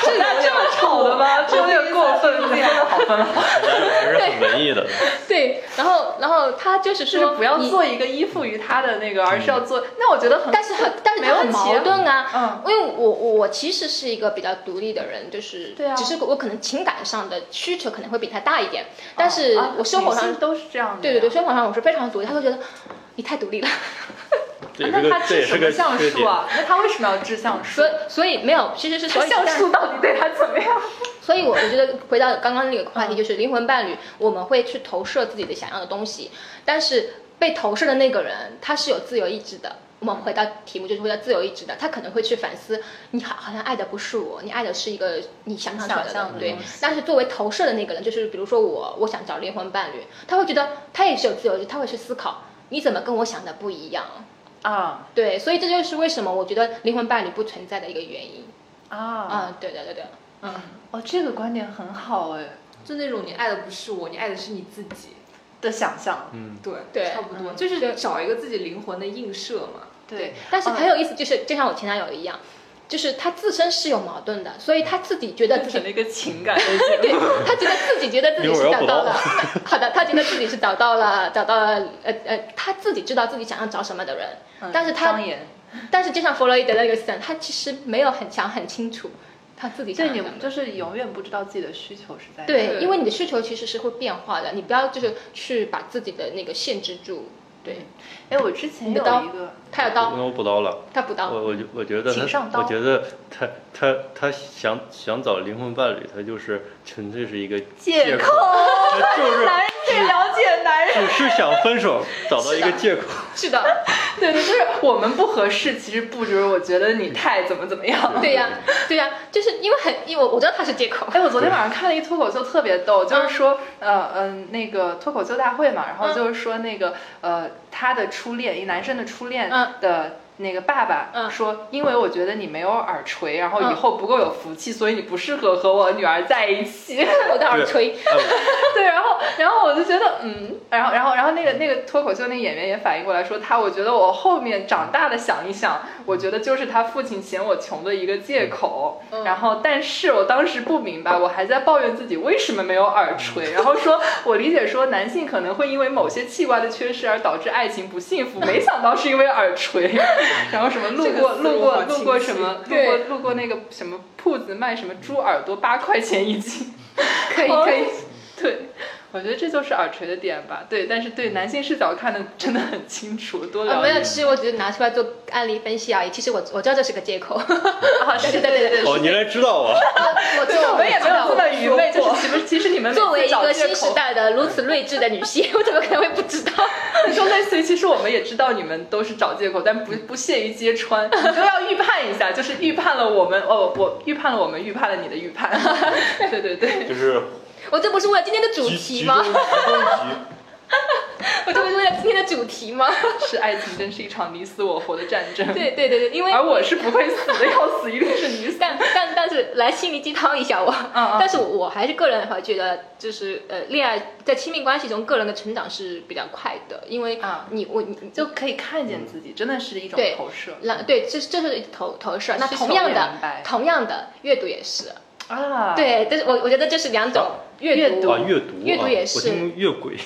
Speaker 1: 这有点丑的吗？ 这有点过分，这样的好分了。
Speaker 3: 还是很 文艺的，
Speaker 5: 对，然后然后他就是
Speaker 1: 就是
Speaker 5: 说
Speaker 1: 不要
Speaker 5: 你
Speaker 1: 做一个依附于他的那个，而是要做。那我觉得很，
Speaker 5: 但是很，但是他很
Speaker 1: 没问题啊
Speaker 5: 矛盾啊。
Speaker 1: 嗯，
Speaker 5: 因为我我我其实是一个比较独立的人，就是，
Speaker 1: 对啊
Speaker 5: 只是我可能情感上的需求可能会比他大一点，但是
Speaker 1: 啊
Speaker 5: 我生活
Speaker 1: 女
Speaker 5: 上，
Speaker 1: 性都是这样的。
Speaker 5: 对对对，。生活上我是非常独立，他会觉得你太独立了，
Speaker 3: 这也是
Speaker 1: 啊那
Speaker 3: 个
Speaker 1: 他
Speaker 3: 这
Speaker 1: 吃
Speaker 3: 也是
Speaker 1: 什么
Speaker 3: 个
Speaker 1: 橡
Speaker 3: 缺
Speaker 1: 树
Speaker 3: 点。
Speaker 1: 啊？那他为什么要治橡树
Speaker 5: 所？以所以没有，其实是所以
Speaker 1: 橡树到底对他怎么样？
Speaker 5: 所以我我觉得回到刚刚那个话题，
Speaker 1: 嗯
Speaker 5: 就是灵魂伴侣，我们会去投射自己的想要的东西，但是被投射的那个人他是有自由意志的。我们回到题目，就是回到自由意志的，他可能会去反思，你好好像爱的不是我，你爱的是一个你想象出来
Speaker 1: 想
Speaker 5: 的
Speaker 1: 象
Speaker 5: 人，
Speaker 1: 的
Speaker 5: 对
Speaker 1: 东西。
Speaker 5: 但是作为投射的那个人，就是比如说我，我想找灵魂伴侣，他会觉得他也是有自由意志，他会去思考你怎么跟我想的不一样，
Speaker 1: 啊
Speaker 5: 对。所以这就是为什么我觉得灵魂伴侣不存在的一个原因。
Speaker 1: 啊！
Speaker 5: 啊，对的，对的。
Speaker 6: 嗯，
Speaker 1: 哦，这个观点很好哎，
Speaker 6: 就那种你爱的不是我，你爱的是你自己，
Speaker 1: 的想象。
Speaker 3: 嗯，
Speaker 6: 对，
Speaker 5: 对
Speaker 6: 差不多，
Speaker 1: 嗯
Speaker 6: 就是找一个自己灵魂的映射嘛。
Speaker 1: 对，
Speaker 5: 但是
Speaker 1: 嗯
Speaker 5: 很有意思，就是就像我前男友一样，就是他自身是有矛盾的，所以他自己觉得
Speaker 1: 变
Speaker 5: 自己
Speaker 1: 成了一个情感的嗯节目。
Speaker 5: 他觉得自己觉得自己是找到了， 好的，他觉得自己是找到了，找到了，呃呃，他自己知道自己想要找什么的人，但是他
Speaker 1: 张岩，
Speaker 5: 但是就像弗洛伊德那个思想，他其实没有很想很清楚他自己想
Speaker 1: 对
Speaker 5: 要
Speaker 1: 你
Speaker 5: 什么。
Speaker 1: 就是永远不知道自己的需求是在哪。
Speaker 5: 对，
Speaker 6: 对
Speaker 5: 因为你的需求其实是会变化的，你不要就是去把自己的那个限制住。对，
Speaker 1: 哎，我之前
Speaker 5: 你
Speaker 1: 有
Speaker 5: 的刀
Speaker 1: 一个，
Speaker 5: 他有刀，
Speaker 3: 那我补刀了。
Speaker 5: 他补刀。
Speaker 3: 嗯我我觉我觉得
Speaker 1: 啊请上
Speaker 3: 他，
Speaker 1: 刀
Speaker 3: 我觉得他他他想想找灵魂伴侣，他就是纯粹是一个
Speaker 1: 借
Speaker 3: 口，他就 是
Speaker 1: 男人最了解男人。
Speaker 3: 只是想分手，找到一个
Speaker 5: 是的
Speaker 3: 借口。
Speaker 5: 是的。
Speaker 1: 对对，就是我们不合适，其实不只是我觉得你太怎么怎么样。
Speaker 5: 对呀、对呀、就是因为很，因为我我知道他是借口。
Speaker 1: 哎，我昨天晚上看了一脱口秀，特别逗，就是说，呃嗯、那个脱口秀大会嘛，然后
Speaker 5: 嗯
Speaker 1: 就是说那个呃，他的初恋，一男生的初恋
Speaker 5: 嗯
Speaker 1: 的那个爸爸
Speaker 5: 嗯
Speaker 1: 说，因为我觉得你没有耳垂，然后以
Speaker 5: 嗯
Speaker 1: 后不够有福气，所以你不适合和我女儿在一起。
Speaker 5: 我的耳垂，
Speaker 3: 哎 我
Speaker 1: 对，然后然后我就觉得，嗯，然后然后然后那个那个脱口秀那个演员也反应过来说，他我觉得我后面长大的想一想，我觉得就是他父亲嫌我穷的一个借口。
Speaker 5: 嗯
Speaker 1: 然后，但是我当时不明白，我还在抱怨自己为什么没有耳垂，然后说我理解说男性可能会因为某些器官的缺失而导致爱情不幸福，没想到是因为耳垂。然后什么路
Speaker 6: 这个
Speaker 1: 过
Speaker 6: 思
Speaker 1: 路
Speaker 6: 路
Speaker 1: 过
Speaker 6: 好
Speaker 1: 路
Speaker 6: 清
Speaker 1: 过
Speaker 6: 晰
Speaker 1: 什么路过
Speaker 5: 对
Speaker 1: 路过那个什么铺子卖什么猪耳朵八块钱一斤，
Speaker 5: 可以可以。
Speaker 1: 对，我觉得这就是耳垂的点吧。对，但是对
Speaker 3: 嗯
Speaker 1: 男性视角看的真的很清楚，多
Speaker 5: 啊，
Speaker 1: 了
Speaker 5: 没有，
Speaker 1: 解。
Speaker 5: 其实我只是拿出来做案例分析而已。其实我我知道这是个借口，
Speaker 1: 啊，是对对对，
Speaker 3: 哦，你来指导我，
Speaker 5: 我作为
Speaker 1: 我们也没有这么愚昧，就是其实其实你们每次
Speaker 5: 作为一
Speaker 1: 找
Speaker 5: 个
Speaker 1: 借
Speaker 5: 新时
Speaker 1: 口，
Speaker 5: 代的如此睿智的女性， 我怎么可能会不知道？
Speaker 1: 你说类似于，其实我们也知道你们都是找借口，但不不屑于揭 穿，你都要预判一下，就是预判了我们，哦，我预判了我们，预判了你的预 判，对对对，
Speaker 3: 就是
Speaker 5: 我这不是为了今天的主题
Speaker 3: 集集
Speaker 5: 吗
Speaker 3: 中？ 集中集。
Speaker 5: 我这不是为了今天的主题吗？
Speaker 1: 是爱情真是一场你死我活的战争，
Speaker 5: 对对对对，因为
Speaker 1: 而啊我是不会死的，要死一定是你死。
Speaker 5: 但但但是来心灵鸡汤一下我，
Speaker 1: 嗯
Speaker 5: 但是我我还是个人还觉得，就是呃，恋爱在亲密关系中，个人的成长是比较快的，因为
Speaker 1: 啊
Speaker 5: 你我你
Speaker 1: 就可以看见自己，真的是一种
Speaker 5: 对
Speaker 1: 投射
Speaker 5: 那对，这是这是投投射。那
Speaker 1: 需
Speaker 5: 同
Speaker 1: 求
Speaker 5: 样
Speaker 1: 也
Speaker 5: 的
Speaker 1: 明白，
Speaker 5: 同样的阅读也是，
Speaker 1: 啊。，
Speaker 5: 对，但是我我觉得这是两种
Speaker 3: 啊
Speaker 5: 阅
Speaker 1: 阅
Speaker 5: 读。
Speaker 1: 读
Speaker 3: 啊，阅读，
Speaker 5: 阅读
Speaker 3: 啊
Speaker 5: 也是
Speaker 3: 我听越轨，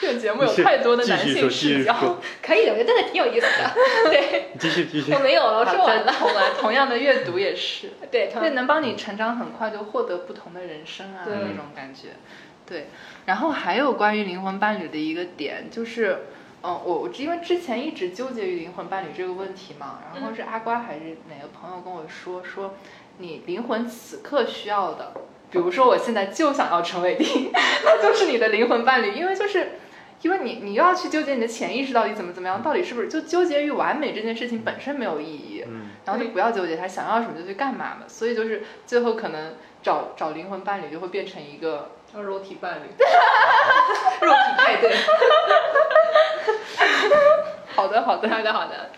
Speaker 1: 这个节目有太多的男
Speaker 3: 继续
Speaker 1: 性
Speaker 3: 说，继
Speaker 1: 视
Speaker 3: 续
Speaker 1: 角。
Speaker 3: 说，
Speaker 5: 可以的，我觉得真的挺有意思的。对，
Speaker 3: 继续 继续
Speaker 5: 我。没有了，我
Speaker 1: 好
Speaker 5: 说完
Speaker 1: 再
Speaker 5: 了。
Speaker 1: 重来，同样的阅读也 是，
Speaker 5: 对，
Speaker 1: 对，能帮你成长很快，就获得不同的人生啊，
Speaker 5: 对
Speaker 1: 那种感觉。对，然后还有关于灵魂伴侣的一个点就是。嗯，我我因为之前一直纠结于灵魂伴侣这个问题嘛，然后是阿瓜还是哪个朋友跟我说说，你灵魂此刻需要的，比如说我现在就想要成为你， 那就是你的灵魂伴侣，因为就是因为你你又要去纠结你的潜意识到底怎么怎么样，到底是不是就纠结于完美这件事情本身没有意义，
Speaker 3: 嗯
Speaker 1: 然后就不要纠结它，想要什么就去干嘛嘛。所以就是最后可能找找灵魂伴侣就会变成一个
Speaker 7: 肉体 伴侣，
Speaker 1: 肉体派对。好的好的
Speaker 5: 好的好的，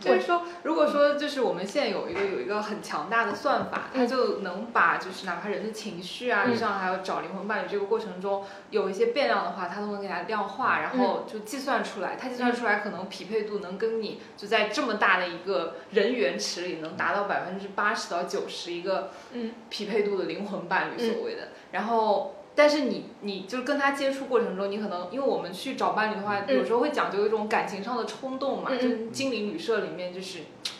Speaker 4: 就是说，如果说就是我们现在有一个有一个很强大的算法，它就能把就是哪怕人的情绪啊，
Speaker 5: 嗯
Speaker 4: 上还有找灵魂伴侣这个过程中有一些变量的话，它都能给它量
Speaker 5: 嗯
Speaker 4: 化，然后就计算出来。它计算出来可能匹配度能跟你就在这么大的一个人员池里能达到百分之八十到九十一个
Speaker 5: 嗯
Speaker 4: 匹配度的灵魂伴侣所谓的，然后。但是你你就是跟他接触过程中，你可能因为我们去找伴侣的话，
Speaker 5: 嗯
Speaker 4: 有时候会讲究一种感情上的冲动嘛，
Speaker 5: 嗯嗯
Speaker 4: 就是精灵旅社里面就是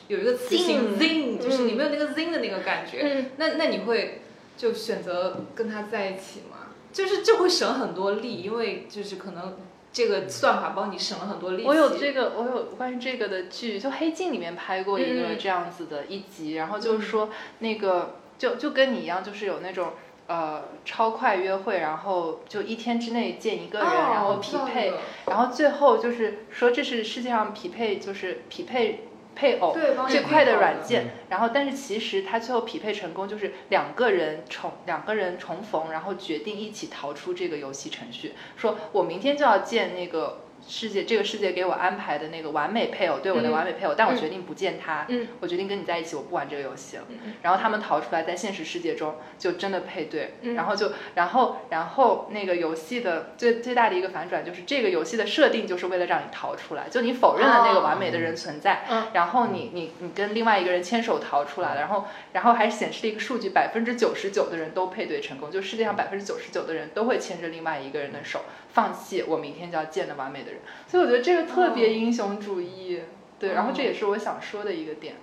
Speaker 4: 有一个词
Speaker 5: Zing
Speaker 4: 性 zing，就是
Speaker 5: 嗯
Speaker 4: 你没有那个 zing 的那个感觉。
Speaker 5: 嗯，
Speaker 4: 那那你会就选择跟他在一起吗？就是这会省很多力，因为就是可能这个算法帮你省了很多力气。
Speaker 1: 我有这个，我有关于这个的剧，就《黑镜》里面拍过一个
Speaker 5: 嗯
Speaker 1: 这样子的一集，然后就是说那个就就跟你一样，就是有那种呃超快约会，然后就一天之内见一个
Speaker 4: 哦
Speaker 1: 人，然后
Speaker 4: 我知
Speaker 1: 匹
Speaker 4: 道那
Speaker 1: 配
Speaker 4: 个，
Speaker 1: 然后最后就是说这是世界上匹配就是匹配配偶
Speaker 4: 对帮你
Speaker 1: 最快的
Speaker 4: 配
Speaker 1: 软
Speaker 4: 好
Speaker 1: 件，
Speaker 5: 嗯
Speaker 1: 然后但是其实它最后匹配成功就是两个人重两个人重逢，然后决定一起逃出这个游戏程序，说我明天就要见那个。世界这个世界给我安排的那个完美配偶，对我的
Speaker 5: 嗯
Speaker 1: 完美配偶，但我
Speaker 5: 嗯
Speaker 1: 决定不见他，
Speaker 5: 嗯
Speaker 1: 我决定跟你在一起，我不玩这个游戏了。
Speaker 5: 嗯嗯
Speaker 1: 然后他们逃出来，在现实世界中就真的配对，
Speaker 5: 嗯
Speaker 1: 然后就然后然后那个游戏的最最大的一个反转就是这个游戏的设定就是为了让你逃出来，就你否认了那个完美的人存在，
Speaker 5: 嗯
Speaker 1: 然后你你你跟另外一个人牵手逃出来了，然后然后还显示了一个数据，百分之九十九的人都配对成功，就世界上百分之九十九的人都会牵着另外一个人的手，放弃我明天就要见的完美的人，所以我觉得这个特别英雄主义，对，然后这也是我想说的一个点。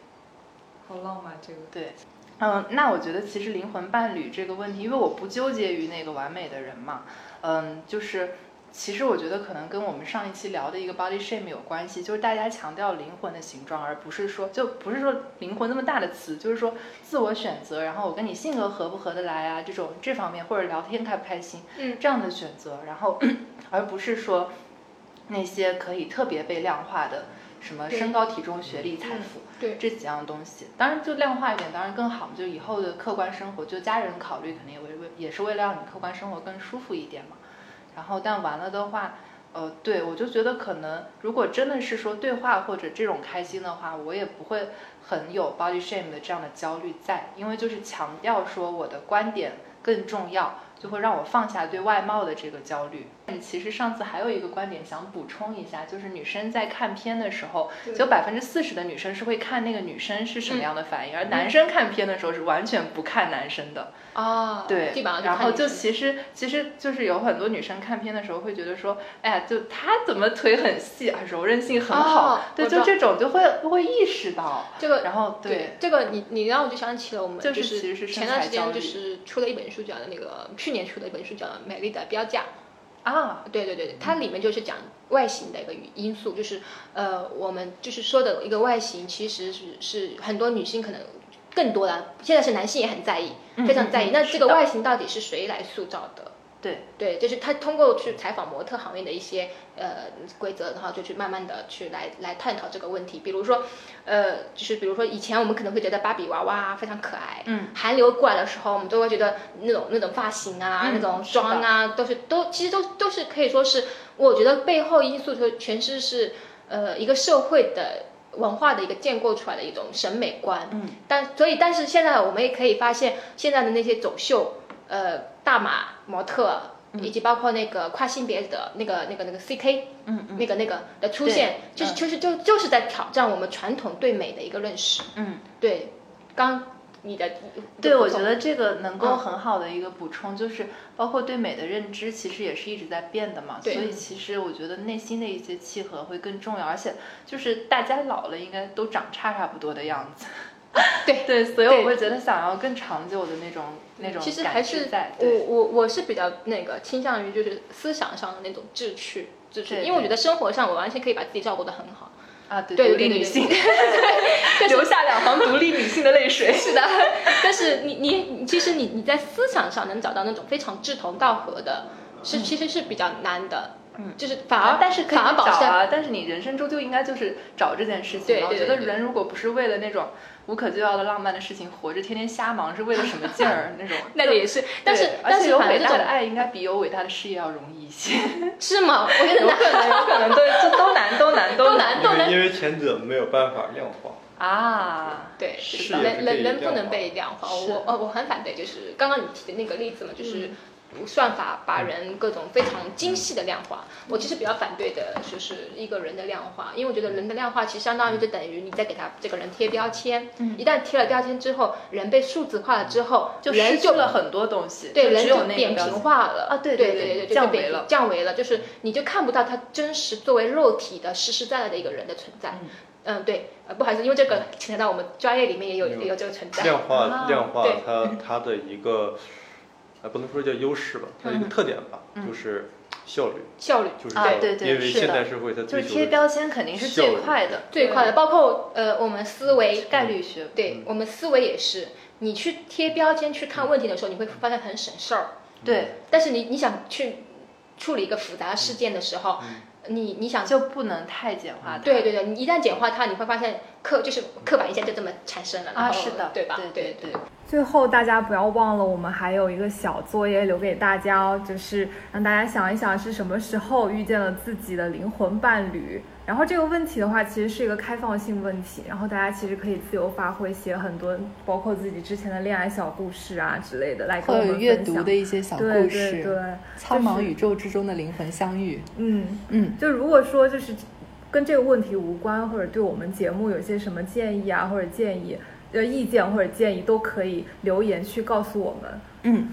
Speaker 4: 好浪漫这个。
Speaker 1: 对，嗯，那我觉得其实灵魂伴侣这个问题，因为我不纠结于那个完美的人嘛，嗯，就是其实我觉得可能跟我们上一期聊的一个 body shame 有关系，就是大家强调灵魂的形状，而不是说就不是说灵魂那么大的词，就是说自我选择，然后我跟你性格合不合得来啊，这种这方面或者聊天开不开心，
Speaker 5: 嗯
Speaker 1: 这样的选择，然后 而不是说那些可以特别被量化的。什么
Speaker 5: 对嗯
Speaker 1: 身高、体重、学历、财富，
Speaker 5: 对
Speaker 1: 这几样东西，当然就量化一点，当然更好。就以后的客观生活，就家人考虑，肯定也为为也是为了让你客观生活更舒服一点嘛。然后，但完了的话，呃，对我就觉得可能，如果真的是说对话或者这种开心的话，我也不会很有 body shame 的这样的焦虑在，因为就是强调说我的观点更重要，就会让我放下对外貌的这个焦虑。但是其实上次还有一个观点想补充一下，就是女生在看片的时候，只有百分之四十的女生是会看那个女生是
Speaker 5: 嗯
Speaker 1: 什么样的反应，而男生看片的时候是完全不看男生的。
Speaker 5: 哦，
Speaker 1: 对
Speaker 5: 基本上
Speaker 1: 然
Speaker 5: 看
Speaker 1: 后
Speaker 5: 你
Speaker 1: 就其实其实就是有很多女生看片的时候会觉得说，哎呀，就她怎么腿很细啊，柔韧性很好，
Speaker 5: 哦
Speaker 1: 对，
Speaker 5: 我知道
Speaker 1: 就这种就会会意识到，
Speaker 5: 这个
Speaker 1: 然后对
Speaker 5: 对，这个你你让我就想起了我们
Speaker 1: 就是
Speaker 5: 是
Speaker 1: 其实是身
Speaker 5: 前
Speaker 1: 材
Speaker 5: 段时
Speaker 1: 焦
Speaker 5: 间
Speaker 1: 虑
Speaker 5: 就是出了一本书叫那个去年出的一本书叫《美丽的标价》，
Speaker 1: 啊，
Speaker 5: 对对对，对它里面就是讲外形的一个因素，就是呃，我们就是说的一个外形，其实是是很多女性可能更多的，现在是男性也很在意，
Speaker 1: 嗯
Speaker 5: 非常在意。那这个外形到底是谁来塑造的？
Speaker 1: 对
Speaker 5: 对，就是他通过去采访模特行业的一些呃规则，然后就去慢慢的去来来探讨这个问题。比如说，呃，就是比如说以前我们可能会觉得芭比娃娃非常可爱，
Speaker 1: 嗯，
Speaker 5: 韩流过来的时候，我们都会觉得那种那种发型啊、
Speaker 1: 嗯
Speaker 5: 那种妆啊，都是都其实都都是可以说是，我觉得背后因素就全是是呃一个社会的文化的一个建构出来的一种审美观。
Speaker 1: 嗯，
Speaker 5: 但所以但是现在我们也可以发现，现在的那些走秀，呃，大码模特。以及包括那个跨性别的那个、那个、那个 CK，
Speaker 1: 嗯
Speaker 5: 那个、那个的出现，就是、就是就就是在挑战我们传统对美的一个认识。
Speaker 1: 嗯，
Speaker 5: 对，刚你的嗯
Speaker 1: 对，我觉得这个能够很好的一个补充，就是包括对美的认知，其实也是一直在变的嘛。所
Speaker 5: 对
Speaker 1: 以其实我觉得内心的一些契合会更重要，而且就是大家老了应该都长差差不多的样子。
Speaker 5: 对
Speaker 1: 对，所以
Speaker 5: 对
Speaker 1: 我会觉得想要更长久的那种那种
Speaker 5: 其实
Speaker 1: 感
Speaker 5: 还
Speaker 1: 知
Speaker 5: 是
Speaker 1: 在。
Speaker 5: 我
Speaker 1: 对，
Speaker 5: 我我是比较那个倾向于就是思想上的那种志趣志趣，
Speaker 1: 对
Speaker 5: 因为我
Speaker 1: 对
Speaker 5: 觉得生活上我完全可以把自己照顾得很好。
Speaker 1: 啊，对，
Speaker 5: 对
Speaker 1: 独
Speaker 5: 对
Speaker 1: 立
Speaker 5: 对
Speaker 1: 女
Speaker 5: 对
Speaker 1: 性，
Speaker 5: 但是
Speaker 1: 留下两行独立女性的泪水。
Speaker 5: 是的，但是你你你其实你你在思想上能找到那种非常志同道合的，是其实是比较难的。
Speaker 1: 嗯
Speaker 5: 就是反而
Speaker 1: 啊，但是可以
Speaker 5: 反而保
Speaker 1: 找
Speaker 5: 持在
Speaker 1: 啊，但是你人生终究应该就是找这件事情
Speaker 5: 对
Speaker 1: 嘛。我
Speaker 5: 对
Speaker 1: 觉得
Speaker 5: 对对
Speaker 1: 人如果不是为了那种无可救药的浪漫的事情活着，天天瞎忙，是为了什么劲 儿那种？
Speaker 5: 那
Speaker 1: 对
Speaker 5: 也是，但是
Speaker 1: 而
Speaker 5: 但
Speaker 1: 且
Speaker 5: 是
Speaker 1: 有
Speaker 5: 反而
Speaker 1: 伟
Speaker 5: 这
Speaker 1: 大的
Speaker 5: 种
Speaker 1: 爱应该比有伟大的事业要容易一些。
Speaker 5: 是吗？ 我觉得
Speaker 1: 有可能，有可能，对，这都难，都难，
Speaker 5: 都
Speaker 1: 难
Speaker 5: 难都难
Speaker 3: 因为前者没有办法量化。
Speaker 1: 啊！
Speaker 5: 对，
Speaker 3: 是
Speaker 5: 是
Speaker 3: 的也
Speaker 5: 人
Speaker 3: 是可以
Speaker 5: 人人不
Speaker 3: 量
Speaker 5: 能
Speaker 3: 化
Speaker 5: 被量化。
Speaker 1: 是
Speaker 5: 我呃，我很反对，就是刚刚你提的那个例子嘛，就是算法把
Speaker 3: 嗯
Speaker 5: 人各种非常精细的量化。我其实比较反对的就是一个人的量化，因为我觉得人的量化其实相
Speaker 3: 嗯
Speaker 5: 当于就等于你在给他这个人贴标签。一旦贴了标签之后，人被数字化了之后，
Speaker 1: 就
Speaker 5: 人
Speaker 1: 失去
Speaker 5: 就
Speaker 1: 了很多东西，
Speaker 5: 对，人
Speaker 1: 只有
Speaker 5: 就
Speaker 1: 那
Speaker 5: 扁
Speaker 1: 个标
Speaker 5: 平
Speaker 1: 签。
Speaker 5: 化了
Speaker 1: 啊对
Speaker 5: 对
Speaker 1: 对对
Speaker 5: 对
Speaker 1: 降
Speaker 5: 就扁
Speaker 1: 维了
Speaker 5: 降维了，就是你就看不到他真实作为肉体的实实在在的一个人的存在。
Speaker 1: 嗯
Speaker 5: 嗯，对，呃，不好意思，因为这个牵扯到我们专业里面也有
Speaker 3: 没有
Speaker 5: 也有这个存在。
Speaker 3: 量
Speaker 1: 啊
Speaker 3: 化量化
Speaker 5: 对
Speaker 3: 它它的一个，呃，不能说叫优势吧，它的一个特点吧，
Speaker 1: 嗯
Speaker 3: 就是效率，
Speaker 5: 效率
Speaker 3: 就是
Speaker 1: 啊
Speaker 3: 效率
Speaker 1: 对对
Speaker 3: 因为
Speaker 1: 是
Speaker 3: 现
Speaker 1: 的
Speaker 3: 代社会它
Speaker 1: 就
Speaker 3: 追
Speaker 1: 是
Speaker 3: 求
Speaker 1: 贴
Speaker 3: 的
Speaker 1: 标签肯定是最快的，
Speaker 5: 最快的，包括呃，我们思维，
Speaker 1: 概率学。
Speaker 5: 对我们思维也是，你去贴标签去
Speaker 1: 嗯
Speaker 5: 看问题的时候，你会发现很省事儿。
Speaker 3: 嗯
Speaker 1: 对，
Speaker 5: 但是你你想去处理一个复杂事件的时候，
Speaker 3: 嗯
Speaker 1: 嗯
Speaker 5: 你你想
Speaker 1: 啊就不能太简化它。
Speaker 5: 嗯对对对，你一旦简化它，你会发现刻就是刻板印象就这么产生了
Speaker 1: 啊
Speaker 5: 然后
Speaker 1: 是的
Speaker 5: 对吧？
Speaker 1: 对对
Speaker 5: 对
Speaker 1: 对
Speaker 4: 最后，大家不要忘了，我们还有一个小作业留给大家哦，就是让大家想一想是什么时候遇见了自己的灵魂伴侣。然后这个问题的话，其实是一个开放性问题，然后大家其实可以自由发挥，写很多包括自己之前的恋爱小故事啊之类的来跟我
Speaker 8: 会
Speaker 4: 们
Speaker 8: 有阅
Speaker 4: 分享
Speaker 8: 读的一些小故
Speaker 4: 对
Speaker 8: 事，
Speaker 4: 对对，
Speaker 8: 苍茫宇宙之中的灵魂相遇。
Speaker 4: 嗯。
Speaker 8: 嗯，
Speaker 4: 就如果说就是跟这个问题无关，或者对我们节目有些什么建议啊，或者建议呃意见或者建议，都可以留言去告诉我们。
Speaker 8: 嗯，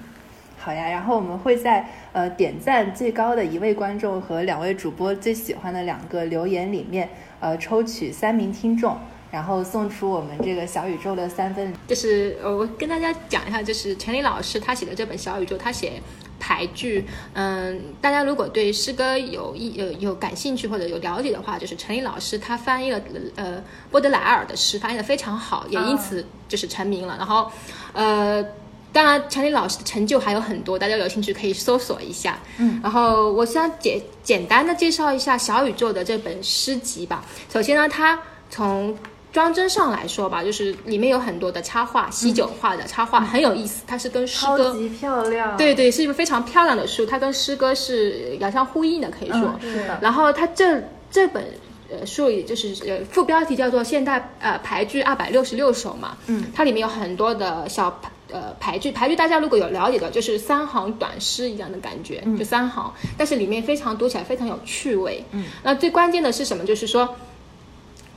Speaker 8: 好呀，然后我们会在呃点赞最高的一位观众和两位主播最喜欢的两个留言里面，呃，抽取三名听众，然后送出我们这个小宇宙的三份
Speaker 9: 就是呃，我跟大家讲一下，就是陈林老师他写的这本《小宇宙》，他写排剧，嗯，大家如果对诗歌有意有有感兴趣或者有了解的话，就是陈林老师他翻译了呃波德莱尔的诗，翻译的非常好，也因此就是成名了。然后，呃。当然，陈林老师的成就还有很多，大家有兴趣可以搜索一下。嗯，然后我想简简单的介绍一下小宇宙的这本诗集吧。首先呢，它从装帧上来说吧，就是里面有很多的插画，西九画的插画、很有意思，它是跟诗歌
Speaker 4: 超级漂亮，
Speaker 9: 对对，是一本非常漂亮的书，它跟诗歌是遥相呼应的，可以
Speaker 4: 嗯
Speaker 9: 说。
Speaker 5: 嗯
Speaker 8: 嗯是
Speaker 1: 嗯
Speaker 8: 的，
Speaker 9: 然后它这这本呃书里就是呃副标题叫做《现代呃排剧二百六十六首》嘛，嗯，它里面有很多的小
Speaker 5: 呃排剧，排剧大家如果有了解的，就是三行短诗一样的感觉，就三行，但是里面非常读起来非常有趣味。嗯，那最关键的是什么？就是说，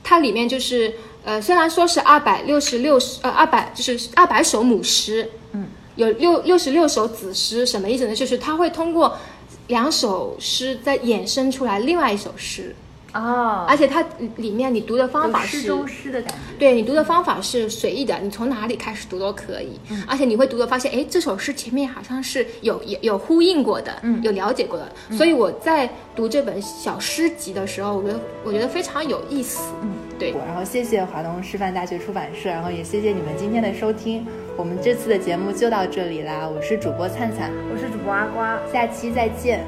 Speaker 5: 它里面就是呃，虽然说是二百六十六呃二百就是二百首母诗，嗯，有六六十六首子诗，什么意思呢？就是它会通过两首诗再衍生出来另外一首诗。
Speaker 1: 哦，
Speaker 5: 而且它里面你读的
Speaker 8: 哦
Speaker 5: 方
Speaker 1: 有
Speaker 5: 法
Speaker 1: 诗
Speaker 5: 是
Speaker 1: 中诗的感觉。
Speaker 5: 对你读的方法是随意的，你从哪里开始读都可以，
Speaker 1: 嗯
Speaker 5: 而且你会读的发现，哎，这首诗前面好像是有有有呼应过的，
Speaker 1: 嗯
Speaker 5: 有了解过的，所以我在读这本小诗集的时候，我觉得我觉得非常有意思，
Speaker 1: 嗯
Speaker 5: 对
Speaker 1: 然后谢谢华东师范大学出版社，然后也谢谢你们今天的收听，我们这次的节目就到这里啦。我是主播灿灿，
Speaker 10: 我是主播阿瓜。
Speaker 1: 下期再见。